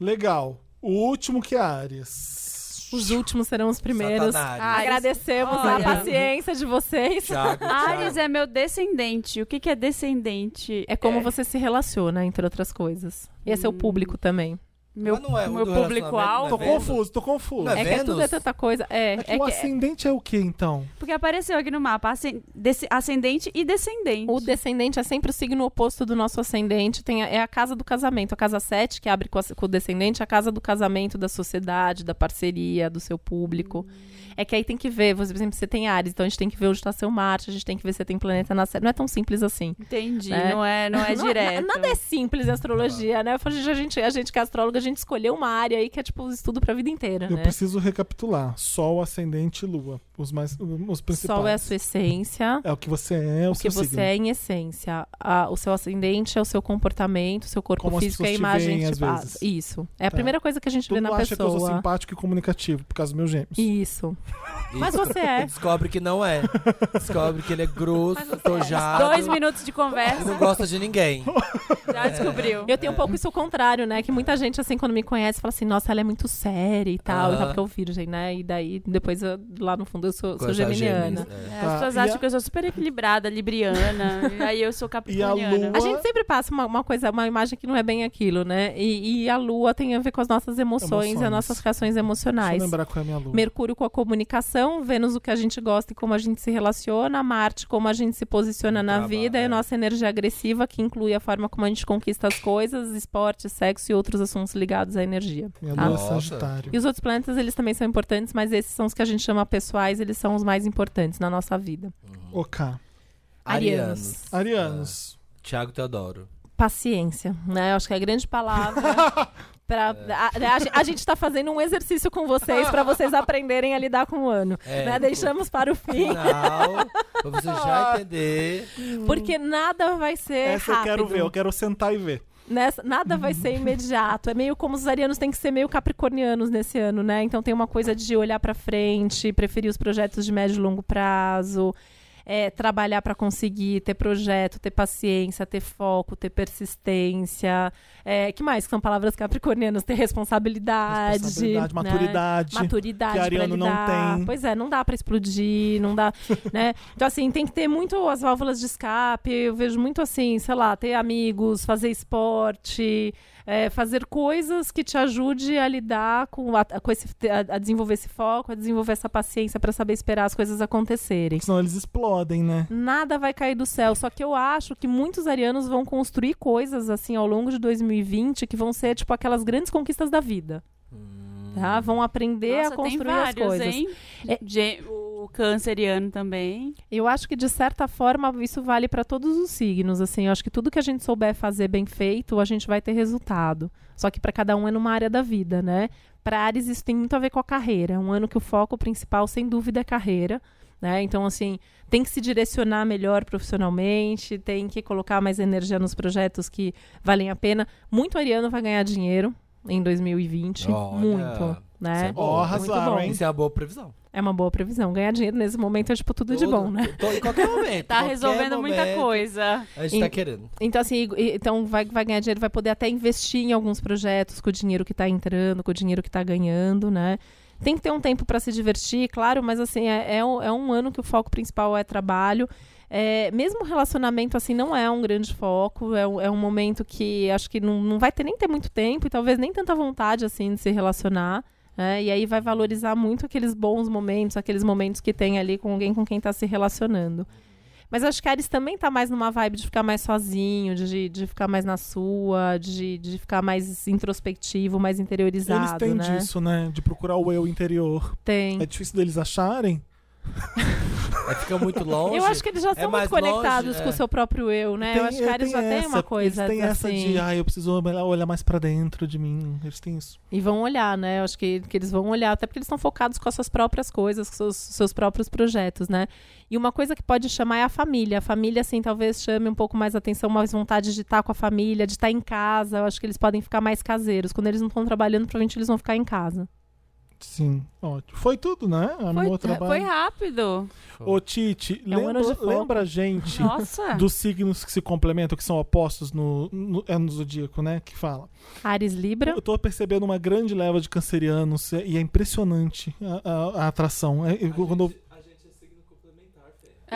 S1: Legal. O último que é Ares.
S4: Os últimos serão os primeiros.
S2: Satanás.
S4: Agradecemos a
S3: Olha.
S4: paciência de vocês.
S2: Thiago, Thiago.
S3: Ares
S1: tá.
S3: é meu descendente. O que, que é descendente?
S4: É como você se relaciona, entre outras coisas. E é seu público também.
S3: Meu,
S2: Mas não é o
S3: meu
S2: do
S3: público-alvo.
S1: Tô
S2: relacionamento, né? Vênus?
S1: confuso, tô confuso.
S2: Não
S4: Tá É,
S2: É
S4: que é tudo
S2: Vênus?
S4: é tanta coisa. É,
S1: Tá É que
S4: é
S1: o
S4: que-
S1: ascendente é o que, então?
S3: Porque apareceu aqui no mapa ascen- desse- ascendente e descendente.
S4: o descendente é sempre o signo oposto do nosso ascendente. Tem a- é a casa do casamento. A casa 7, que abre com, a- com o descendente, é a casa do casamento, da sociedade, da parceria, do seu público.
S1: Hum.
S4: É que aí tem que ver, você, por exemplo, você tem Ares, então a gente tem que ver onde está seu Marte, a gente tem que ver se tem planeta na 7. Não é tão simples assim.
S3: Entendi.
S4: É.
S3: Não é, não é direto.
S4: Nada é
S1: Tá
S4: simples em astrologia, né? Eu falo, gente, a, gente, a gente que é astróloga, a gente escolheu uma área aí que é tipo estudo pra vida inteira,
S1: Eu
S4: né?
S1: preciso recapitular. Sol, ascendente e lua. Os, mais, os principais.
S4: Sol é a sua essência.
S1: É o que você é, o,
S4: O que
S1: seu
S4: você
S1: signo.
S4: é em essência. A- o seu ascendente é o seu comportamento, o seu corpo
S1: Como as
S4: físico e a
S1: pessoas te
S4: imagem
S1: veem,
S4: que
S1: às
S4: te passa.
S1: vezes.
S4: Isso. É a
S1: Tá.
S4: primeira coisa que a gente
S1: Todo
S4: vê na
S1: mundo acha que eu sou
S4: pessoa.
S1: simpático e comunicativo, por causa dos meus gêmeos.
S4: Isso. Mas você é.
S2: Descobre que não é. Descobre que ele é grosso, tojado.
S3: Dois minutos de
S2: e
S3: conversa,
S2: não gosta de ninguém.
S3: já descobriu.
S1: É,
S4: Eu tenho um pouco isso ao contrário, né? Que muita gente, assim, quando me conhece, fala assim, nossa, ela é muito séria e tal. E
S2: Aham.
S4: tal, porque eu virgem, né? E daí, depois, eu- lá no fundo, eu sou, sou
S2: Gosta de
S4: geminiana.
S2: gêmeos, é.
S3: É,
S1: Tá,
S3: As pessoas
S1: e
S3: acham
S1: a-
S3: que eu sou super equilibrada, libriana. e aí eu sou capricorniana.
S1: lua?
S4: A gente sempre passa uma, uma coisa, uma imagem que não é bem aquilo, né? E, e a lua tem a ver com as nossas emoções, e as
S1: Emoções.
S4: nossas reações
S1: Deixa eu
S4: emocionais.
S1: lembrar qual é a minha lua.
S4: Mercúrio com a comunicação, Vênus o que a gente gosta e como a gente se relaciona, Marte como a gente se posiciona
S2: No
S4: na
S2: trabalho,
S4: vida, e
S2: é.
S4: a nossa energia agressiva, que inclui a forma como a gente conquista as coisas, esporte, sexo e outros assuntos ligados à energia.
S1: Minha lua é
S4: Ah.
S2: Nossa.
S1: Sagitário.
S4: E os outros planetas, eles também são importantes, mas esses são os que a gente chama pessoais, eles são os mais importantes na nossa vida.
S1: Ok.
S2: Arianos.
S4: É.
S1: Arianos.
S2: Tiago É. Teodoro.
S4: Paciência, né? Eu acho que é a grande palavra. pra- a, né, a- a gente está fazendo um exercício com vocês para vocês aprenderem a lidar com o ano.
S2: É.
S4: né? Deixamos para o fim.
S2: Final, pra você já entender.
S4: Porque nada vai ser
S1: Essa
S4: É rápido.
S1: eu quero ver, eu quero sentar e ver.
S4: Nessa- nada vai ser imediato. É meio como os arianos têm que ser meio capricornianos nesse ano, né? Então tem uma coisa de olhar pra frente, preferir os projetos de médio e longo prazo, é, trabalhar pra conseguir, ter projeto, ter paciência, ter foco, ter persistência. É, que mais que são palavras capricornianas? Ter responsabilidade,
S1: Responsabilidade,
S4: né?
S1: maturidade.
S4: maturidade
S1: que ariano
S4: pra
S1: não
S4: lidar.
S1: tem.
S4: Pois é, não dá pra explodir, não dá, né? Então assim, tem que ter muito as válvulas de escape. Eu vejo muito assim, sei lá, ter amigos, fazer esporte, é, fazer coisas que te ajude a lidar com a, com esse a, a desenvolver esse foco, a desenvolver essa paciência pra saber esperar as coisas acontecerem.
S1: Senão eles explodem, né?
S4: Nada vai cair do céu, só que eu acho que muitos arianos vão construir coisas assim ao longo de 2020 que vão ser tipo aquelas grandes conquistas da vida. Tá? Vão aprender
S3: Nossa,
S4: a construir
S3: tem vários,
S4: as coisas.
S3: hein?
S4: É-
S3: Gê- O canceriano também.
S4: Eu acho que, de certa forma, isso vale para todos os signos. Assim, eu acho que tudo que a gente souber fazer bem feito, a gente vai ter resultado. Só que para cada um é numa área da vida, né? Para Ares, isso tem muito a ver com a carreira. É um ano que o foco principal, sem dúvida, é a carreira. Né? Então, assim, tem que se direcionar melhor profissionalmente, tem que colocar mais energia nos projetos que valem a pena. Muito ariano vai ganhar dinheiro em 2020.
S2: Olha,
S4: Muito. né?
S2: Certo.
S1: Ó,
S2: Muito
S1: arrasaram,
S4: bom.
S1: hein?
S2: Isso é uma boa previsão.
S4: É uma boa previsão. Ganhar dinheiro nesse momento é tipo tudo de
S2: Todo-
S4: bom, né?
S2: to- em qualquer momento.
S3: Tá
S2: qualquer
S3: resolvendo muita
S2: momento,
S3: coisa.
S2: A gente tá
S4: Em-
S2: querendo.
S4: Então, assim, e- então vai, vai ganhar dinheiro, vai poder até investir em alguns projetos com o dinheiro que tá entrando, com o dinheiro que tá ganhando, né? Tem que ter um tempo para se divertir, claro, mas assim, é, é, um, é um ano que o foco principal é trabalho. É, mesmo relacionamento, assim, não é um grande foco. É um, é um momento que acho que não, não vai ter nem ter muito tempo e talvez nem tanta vontade, assim, de se relacionar. né? E aí vai valorizar muito aqueles bons momentos, aqueles momentos que tem ali com alguém com quem tá se relacionando. Mas acho que Ares também tá mais numa vibe de ficar mais sozinho, de, de ficar mais na sua, de, de ficar mais introspectivo, mais
S1: Eles
S4: interiorizado,
S1: têm
S4: né?
S1: disso, né? De procurar o eu interior.
S4: Tem.
S1: É difícil deles acharem?
S2: É, fica muito longe.
S4: Eu acho que eles já
S2: É
S4: são
S2: mais
S4: muito conectados
S2: longe,
S4: com o
S2: é.
S4: seu próprio eu, né? eu acho que Ares já tem uma coisa
S1: é, Eles têm essa
S4: assim.
S1: de, ah, eu preciso olhar mais pra dentro de mim. Eles têm isso.
S4: E vão olhar, né? Eu acho que, que eles vão olhar, até porque eles estão focados com as suas próprias coisas, com seus, seus próprios projetos, né? E uma coisa que pode chamar é a família. A família, assim, talvez chame um pouco mais atenção, mais vontade de estar com a família, de estar em casa. Eu acho que eles podem ficar mais caseiros. Quando eles não estão trabalhando, provavelmente eles vão ficar em casa.
S1: Sim, ótimo. Foi tudo, né? Amor,
S3: Foi,
S1: trabalho.
S3: foi rápido.
S1: Ô, Titi,
S4: É um ano
S1: lembra,
S4: de foco.
S1: lembra a gente
S3: Nossa.
S1: dos signos que se complementam, que são opostos no, no, é no zodíaco, né? Que fala.
S4: Ares Libra.
S1: Eu tô percebendo uma grande leva de cancerianos e é impressionante a, a- a atração. É, eu- quando eu-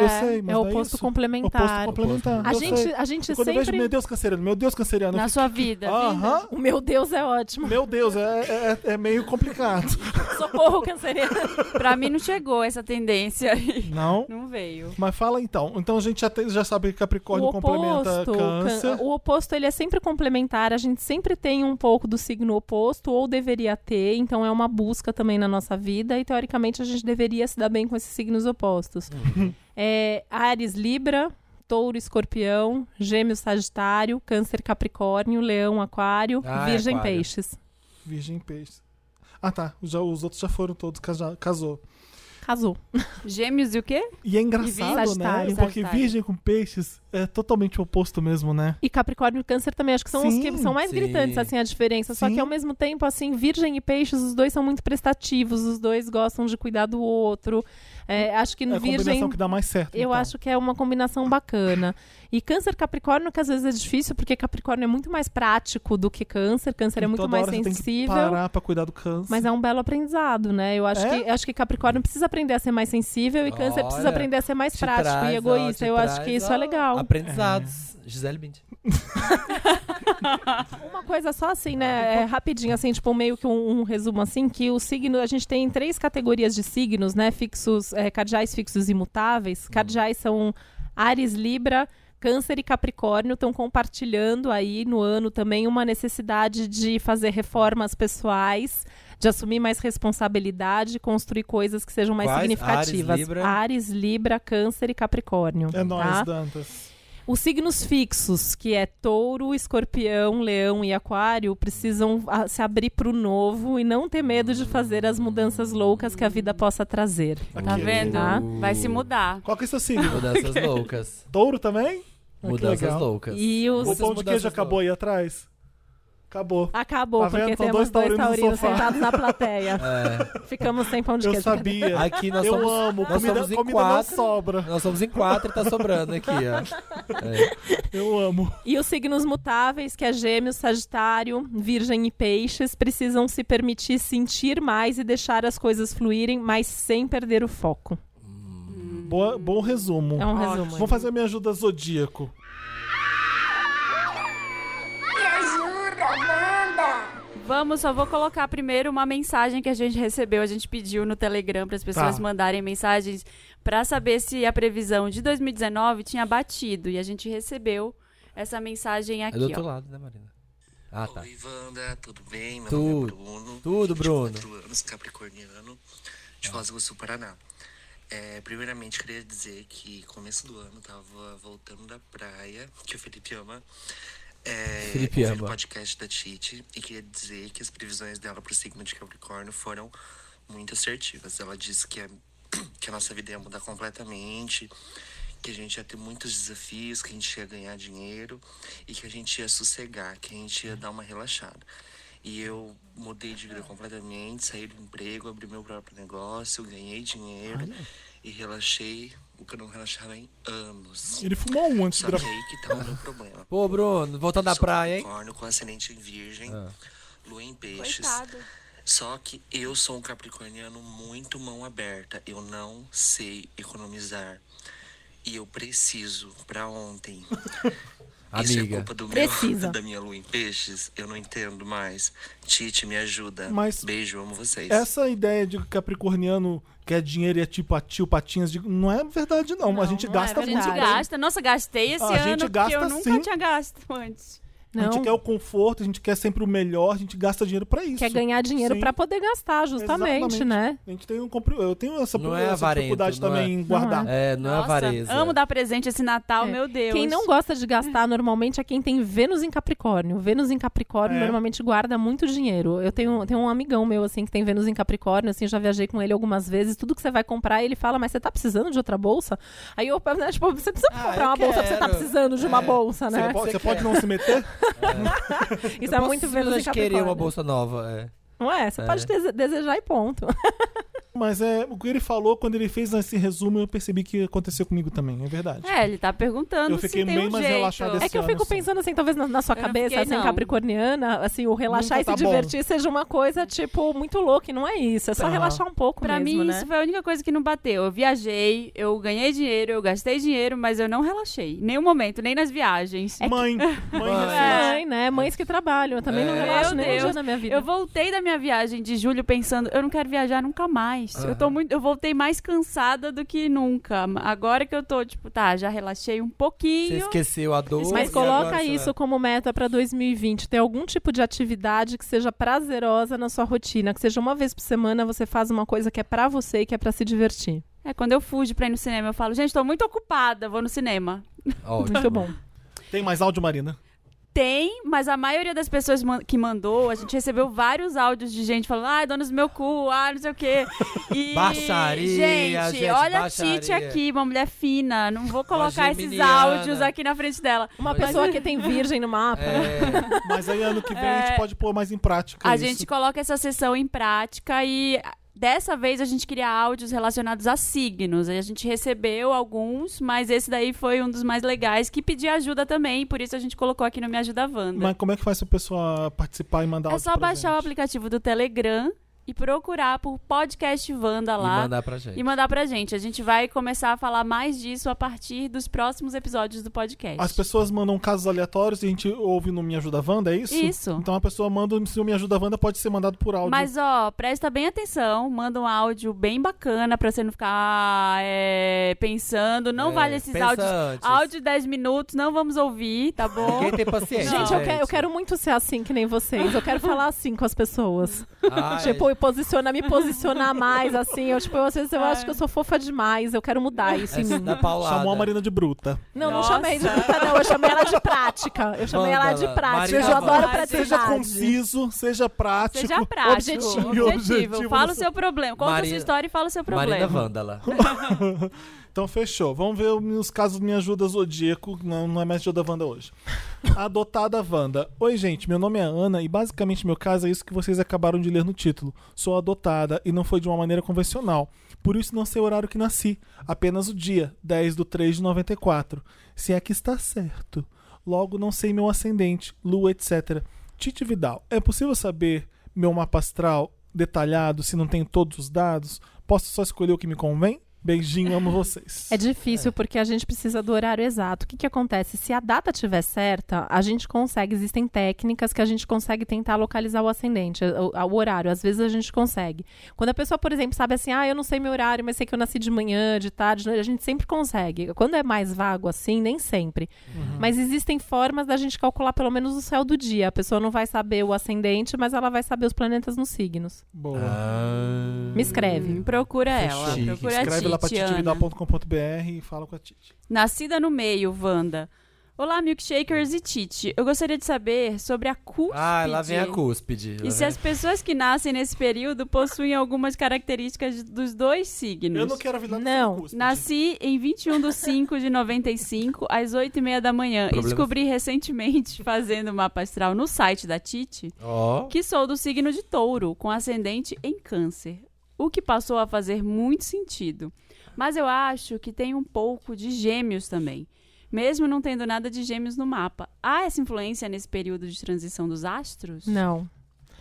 S1: eu sei, mas
S4: é o
S1: não é
S4: oposto
S1: isso?
S4: complementar.
S1: oposto complementar.
S4: A
S1: eu
S4: gente,
S1: sei.
S4: a gente
S1: Quando eu vejo, meu
S4: sempre.
S1: Deus, canceriano, meu Deus, canceriano. eu
S3: Na
S1: fico,
S3: sua vida.
S1: Aham.
S4: O meu Deus é ótimo.
S1: Meu Deus, é, é, é meio complicado.
S4: Socorro, canceriano.
S3: Pra mim não chegou essa tendência aí.
S1: Não?
S3: Não veio.
S1: Mas fala então. Então a gente já, tem- já sabe que Capricórnio complementa
S4: can-
S1: Câncer.
S4: o oposto ele é sempre complementar, a gente sempre tem um pouco do signo oposto, ou deveria ter, então é uma busca também na nossa vida, e teoricamente a gente deveria se dar bem com esses signos opostos.
S2: Uhum.
S4: É, Ares, Libra, Touro, Escorpião, Gêmeos, Sagitário, Câncer, Capricórnio, Leão, Aquário,
S2: Ah, é
S4: Virgem,
S2: Aquário.
S4: Peixes.
S1: Virgem Peixe. Ah tá, já, os outros já foram todos, casa- casou.
S4: Casou.
S3: Gêmeos e o quê?
S1: E é engraçado, né?
S4: Sagitário.
S1: Porque
S3: Sagitário.
S1: Virgem com Peixes é totalmente o oposto mesmo, né?
S4: E Capricórnio e Câncer também, acho que são os
S1: Sim,
S4: que são mais
S2: sim.
S4: gritantes, assim, a diferença. Só
S1: Sim.
S4: que ao mesmo tempo, assim, Virgem e Peixes, os dois são muito prestativos, os dois gostam de cuidar do outro. É, acho que
S1: É a
S4: Virgem.
S1: combinação que dá mais certo.
S4: Eu
S1: então.
S4: acho que é uma combinação bacana. E câncer capricórnio, que às vezes é difícil, porque capricórnio é muito mais prático do que câncer. Câncer é
S1: E
S4: muito
S1: toda
S4: mais
S1: hora você Tem que
S4: sensível.
S1: parar pra cuidar do câncer.
S4: Mas é um belo aprendizado, né? Eu acho,
S1: É?
S4: que, acho que Capricórnio precisa aprender a ser mais sensível e Câncer precisa
S2: Olha,
S4: aprender a ser mais
S2: te
S4: prático
S2: traz,
S4: e
S2: ó,
S4: egoísta.
S2: te
S4: Eu acho
S2: traz,
S4: que isso
S2: ó,
S4: é legal.
S2: Aprendizados.
S1: É.
S2: Gisele Bint.
S4: Uma coisa só assim, né? É, rapidinho, assim, tipo, meio que um, um resumo assim, que o signo, a gente tem três categorias de signos, né? Fixos, é, cardeais, fixos e
S2: Uhum.
S4: mutáveis. Cardeais são Ares, Libra, Câncer e Capricórnio estão compartilhando aí no ano também uma necessidade de fazer reformas pessoais, de assumir mais responsabilidade, construir coisas que sejam mais
S2: Quais?
S4: significativas.
S2: Ares, Libra?
S4: Ares, Libra, Câncer e Capricórnio.
S1: É nóis,
S4: tá?
S1: Dantas.
S4: Os signos fixos, que é touro, escorpião, leão e aquário, precisam ah, se abrir para o novo e não ter medo de fazer as mudanças loucas que a vida possa trazer.
S3: Tá
S1: Ok.
S3: vendo?
S4: Tá.
S3: Vai se mudar.
S1: Qual que é seu signo?
S2: Mudanças loucas.
S1: Touro também? Ah, que
S2: Mudanças
S1: legal.
S2: loucas.
S4: E
S1: O
S4: os...
S2: Mudanças,
S1: pão de queijo
S2: mudanças,
S1: acabou aí atrás? Acabou.
S4: Acabou,
S1: Tá vendo?
S4: porque
S1: São dois
S4: temos dois taurinos,
S1: taurinos no sofá.
S4: sentados na plateia.
S2: É,
S4: Ficamos sem pão de
S1: Eu
S4: queijo.
S1: sabia.
S2: aqui nós
S1: eu
S2: somos,
S1: amo.
S2: nós
S1: Comida,
S2: somos em
S1: comida não
S2: quatro.
S1: sobra.
S2: nós somos em quatro e tá sobrando aqui, ó. É.
S1: Eu amo.
S4: E os signos mutáveis, que é gêmeos, sagitário, virgem e peixes, precisam se permitir sentir mais e deixar as coisas fluírem, mas sem perder o foco.
S1: Boa- bom resumo.
S4: É um
S3: Ótimo.
S4: resumo. aí.
S1: Vamos fazer a minha ajuda zodíaco.
S6: Me ajuda, Wanda!
S3: Vamos, só vou colocar primeiro uma mensagem que a gente recebeu, a gente pediu no Telegram para as pessoas
S1: Tá.
S3: mandarem mensagens para saber se a previsão de 2019 tinha batido e a gente recebeu essa mensagem
S2: É
S3: aqui,
S2: do outro
S3: ó.
S2: lado, né, Marina? Ah, tá.
S7: Oi, Wanda, tudo bem? Meu
S2: Tudo.
S7: nome é Bruno.
S2: Tudo, Bruno. Ah.
S7: 24 anos, capricorniano, de Foz do Iguaçu, Paraná. É, primeiramente, queria dizer que começo do ano eu tava voltando da praia, que o Felipe ama. É,
S2: Felipe
S7: ouvindo
S2: ama.
S7: o podcast da Titi e queria dizer que as previsões dela pro signo de Capricórnio foram muito assertivas. Ela disse que, a- que a nossa vida ia mudar completamente, que a gente ia ter muitos desafios,
S2: Uhum.
S7: que a gente ia ganhar dinheiro e que a gente ia sossegar, que a gente ia dar uma relaxada. E E eu mudei de vida completamente, saí do emprego, abri meu próprio negócio, ganhei dinheiro e relaxei o que eu não relaxava em anos.
S2: é
S1: Ele fumou um antes de
S7: Só que
S1: gravar.
S7: aí que tá o meu problema.
S2: Pô, Bruno, voltando da
S7: Sou
S2: praia, hein? Ah.
S7: Capricórnio com ascendente em virgem, lua em peixes.
S3: Coitado.
S7: Só que eu sou um capricorniano muito mão aberta. Eu não sei economizar. E eu preciso pra ontem. Isso é
S2: Amiga.
S7: culpa do meu-
S4: Precisa.
S7: da minha lua em peixes. Eu não entendo mais. Tite, me ajuda.
S1: Mas- é
S7: Beijo, amo vocês.
S1: Essa ideia de que capricorniano quer dinheiro e é tipo a tio Patinhas, de- não é verdade, não. a gente
S4: não é
S1: gasta
S3: A gente
S1: muito.
S4: verdade.
S3: gasta. Nossa, gastei esse
S1: A gente
S3: ano que
S1: gasta
S3: eu nunca
S1: sim.
S3: tinha gasto antes.
S1: A gente
S4: Não,
S1: quer o conforto, a gente quer sempre o melhor, a gente gasta dinheiro pra isso.
S4: quer ganhar dinheiro
S1: Sim.
S4: pra poder gastar, justamente,
S1: Exatamente.
S4: né?
S1: A gente tem um compri- Eu tenho essa,
S2: Não é
S1: essa
S2: avarento,
S1: dificuldade
S2: não
S1: também
S2: é.
S1: em guardar.
S2: É, não é
S3: Nossa,
S2: avareza.
S3: amo dar presente esse Natal,
S4: É.
S3: meu Deus.
S4: Quem não gosta de gastar normalmente é quem tem Vênus em Capricórnio. Vênus em Capricórnio
S1: É.
S4: normalmente guarda muito dinheiro. Eu tenho, tenho um amigão meu, assim, que tem Vênus em Capricórnio, assim, já viajei com ele algumas vezes. Tudo que você vai comprar, ele fala, mas você tá precisando de outra bolsa? Aí eu, né, tipo, você precisa
S2: Ah,
S4: comprar
S2: eu
S4: uma bolsa, você tá
S2: quero.
S4: precisando de uma
S2: É.
S4: bolsa,
S1: Você,
S4: né?
S1: pode,
S2: Você
S1: você pode
S2: quer.
S1: não se meter?
S4: Isso
S2: Eu
S4: é
S2: posso
S4: muito Vênus em
S2: simplesmente querer
S4: Capricórnio.
S2: uma bolsa nova. É.
S4: Não é? Você
S2: É.
S4: pode dese- desejar e ponto.
S1: Mas é o que ele falou quando ele fez esse resumo, eu percebi que aconteceu comigo também, é verdade.
S3: É, ele tá perguntando
S1: Eu fiquei
S3: se tem
S1: bem
S3: um
S1: mais
S3: jeito.
S1: relaxado
S4: É
S1: esse-
S4: que eu
S1: ano,
S4: fico
S1: assim.
S4: pensando assim, talvez na, na sua
S3: Eu não
S4: cabeça,
S3: fiquei,
S4: assim,
S3: não.
S4: capricorniana, assim, o relaxar
S1: Nunca
S4: e
S1: tá
S4: se
S1: bom.
S4: divertir seja uma coisa, tipo, muito louca, e não é isso. É só
S1: Aham.
S4: relaxar um pouco
S3: Pra
S4: mesmo,
S3: mim,
S4: né?
S3: isso foi a única coisa que não bateu. Eu viajei, eu ganhei dinheiro, eu gastei dinheiro, mas eu não relaxei. Em nenhum momento, nem nas viagens.
S1: Mãe, mãe,
S2: Mãe.
S1: recém-
S3: É.
S4: Mãe, né? Mães que trabalham. Eu também não
S2: É.
S3: Meu
S4: relaxo nem um dia
S3: Deus.
S4: na minha vida.
S3: Eu voltei da minha viagem de julho pensando, eu não quero viajar nunca mais. Eu tô muito, eu voltei mais cansada do que nunca. Agora que eu tô, tipo, tá, já relaxei um
S2: Você
S3: pouquinho.
S2: esqueceu a dor.
S4: Mas
S2: e
S4: coloca
S2: agora você
S4: isso
S2: vai-
S4: como meta pra 2020. Ter algum tipo de atividade que seja prazerosa na sua rotina. Que seja uma vez por semana você faz uma coisa que é pra você e que é pra se divertir.
S3: É, quando eu fujo pra ir no cinema, eu falo, gente, tô muito ocupada, vou no cinema.
S2: Ótimo.
S4: Muito bom.
S1: Tem mais áudio, Marina?
S3: Tem, mas a maioria das pessoas man- que mandou, a gente recebeu vários áudios de gente falando, ai, donos do meu cu, ah, não sei o quê. E,
S2: Baixaria,
S3: gente,
S2: gente,
S3: olha
S2: baixaria.
S3: a Tite aqui, uma mulher fina, não vou colocar esses
S2: geminiana.
S3: áudios aqui na frente dela.
S4: Uma
S2: Mas-
S4: pessoa que tem virgem no mapa.
S2: É,
S1: Mas aí ano que vem a gente
S3: É.
S1: pode pôr mais em prática.
S3: A
S1: isso.
S3: gente coloca essa sessão em prática e dessa vez a gente queria áudios relacionados a signos. A gente recebeu alguns, mas esse daí foi um dos mais legais que pedia ajuda também, por isso a gente colocou aqui no Me Ajuda Wanda.
S1: Mas como é que faz se a pessoa participar e mandar
S3: É
S1: áudio
S3: só
S1: pra
S3: baixar o
S1: gente?
S3: aplicativo do Telegram e procurar por podcast Vanda
S2: E
S3: lá.
S2: mandar pra gente.
S3: E mandar pra gente. A gente vai começar a falar mais disso a partir dos próximos episódios do podcast.
S1: As pessoas mandam casos aleatórios e a gente ouve no Me Ajuda Wanda, é isso?
S3: Isso.
S1: Então a pessoa manda, se o Me Ajuda Wanda pode ser mandado por áudio.
S3: Mas, ó, presta bem atenção. Manda um áudio bem bacana pra você não ficar ah, é, pensando. Não
S2: É,
S3: vale esses
S2: pensa
S3: áudios.
S2: antes.
S3: Áudio de 10 minutos, não vamos ouvir, tá bom?
S2: Ninguém tem paciência. né?
S4: Gente, eu, quero, eu quero muito ser assim que nem vocês. Eu quero falar assim com as pessoas.
S2: Ah,
S4: Tipo, eu posiciona, me posicionar mais, assim. Eu, tipo, eu, às vezes eu acho que eu sou fofa demais. Eu quero mudar isso em
S2: essa
S4: mim.
S2: da É paulada.
S1: Chamou a Marina de bruta.
S4: Não,
S3: Nossa.
S4: não chamei de puta, não. Eu chamei ela de prática. Eu chamei
S2: Manda
S4: ela de
S2: lá.
S4: prática.
S2: Marina
S4: Eu adoro
S2: Vaz.
S4: praticidade.
S1: Seja conciso, seja prático.
S3: É
S2: um
S3: Seja prático.
S1: objetivo, objetivo
S3: um Fala
S1: no
S3: o seu problema. Conta a
S2: Marina-
S3: sua história e fala o seu
S2: Marina
S3: problema.
S2: Vândala.
S1: Então fechou. Vamos ver os casos Me Ajuda Zodíaco. Não, não é mais Ajuda Wanda hoje. Adotada Wanda. Oi, gente. Meu nome é Ana e basicamente meu caso é isso que vocês acabaram de ler no título. Sou adotada e não foi de uma maneira convencional. Por isso não sei o horário que nasci. Apenas o dia, 10 do 3 de 94. Se é que está certo. Logo não sei meu ascendente, lua, etc. Tite Vidal, é possível saber meu mapa astral detalhado se não tenho todos os dados? Posso só escolher o que me convém? Beijinho, amo vocês.
S4: É difícil porque a gente precisa do horário exato. O que, que acontece? Se a data tiver certa, a gente consegue. Existem técnicas que a gente consegue tentar localizar o ascendente, o, o horário. Às vezes a gente consegue. Quando a pessoa, por exemplo, sabe assim, ah, eu não sei meu horário, mas sei que eu nasci de manhã, de tarde, de noite, a gente sempre consegue. Quando é mais vago assim, nem sempre. Mas existem formas da gente calcular pelo menos o céu do dia. A pessoa não vai saber o ascendente, mas ela vai saber os planetas nos signos.
S2: Ah.
S1: Boa.
S4: Me escreve.
S3: Hum, Procura ela.
S2: chique.
S3: Procura a
S1: Escreve lá pra
S3: Tite, Ana.
S1: titividal.com.br e fala com a Titi.
S3: Nascida no meio, Wanda. Olá, milkshakers e Titi. Eu gostaria de saber sobre a cúspide.
S2: Ah, lá vem a cúspide. né? Lá
S3: E se
S2: vem-
S3: as pessoas que nascem nesse período possuem algumas características dos dois signos.
S1: Eu não quero virar
S4: Não,
S3: Nasci em 21 de 5 de 95, às 8 e meia da manhã. E
S2: Problemas.
S3: descobri recentemente, fazendo o mapa astral no site da Titi,
S2: Ó.
S3: que sou do signo de touro, com ascendente em câncer. O que passou a fazer muito sentido. Mas eu acho que tem um pouco de gêmeos também. Mesmo não tendo nada de gêmeos no mapa. Há essa influência nesse período de transição dos astros?
S4: Não,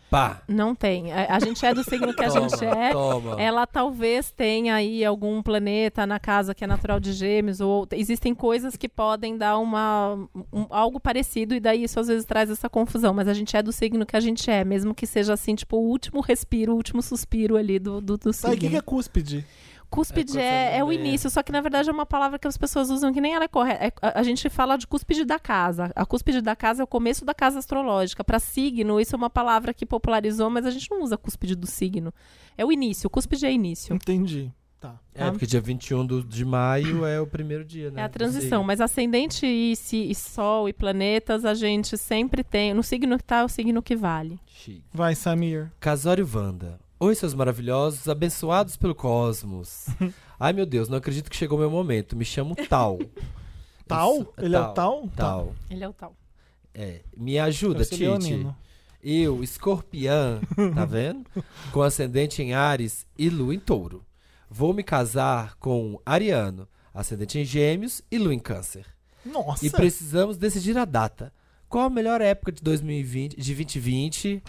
S2: Pá.
S4: não tem. A, a gente é do signo que a
S2: toma,
S4: gente é.
S1: Tá.
S2: Toma.
S4: Ela talvez tenha aí algum planeta na casa que é natural de gêmeos, ou existem coisas que podem dar uma, um- algo parecido, e daí isso às vezes traz essa confusão. Mas a gente é do signo que a gente é, mesmo que seja assim, tipo, o último respiro, o último suspiro ali do, do, do
S1: Tá, e o que, que
S4: signo.
S1: é cúspide?
S4: Cúspide
S2: É
S4: é,
S2: coisa
S4: é o
S2: de-
S4: início, só que na verdade é uma palavra que as pessoas usam que nem ela é correta. É- a, a gente fala de cúspide da casa. A cúspide da casa é o começo da casa astrológica. Para signo, isso é uma palavra que popularizou, mas a gente não usa cúspide do signo. É o início, cúspide é início.
S1: Entendi. Tá.
S2: É, porque dia 21 do, de maio é o primeiro dia, né?
S4: É a
S2: do
S4: transição,
S2: signo.
S4: mas ascendente e, si- e sol e planetas a gente sempre tem. No signo que tá, é o signo que vale.
S2: Chique.
S1: Vai, Samir.
S2: Casório Wanda. Oi, seus maravilhosos, abençoados pelo cosmos. Ai, meu Deus, não acredito que chegou meu momento. Me chamo Tal.
S1: Tal?
S2: Eu sou-
S1: Ele é o Tal? Então,
S2: Tal.
S4: Ele é o tal.
S2: É. Me ajuda,
S1: Eu sou
S2: Titi.
S1: leonino.
S2: Eu, escorpião, tá vendo? com ascendente em Ares e lua em touro. Vou me casar com Ariano, ascendente em gêmeos e lua em câncer.
S1: Nossa.
S2: E precisamos decidir a data. Qual a melhor época de 2020, de 2020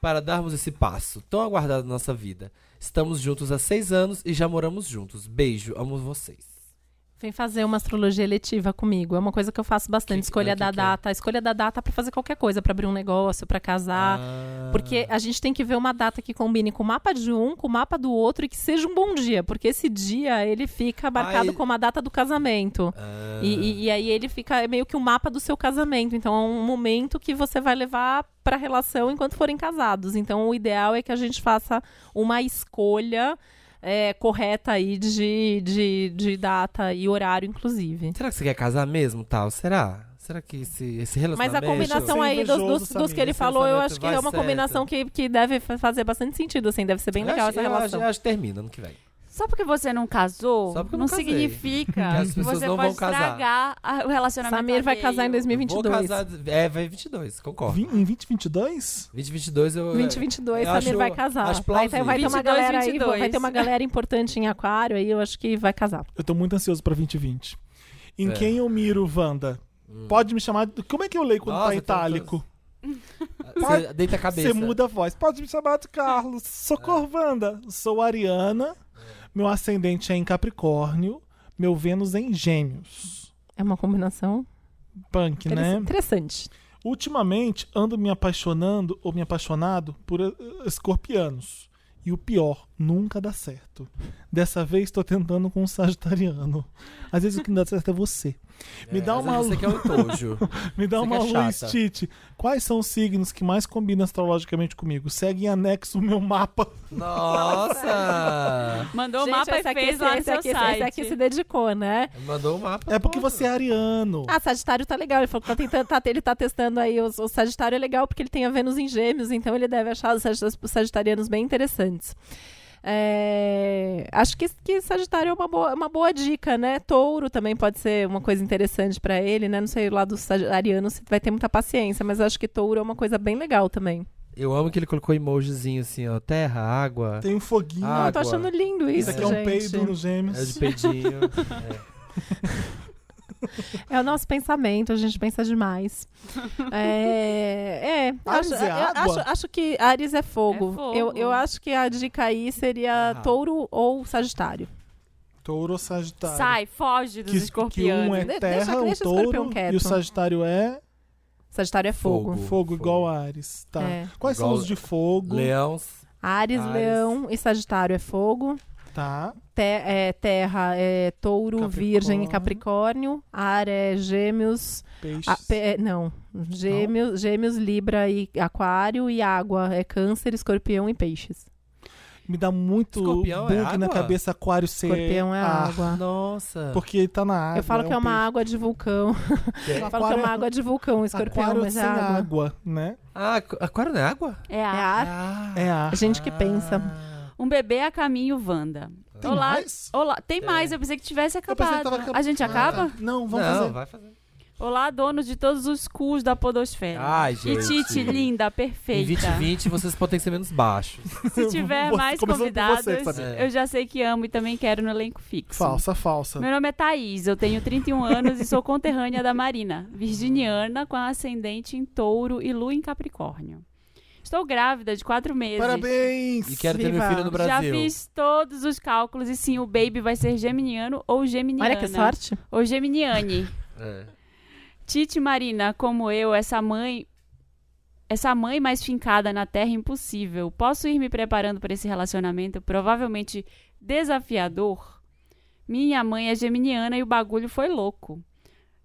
S2: para darmos esse passo tão aguardado na nossa vida? Estamos juntos há seis anos e já moramos juntos. Beijo, amo vocês.
S4: Vem fazer uma astrologia letiva comigo. É uma coisa que eu faço bastante.
S2: Que-
S4: escolha
S2: que
S4: da
S2: que é?
S4: data. Escolha da data pra fazer qualquer coisa, pra abrir um negócio, pra casar.
S2: Ah.
S4: Porque a gente tem que ver uma data que combine com o mapa de um, com o mapa do outro e que seja um bom dia, porque esse dia ele fica marcado
S2: ele-
S4: como a data do casamento. E, e- e aí ele fica é meio que o mapa do seu casamento. Então é um momento que você vai levar pra relação enquanto forem casados. Então o ideal é que a gente faça uma escolha é, correta aí de, de, de data e horário, inclusive.
S2: Será que você quer casar mesmo, tal? Será? Será que esse, esse
S4: Mas
S2: relacionamento...
S4: a combinação
S1: Você é
S4: aí dos,
S1: invejoso,
S4: dos,
S1: Samir,
S4: dos que ele
S2: esse
S4: falou, eu
S2: relacionamento
S4: acho que
S2: vai
S4: é uma
S2: certo.
S4: combinação que, que deve fa- fazer bastante sentido, assim, deve ser bem
S2: Eu
S4: legal
S2: acho-
S4: essa
S2: eu
S4: relação.
S2: acho, eu acho que termina ano que vem.
S3: Só porque você não casou,
S2: Só porque eu
S3: não
S2: não casei.
S3: significa
S2: Que as
S3: que
S2: pessoas
S3: você
S2: não
S3: pode
S2: vão casar.
S3: estragar a- o relacionamento.
S4: Samir vai
S3: alheio.
S4: casar em 2022.
S2: Vou casar... É, vai em 22, concordo.
S1: Vim- em 2022?
S2: 2022 eu... é,
S4: 2022,
S2: eu
S4: Samir
S2: acho-
S4: vai casar.
S2: acho
S4: Vai ter, vai ter uma
S3: 22,
S4: galera aí,
S3: 22.
S4: vai ter uma galera importante em aquário aí, eu acho que vai casar.
S1: Eu tô muito ansioso pra 2020. Em
S2: É. Hum.
S1: quem eu miro, Wanda? Pode me chamar. de- Como é que eu leio quando
S2: Nossa,
S1: tá
S2: eu tô-
S1: itálico?
S2: Você deita a cabeça. É.
S1: Você muda a voz. Pode me chamar de Carlos. Socorro, Wanda. Sou Ariana. Meu ascendente é em Capricórnio. Meu Vênus é em Gêmeos.
S4: É uma combinação
S1: Punk,
S4: interessa-
S1: né?
S4: interessante.
S1: Ultimamente, ando me apaixonando ou me apaixonado por eh, escorpianos. E o pior, nunca dá certo. Dessa vez, tô tentando com um sagitariano. Às vezes o que não dá certo é você. Me dá
S2: mas
S1: uma
S2: Você que é um tojo.
S1: Me dá
S2: Você
S1: uma
S2: que é
S1: luz,
S2: chata.
S1: Tite. Quais são os signos que mais combinam astrologicamente comigo? Segue em anexo o meu mapa.
S2: Nossa!
S3: Mandou
S4: Gente,
S3: o mapa e
S4: esse aqui-
S3: fez
S4: esse-
S3: lá no
S4: esse
S3: seu
S4: aqui, esse-
S3: site.
S4: Esse aqui se dedicou, né?
S2: Mandou o mapa.
S1: É porque você é ariano.
S4: Ah, Sagitário tá legal. Ele falou que tá tentando, tá- ele tá testando aí. os- O, Sagitário é legal porque ele tem a Vênus em Gêmeos, então ele deve achar os, sag- os Sagitarianos bem interessantes. É, acho que, que Sagitário é uma boa, é uma boa dica, né? Touro também pode ser uma coisa interessante pra ele, né? Não sei lá do Sagitariano se vai ter muita paciência, mas acho que Touro é uma coisa bem legal também.
S2: Eu amo que ele colocou emojizinho assim, ó. Terra, água.
S1: Tem um foguinho.
S2: Ah,
S4: Eu tô
S2: Água.
S4: achando lindo
S1: isso
S4: isso,
S1: aqui é um
S4: gente.
S1: peido nos
S2: É de
S1: gêmeos.
S2: peidinho.
S4: É o nosso pensamento, a gente pensa demais. É. é,
S1: Ares
S4: acho,
S1: é
S4: eu
S1: água?
S4: acho- acho que Ares é fogo.
S3: É fogo.
S4: Eu, eu acho que a dica aí seria
S1: Ah.
S2: Errado.
S4: touro ou sagitário.
S1: Touro ou
S2: Tá.
S1: sagitário?
S3: Sai, foge dos
S1: que, que
S3: escorpiões.
S1: um é
S4: Deixa-
S1: terra, o
S4: deixa o escorpião
S1: touro,
S4: quieto.
S1: e o sagitário é
S4: Sagitário é fogo.
S1: fogo,
S2: Fogo,
S1: igual a Ares. Tá.
S4: É.
S1: Quais
S2: Igual-
S1: são os de fogo?
S2: Leões.
S4: Ares,
S2: Ares.
S4: leão e sagitário é fogo.
S1: Tá.
S4: Te- é, terra é touro, virgem e capricórnio. Ar é gêmeos.
S1: Peixes.
S4: a- pe- é, não. Gêmeos, gêmeos, libra e aquário. E água é câncer, escorpião e peixes.
S1: Me dá muito
S2: Escorpião
S1: bug
S2: é
S1: na
S2: água?
S1: cabeça aquário ser
S4: Escorpião é
S1: ar,
S4: água.
S2: Nossa.
S1: Porque ele tá na água.
S4: Eu falo que é
S1: um
S4: uma água de vulcão.
S2: É.
S4: Eu falo que é uma água de vulcão, escorpião,
S1: aquário
S4: mas é
S1: sem água.
S4: água.
S1: né?
S2: Ah, aqu- aquário não é água?
S3: É
S4: É
S3: a
S4: ar.
S2: Ah.
S1: É ar.
S4: A gente que pensa.
S3: Um bebê a caminho, Wanda.
S1: Tem
S3: olá,
S1: mais?
S3: olá. Tem mais, eu pensei que tivesse
S1: É. pensei que
S3: acabado.
S1: tava Ah, tá. acab-
S3: A gente acaba?
S1: Não, vamos
S2: Não,
S1: fazer.
S2: vai fazer.
S3: Olá, donos de todos os cus da podosfera.
S1: Ah,
S2: Ai,
S3: É. E
S2: gente.
S3: Titi, linda,
S2: Em
S3: perfeita.
S2: 2020 vocês podem ser menos baixos.
S3: Se tiver
S1: Você- começando
S3: mais
S1: por
S3: convidados,
S1: você, Fabi.
S2: É.
S3: eu já sei que amo e também quero no elenco fixo.
S1: Falsa, falsa.
S3: Meu nome é Thaís, eu tenho 31 anos e sou conterrânea da Marina, virginiana com ascendente em touro e lua em capricórnio. Estou grávida de quatro meses.
S1: Parabéns!
S2: E quero ter meu
S4: Viva.
S2: filho no
S3: Já
S2: Brasil.
S3: fiz todos os cálculos e sim, o baby vai ser geminiano ou geminiana.
S4: Olha que sorte.
S3: Ou geminiane.
S2: É.
S3: Tite Marina, como eu, essa mãe. Essa mãe mais fincada na terra é impossível. Posso ir me preparando para esse relacionamento provavelmente desafiador? Minha mãe é geminiana e o bagulho foi louco.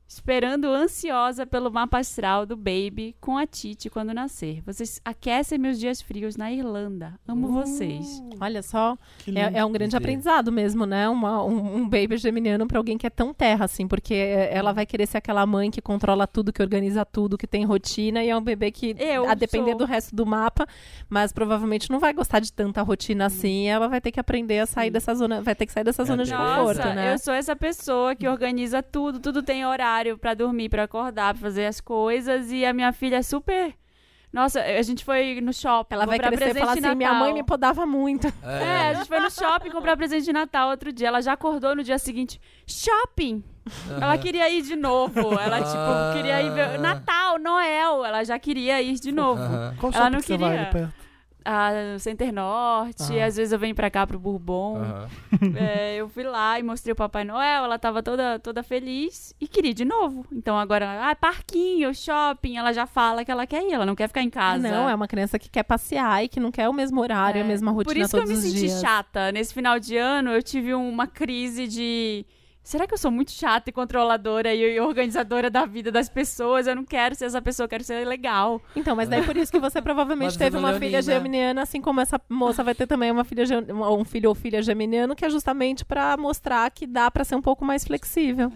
S3: Esperando ansiosa pelo mapa astral do baby com a Tite quando nascer. Vocês aquecem meus dias frios na Irlanda. Amo vocês.
S4: Olha só,
S1: Que lindo.
S4: é, é um
S2: Entendi.
S4: grande aprendizado mesmo, né? Uma- um, um baby geminiano pra alguém que é tão terra, assim, porque ela vai querer ser aquela mãe que controla tudo, que organiza tudo, que tem rotina, e é um bebê que,
S3: Eu
S4: a depender
S3: sou.
S4: do resto do mapa, mas provavelmente não vai gostar de tanta rotina assim, e ela vai ter que aprender a sair dessa zona, vai ter que sair dessa zona de
S2: beleza.
S4: conforto,
S3: Nossa,
S4: né?
S3: eu sou essa pessoa que organiza tudo, tudo tem horário pra dormir, pra acordar, pra fazer as coisas e a minha filha é super Nossa, a gente foi no shopping,
S4: Ela vai
S3: comprar
S4: crescer e
S3: presente
S4: falar
S3: de
S4: assim,
S3: Natal.
S4: minha mãe me podava muito.
S3: É, a gente foi no shopping comprar presente de Natal outro dia. Ela já acordou no dia seguinte. Shopping! Ela queria ir de novo. Ela,
S2: Ah.
S3: tipo, queria ir ver. Natal, Noel. Ela já queria ir de novo.
S2: Aham.
S1: Qual
S3: Ela
S1: shopping
S3: não
S1: que você vai
S3: queria.
S1: ali perto?
S3: Ah, Center Norte.
S1: Ah.
S3: Às vezes eu venho pra cá, pro Bourbon.
S2: Aham.
S3: É, eu fui lá e mostrei o Papai Noel, ela tava toda, toda feliz e queria ir de novo. Então agora, ah, parquinho, shopping, ela já fala que ela quer ir, ela não quer ficar em casa. É.
S4: Não, é uma criança que quer passear e que não quer o mesmo horário, a mesma rotina
S3: Por isso que eu
S4: todos
S3: me
S4: os
S3: senti
S4: dias.
S3: chata. Nesse final de ano, eu tive uma crise de. Será que eu sou muito chata e controladora e e organizadora da vida das pessoas? Eu não quero ser essa pessoa, eu quero ser legal.
S4: Então, mas daí por isso que você provavelmente
S2: Mas
S4: teve
S2: Ana
S4: uma filha
S2: Leonina.
S4: geminiana, assim como essa moça vai ter também uma filha, ge- um filho ou filha geminiano, que é justamente pra mostrar que dá pra ser um pouco mais flexível.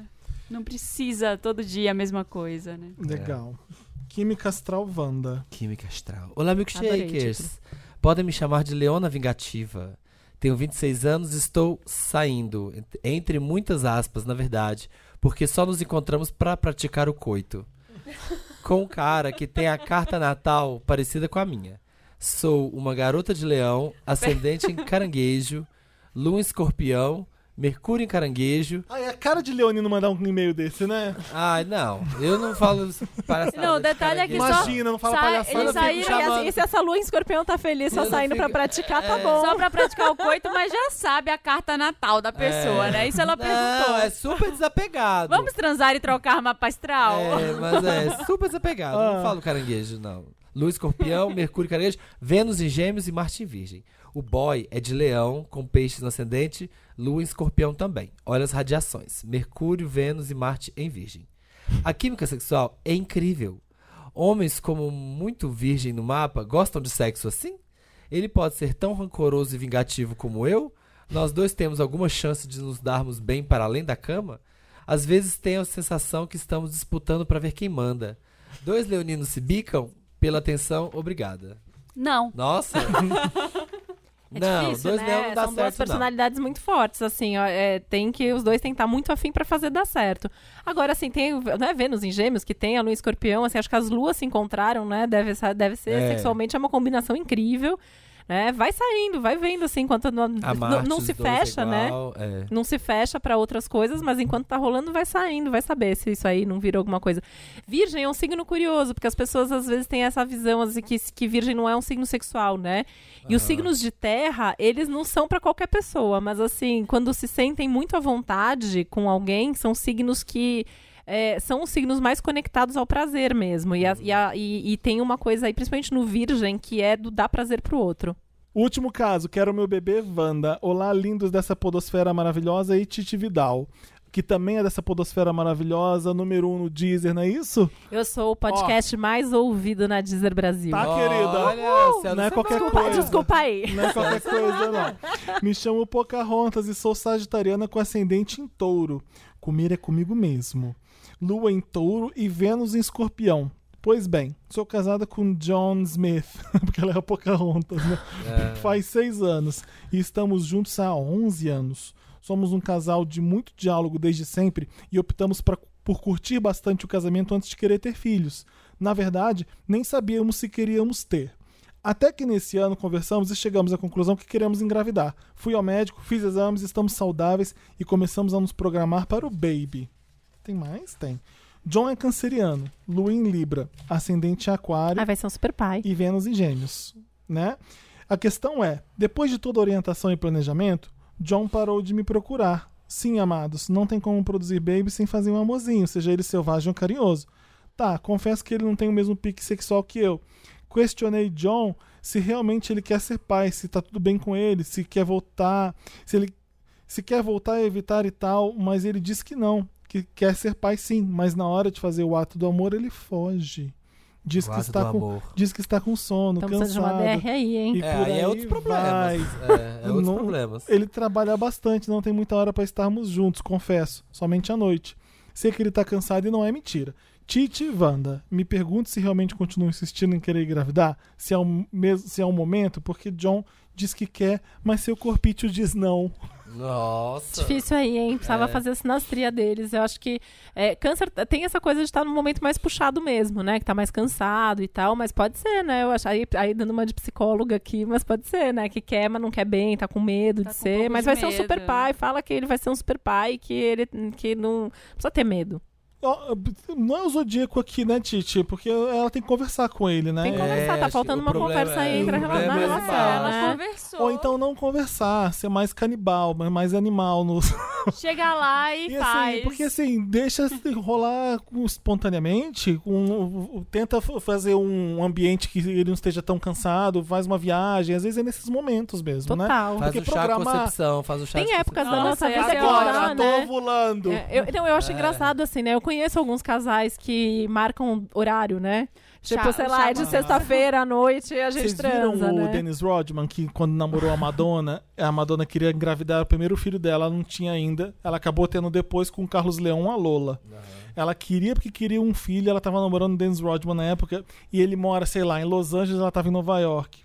S3: Não precisa todo dia a mesma coisa, né?
S1: Legal.
S2: É.
S1: Química Astral Wanda.
S2: Química astral. Olá,
S4: Adorei o
S2: milkshakers. Podem me chamar de Leona Vingativa. Tenho 26 anos e estou saindo, ent- entre muitas aspas, na verdade, porque só nos encontramos pra praticar o coito. Com um cara que tem a carta natal parecida com a minha. Sou uma garota de leão, ascendente em caranguejo, lua em escorpião, mercúrio em caranguejo.
S1: Ah, é a cara de Leonino mandar um e-mail desse, né?
S2: Ai, não, eu não falo isso para
S3: Não, o detalhe é que só-
S1: Imagina, não fala
S3: Sai-
S1: palhaçada. assim.
S3: eles
S1: eu fico
S3: saíram-
S1: chateado.
S2: chamando.
S4: E assim, se essa lua em escorpião tá feliz só
S2: Não, não
S4: saindo pra
S2: fica-
S4: praticar, tá
S2: É.
S4: bom.
S3: Só pra praticar o coito, mas já sabe a carta natal da pessoa,
S4: É.
S3: né? Isso ela perguntou.
S2: Não, é super desapegado.
S3: Vamos transar e trocar mapa astral?
S2: É, mas é super desapegado.
S1: Ah.
S2: Não falo caranguejo, não. Lua escorpião, Mercúrio em caranguejo, Vênus em gêmeos e Marte em virgem. O boy é de leão, com peixes no ascendente, Lua em escorpião também. Olha as radiações. Mercúrio, Vênus e Marte em virgem. A química sexual é incrível. Homens, como muito virgem no mapa, gostam de sexo assim? Ele pode ser tão rancoroso e vingativo como eu? Nós dois temos alguma chance de nos darmos bem para além da cama? Às vezes tenho a sensação que estamos disputando para ver quem manda. Dois leoninos se bicam? Pela atenção, obrigada.
S3: Não.
S2: Nossa!
S4: É
S2: não,
S4: difícil,
S2: dois
S4: né?
S2: leões não dá
S4: São duas
S2: certo, não.
S4: personalidades muito fortes, assim, ó, é, tem que os dois tentar muito afim pra fazer dar certo. Agora, assim, tem, né, Vênus em Gêmeos, que tem a Lua em Escorpião, assim, acho que as luas se encontraram, né, deve, sa- deve ser,
S2: É.
S4: sexualmente é uma combinação incrível, né, vai saindo, vai vendo, assim, enquanto não,
S2: A
S4: n-
S2: Marte,
S4: não
S2: os
S4: se
S2: dois
S4: fecha,
S2: é
S4: né,
S2: igual, é.
S4: não se fecha pra outras coisas, mas enquanto tá rolando, vai saindo, vai saber se isso aí não vira alguma coisa. Virgem é um signo curioso, porque as pessoas às vezes têm essa visão assim, que, que virgem não é um signo sexual, né? E os signos de terra, eles não são pra qualquer pessoa, mas assim, quando se sentem muito à vontade com alguém, são signos que. é, são os signos mais conectados ao prazer mesmo. E, a- e a- e- e tem uma coisa aí, principalmente no Virgem, que é do dar prazer pro outro.
S1: Último caso, quero meu bebê Wanda. Olá, lindos dessa podosfera maravilhosa e Titi Vidal. que também é dessa podosfera maravilhosa, número um no Deezer, não é isso?
S4: Eu sou o podcast mais ouvido na Deezer Brasil.
S1: Tá, querida?
S2: Olha, Celso,
S1: não é
S2: você
S1: qualquer
S2: manda.
S1: coisa.
S3: Desculpa aí.
S1: Não é qualquer coisa, não. Me chamo Pocahontas e sou sagitariana com ascendente em touro. Comer é comigo mesmo. Lua em touro e Vênus em escorpião. Pois bem, sou casada com John Smith, porque ela é a Pocahontas, né? Faz seis anos e estamos juntos há 11 anos. Somos um casal de muito diálogo desde sempre e optamos pra- por curtir bastante o casamento antes de querer ter filhos. Na verdade, nem sabíamos se queríamos ter. Até que nesse ano conversamos e chegamos à conclusão que queremos engravidar. Fui ao médico, fiz exames, estamos saudáveis e começamos a nos programar para o baby. Tem mais? Tem. John é canceriano, Lua em Libra, ascendente em Aquário
S4: Ah, vai ser um super pai.
S1: e Vênus em Gêmeos, né? A questão é, depois de toda a orientação e planejamento, John parou de me procurar. Sim, amados, não tem como produzir baby sem fazer um amorzinho, seja ele selvagem ou carinhoso. Tá, confesso que ele não tem o mesmo pique sexual que eu. Questionei John se realmente ele quer ser pai, se tá tudo bem com ele, se quer voltar, se ele se quer voltar a evitar e tal, mas ele disse que não, que quer ser pai sim, mas na hora de fazer o ato do amor ele foge. Diz
S2: O
S1: que
S2: ato
S1: está
S2: do
S1: com um
S2: amor.
S1: diz que está com sono,
S4: Estamos precisando Então de uma
S1: cansado.
S4: DR aí, hein?
S1: E
S2: É,
S1: por
S2: aí é outros problemas.
S1: vai.
S2: É, é outros
S1: Não-
S2: problemas.
S1: Ele trabalha bastante, não tem muita hora pra estarmos juntos, confesso. Somente à noite. Sei que ele tá cansado e não é mentira. Tite e Wanda, me pergunto se realmente continuam insistindo em querer engravidar, se é um, mesmo, se é um momento, porque John diz que quer, mas seu corpício diz não.
S2: Nossa.
S4: É Difícil aí, hein? Precisava
S2: É.
S4: fazer a sinastria deles. Eu acho que é, câncer t- tem essa coisa de estar num momento mais puxado mesmo, né? Que tá mais cansado e tal, mas pode ser, né? Eu acho aí, aí dando uma de psicóloga aqui, mas pode ser, né? Que quer, mas não quer bem, tá com medo
S3: Tá
S4: de
S3: com um
S4: ser.
S3: pouco
S4: mas
S3: de
S4: vai ser um
S3: medo.
S4: super pai, fala que ele vai ser um super pai, que ele que não precisa ter medo.
S1: Ó, Não é o zodíaco aqui, né, Tite? Porque ela tem que conversar com ele, né?
S4: Tem que
S1: É.
S4: conversar, tá
S2: acho que
S4: faltando
S2: o
S4: uma
S2: problema
S4: conversa aí
S2: é-
S4: entre a
S2: o
S4: rela-
S2: problema
S4: na
S2: é
S4: relação,
S2: ela
S4: né?
S3: Tá Ela conversou.
S1: Ou então não conversar, ser mais canibal, mas mais animal no,
S3: Chega lá e,
S1: E
S3: faz.
S1: assim, porque assim, deixa se rolar com- espontaneamente, com- tenta f- fazer um ambiente que ele não esteja tão cansado, faz uma viagem, às vezes é nesses momentos mesmo, né?
S4: Total.
S2: Faz
S1: Porque
S2: o chá
S1: programar-
S2: concepção, faz o chá
S4: Tem
S2: de
S4: épocas da
S3: Nossa,
S4: nossa vida
S3: essa
S4: que
S3: é
S4: não
S3: hora,
S4: dá,
S1: Agora,
S4: né?
S1: tô ovulando.
S4: É, eu, não, eu acho
S2: É.
S4: engraçado, assim, né? Eu conheço alguns casais que marcam horário, né? Tipo,
S3: Chá-
S4: sei
S3: o
S4: lá,
S3: chá
S4: é de
S3: mata.
S4: sexta-feira à noite e a gente
S1: Vocês viram
S4: transa,
S1: o
S4: né?
S1: Dennis Rodman, que quando namorou a Madonna, a Madonna queria engravidar o primeiro filho dela, ela não tinha ainda. Ela acabou tendo depois com o Carlos Leão a Lola. Ela queria porque queria um filho, ela tava namorando o Dennis Rodman na época, e ele mora, sei lá, em Los Angeles, ela tava em Nova York.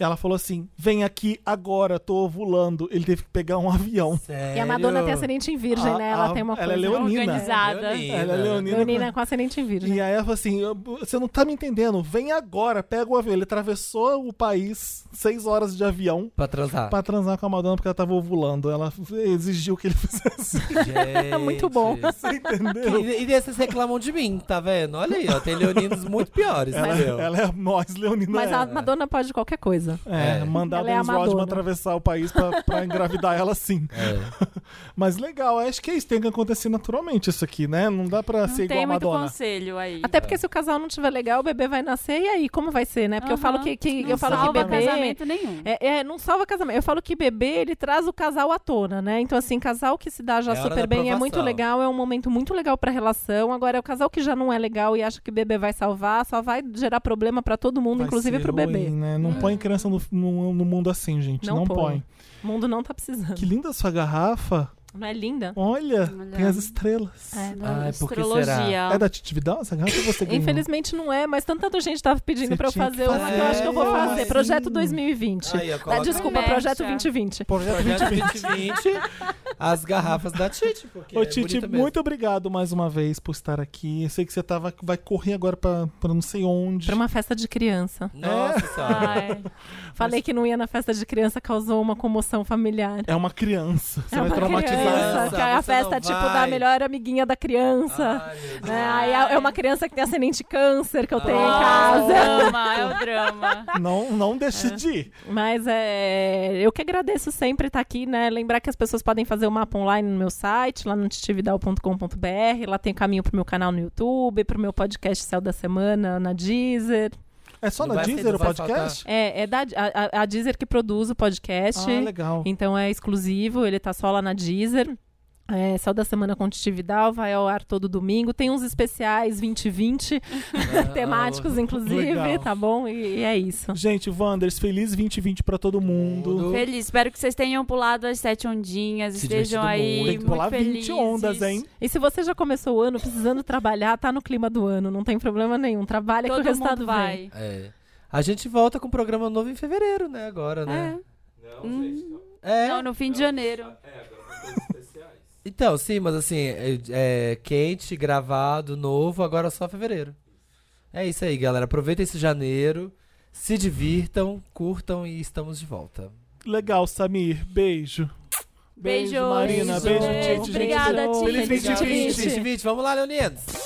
S1: Ela falou assim: vem aqui agora, tô ovulando. Ele teve que pegar um avião.
S2: Sério?
S4: E a Madonna tem né? ascendente em virgem,
S1: A-
S4: né? Ela
S1: a-
S4: tem uma
S1: ela é
S4: coisa...
S1: leonina.
S3: Organizada.
S1: Ela é leonina.
S4: Leonina com ascendente em virgem.
S1: E aí ela falou assim: "Eu- você não tá me entendendo, vem agora, pega o avião. Ele atravessou o país, seis horas de avião.
S2: Pra transar.
S1: Pra transar com a Madonna porque ela tava ovulando. Ela exigiu que ele fizesse.
S2: Gente.
S4: Muito bom.
S1: Você entendeu?
S2: E, e desses reclamam de mim, tá vendo? Olha aí, ó, tem leoninos muito piores,
S1: Ela,
S2: entendeu?
S1: ela é nós, Leonina.
S4: Mas a
S1: é.
S4: Madonna pode qualquer coisa.
S1: É,
S2: É.
S1: mandar
S4: Ela é a
S1: Dennis Rodman
S4: Madonna.
S1: atravessar o país pra, pra engravidar ela sim.
S2: É.
S1: Mas legal, acho que é isso. Tem que acontecer naturalmente isso aqui, né? Não dá pra
S3: Não
S1: ser igual
S3: tem
S1: a
S3: muito
S1: Madonna.
S3: conselho aí.
S1: é.
S4: Até porque se o casal não tiver legal, o bebê vai nascer e aí como vai ser, né? Porque eu
S3: Aham.
S4: falo que, que
S3: Não
S4: eu falo que
S3: salva
S4: bebê
S3: casamento nenhum.
S4: É, é, não salva casamento. Eu falo que bebê, ele traz o casal à tona, né? Então, assim, casal que se dá já
S2: É a hora
S4: super
S2: da
S4: bem é
S2: aprovação.
S4: muito legal, é um momento muito legal pra relação. Agora, o casal que já não é legal e acha que bebê vai salvar, só vai gerar problema pra todo mundo,
S1: Vai
S4: inclusive
S1: ser
S4: pro bebê.
S1: ruim, né? Não põe criança no, no- no mundo assim, gente. Não,
S4: Não põe.
S1: põe.
S4: O mundo não tá precisando.
S1: Que linda sua garrafa.
S4: Não é linda?
S1: Olha,
S3: Olha.
S1: tem as estrelas. É,
S4: É.
S2: Ai, por que
S3: Astrologia.
S2: será?
S1: da Titi Vidal essa garrafa ou você ganhou?
S4: Infelizmente não é, mas tanta gente tava pedindo
S1: Você
S4: pra eu
S1: tinha que
S4: fazer uma que eu
S2: fazer.
S4: acho que eu vou
S1: É,
S4: fazer.
S1: sim.
S4: Projeto 2020.
S2: Aí, ó,
S4: Ah,
S2: coloca-
S4: desculpa,
S3: Promete,
S4: Projeto
S3: é.
S4: 2020.
S1: Projeto
S2: Projeto 2020, as garrafas da Titi, porque
S1: Ô,
S2: é
S1: Titi,
S2: bonita mesmo.
S1: muito obrigado mais uma vez por estar aqui. Eu sei que você tava, vai correr agora pra, pra não sei onde.
S4: Pra uma festa de criança.
S2: Nossa senhora.
S3: Ai,
S4: Falei que não ia na festa de criança, causou uma comoção familiar.
S1: É uma criança. Você
S4: É
S1: vai
S4: uma
S1: traumatizar
S2: criança.
S1: ela.
S4: que é a
S2: você
S4: festa,
S2: não
S4: tipo,
S2: vai. Ah.
S4: da melhor amiguinha da criança.
S2: Ai, meu Deus.
S4: né? Aí é é uma criança que tem ascendente câncer que eu tenho
S2: Ah.
S3: Nossa,
S4: em casa.
S3: É o drama, é o drama.
S1: Não, não deixe de ir.
S4: Mas é, eu que agradeço sempre estar aqui, né? Lembrar que as pessoas podem fazer o mapa online no meu site, lá no titividal.com.br. Lá tem o caminho pro meu canal no YouTube, pro meu podcast Céu da Semana, na Deezer.
S1: É só
S2: Não
S1: na
S2: vai-
S1: Deezer
S2: não
S1: o
S2: vai
S1: podcast?
S4: É, é da, a, a- a Deezer que produz o podcast.
S1: Ah, legal.
S4: Então é exclusivo, ele tá só lá na Deezer. É, Céu da Semana com Titi Vidal vai ao ar todo domingo. Tem uns especiais 2020,
S2: né? Ah,
S4: temáticos, inclusive,
S1: Legal.
S4: tá bom? E, e é isso.
S1: Gente, Wanders, feliz 2020 pra todo mundo.
S2: Mundo.
S3: Feliz, espero que vocês tenham pulado as sete ondinhas,
S2: Se
S3: estejam
S2: divertido muito.
S3: aí
S1: Tem
S3: muito,
S1: que pular 20
S3: felizes.
S1: ondas, hein?
S4: E se você já começou o ano precisando trabalhar, tá no clima do ano, não tem problema nenhum. Trabalha
S3: Todo
S4: que o resultado
S3: mundo
S4: vai.
S3: vai.
S2: É. A gente volta com um programa novo em fevereiro, né? Agora, né?
S4: Hum.
S3: É.
S2: É.
S3: Não, no fim de janeiro.
S2: Então, sim, mas assim, é, é quente, gravado, novo, agora só fevereiro. É isso aí, galera. Aproveitem esse janeiro, se divirtam, curtam e estamos de volta.
S1: Legal, Samir. Beijo.
S3: Beijo,
S1: Marina. Beijo,
S3: beijo.
S1: Titi.
S3: Obrigada,
S1: gente.
S3: Titi.
S1: Feliz 2020.
S2: Gente, vamos lá, Leoninos!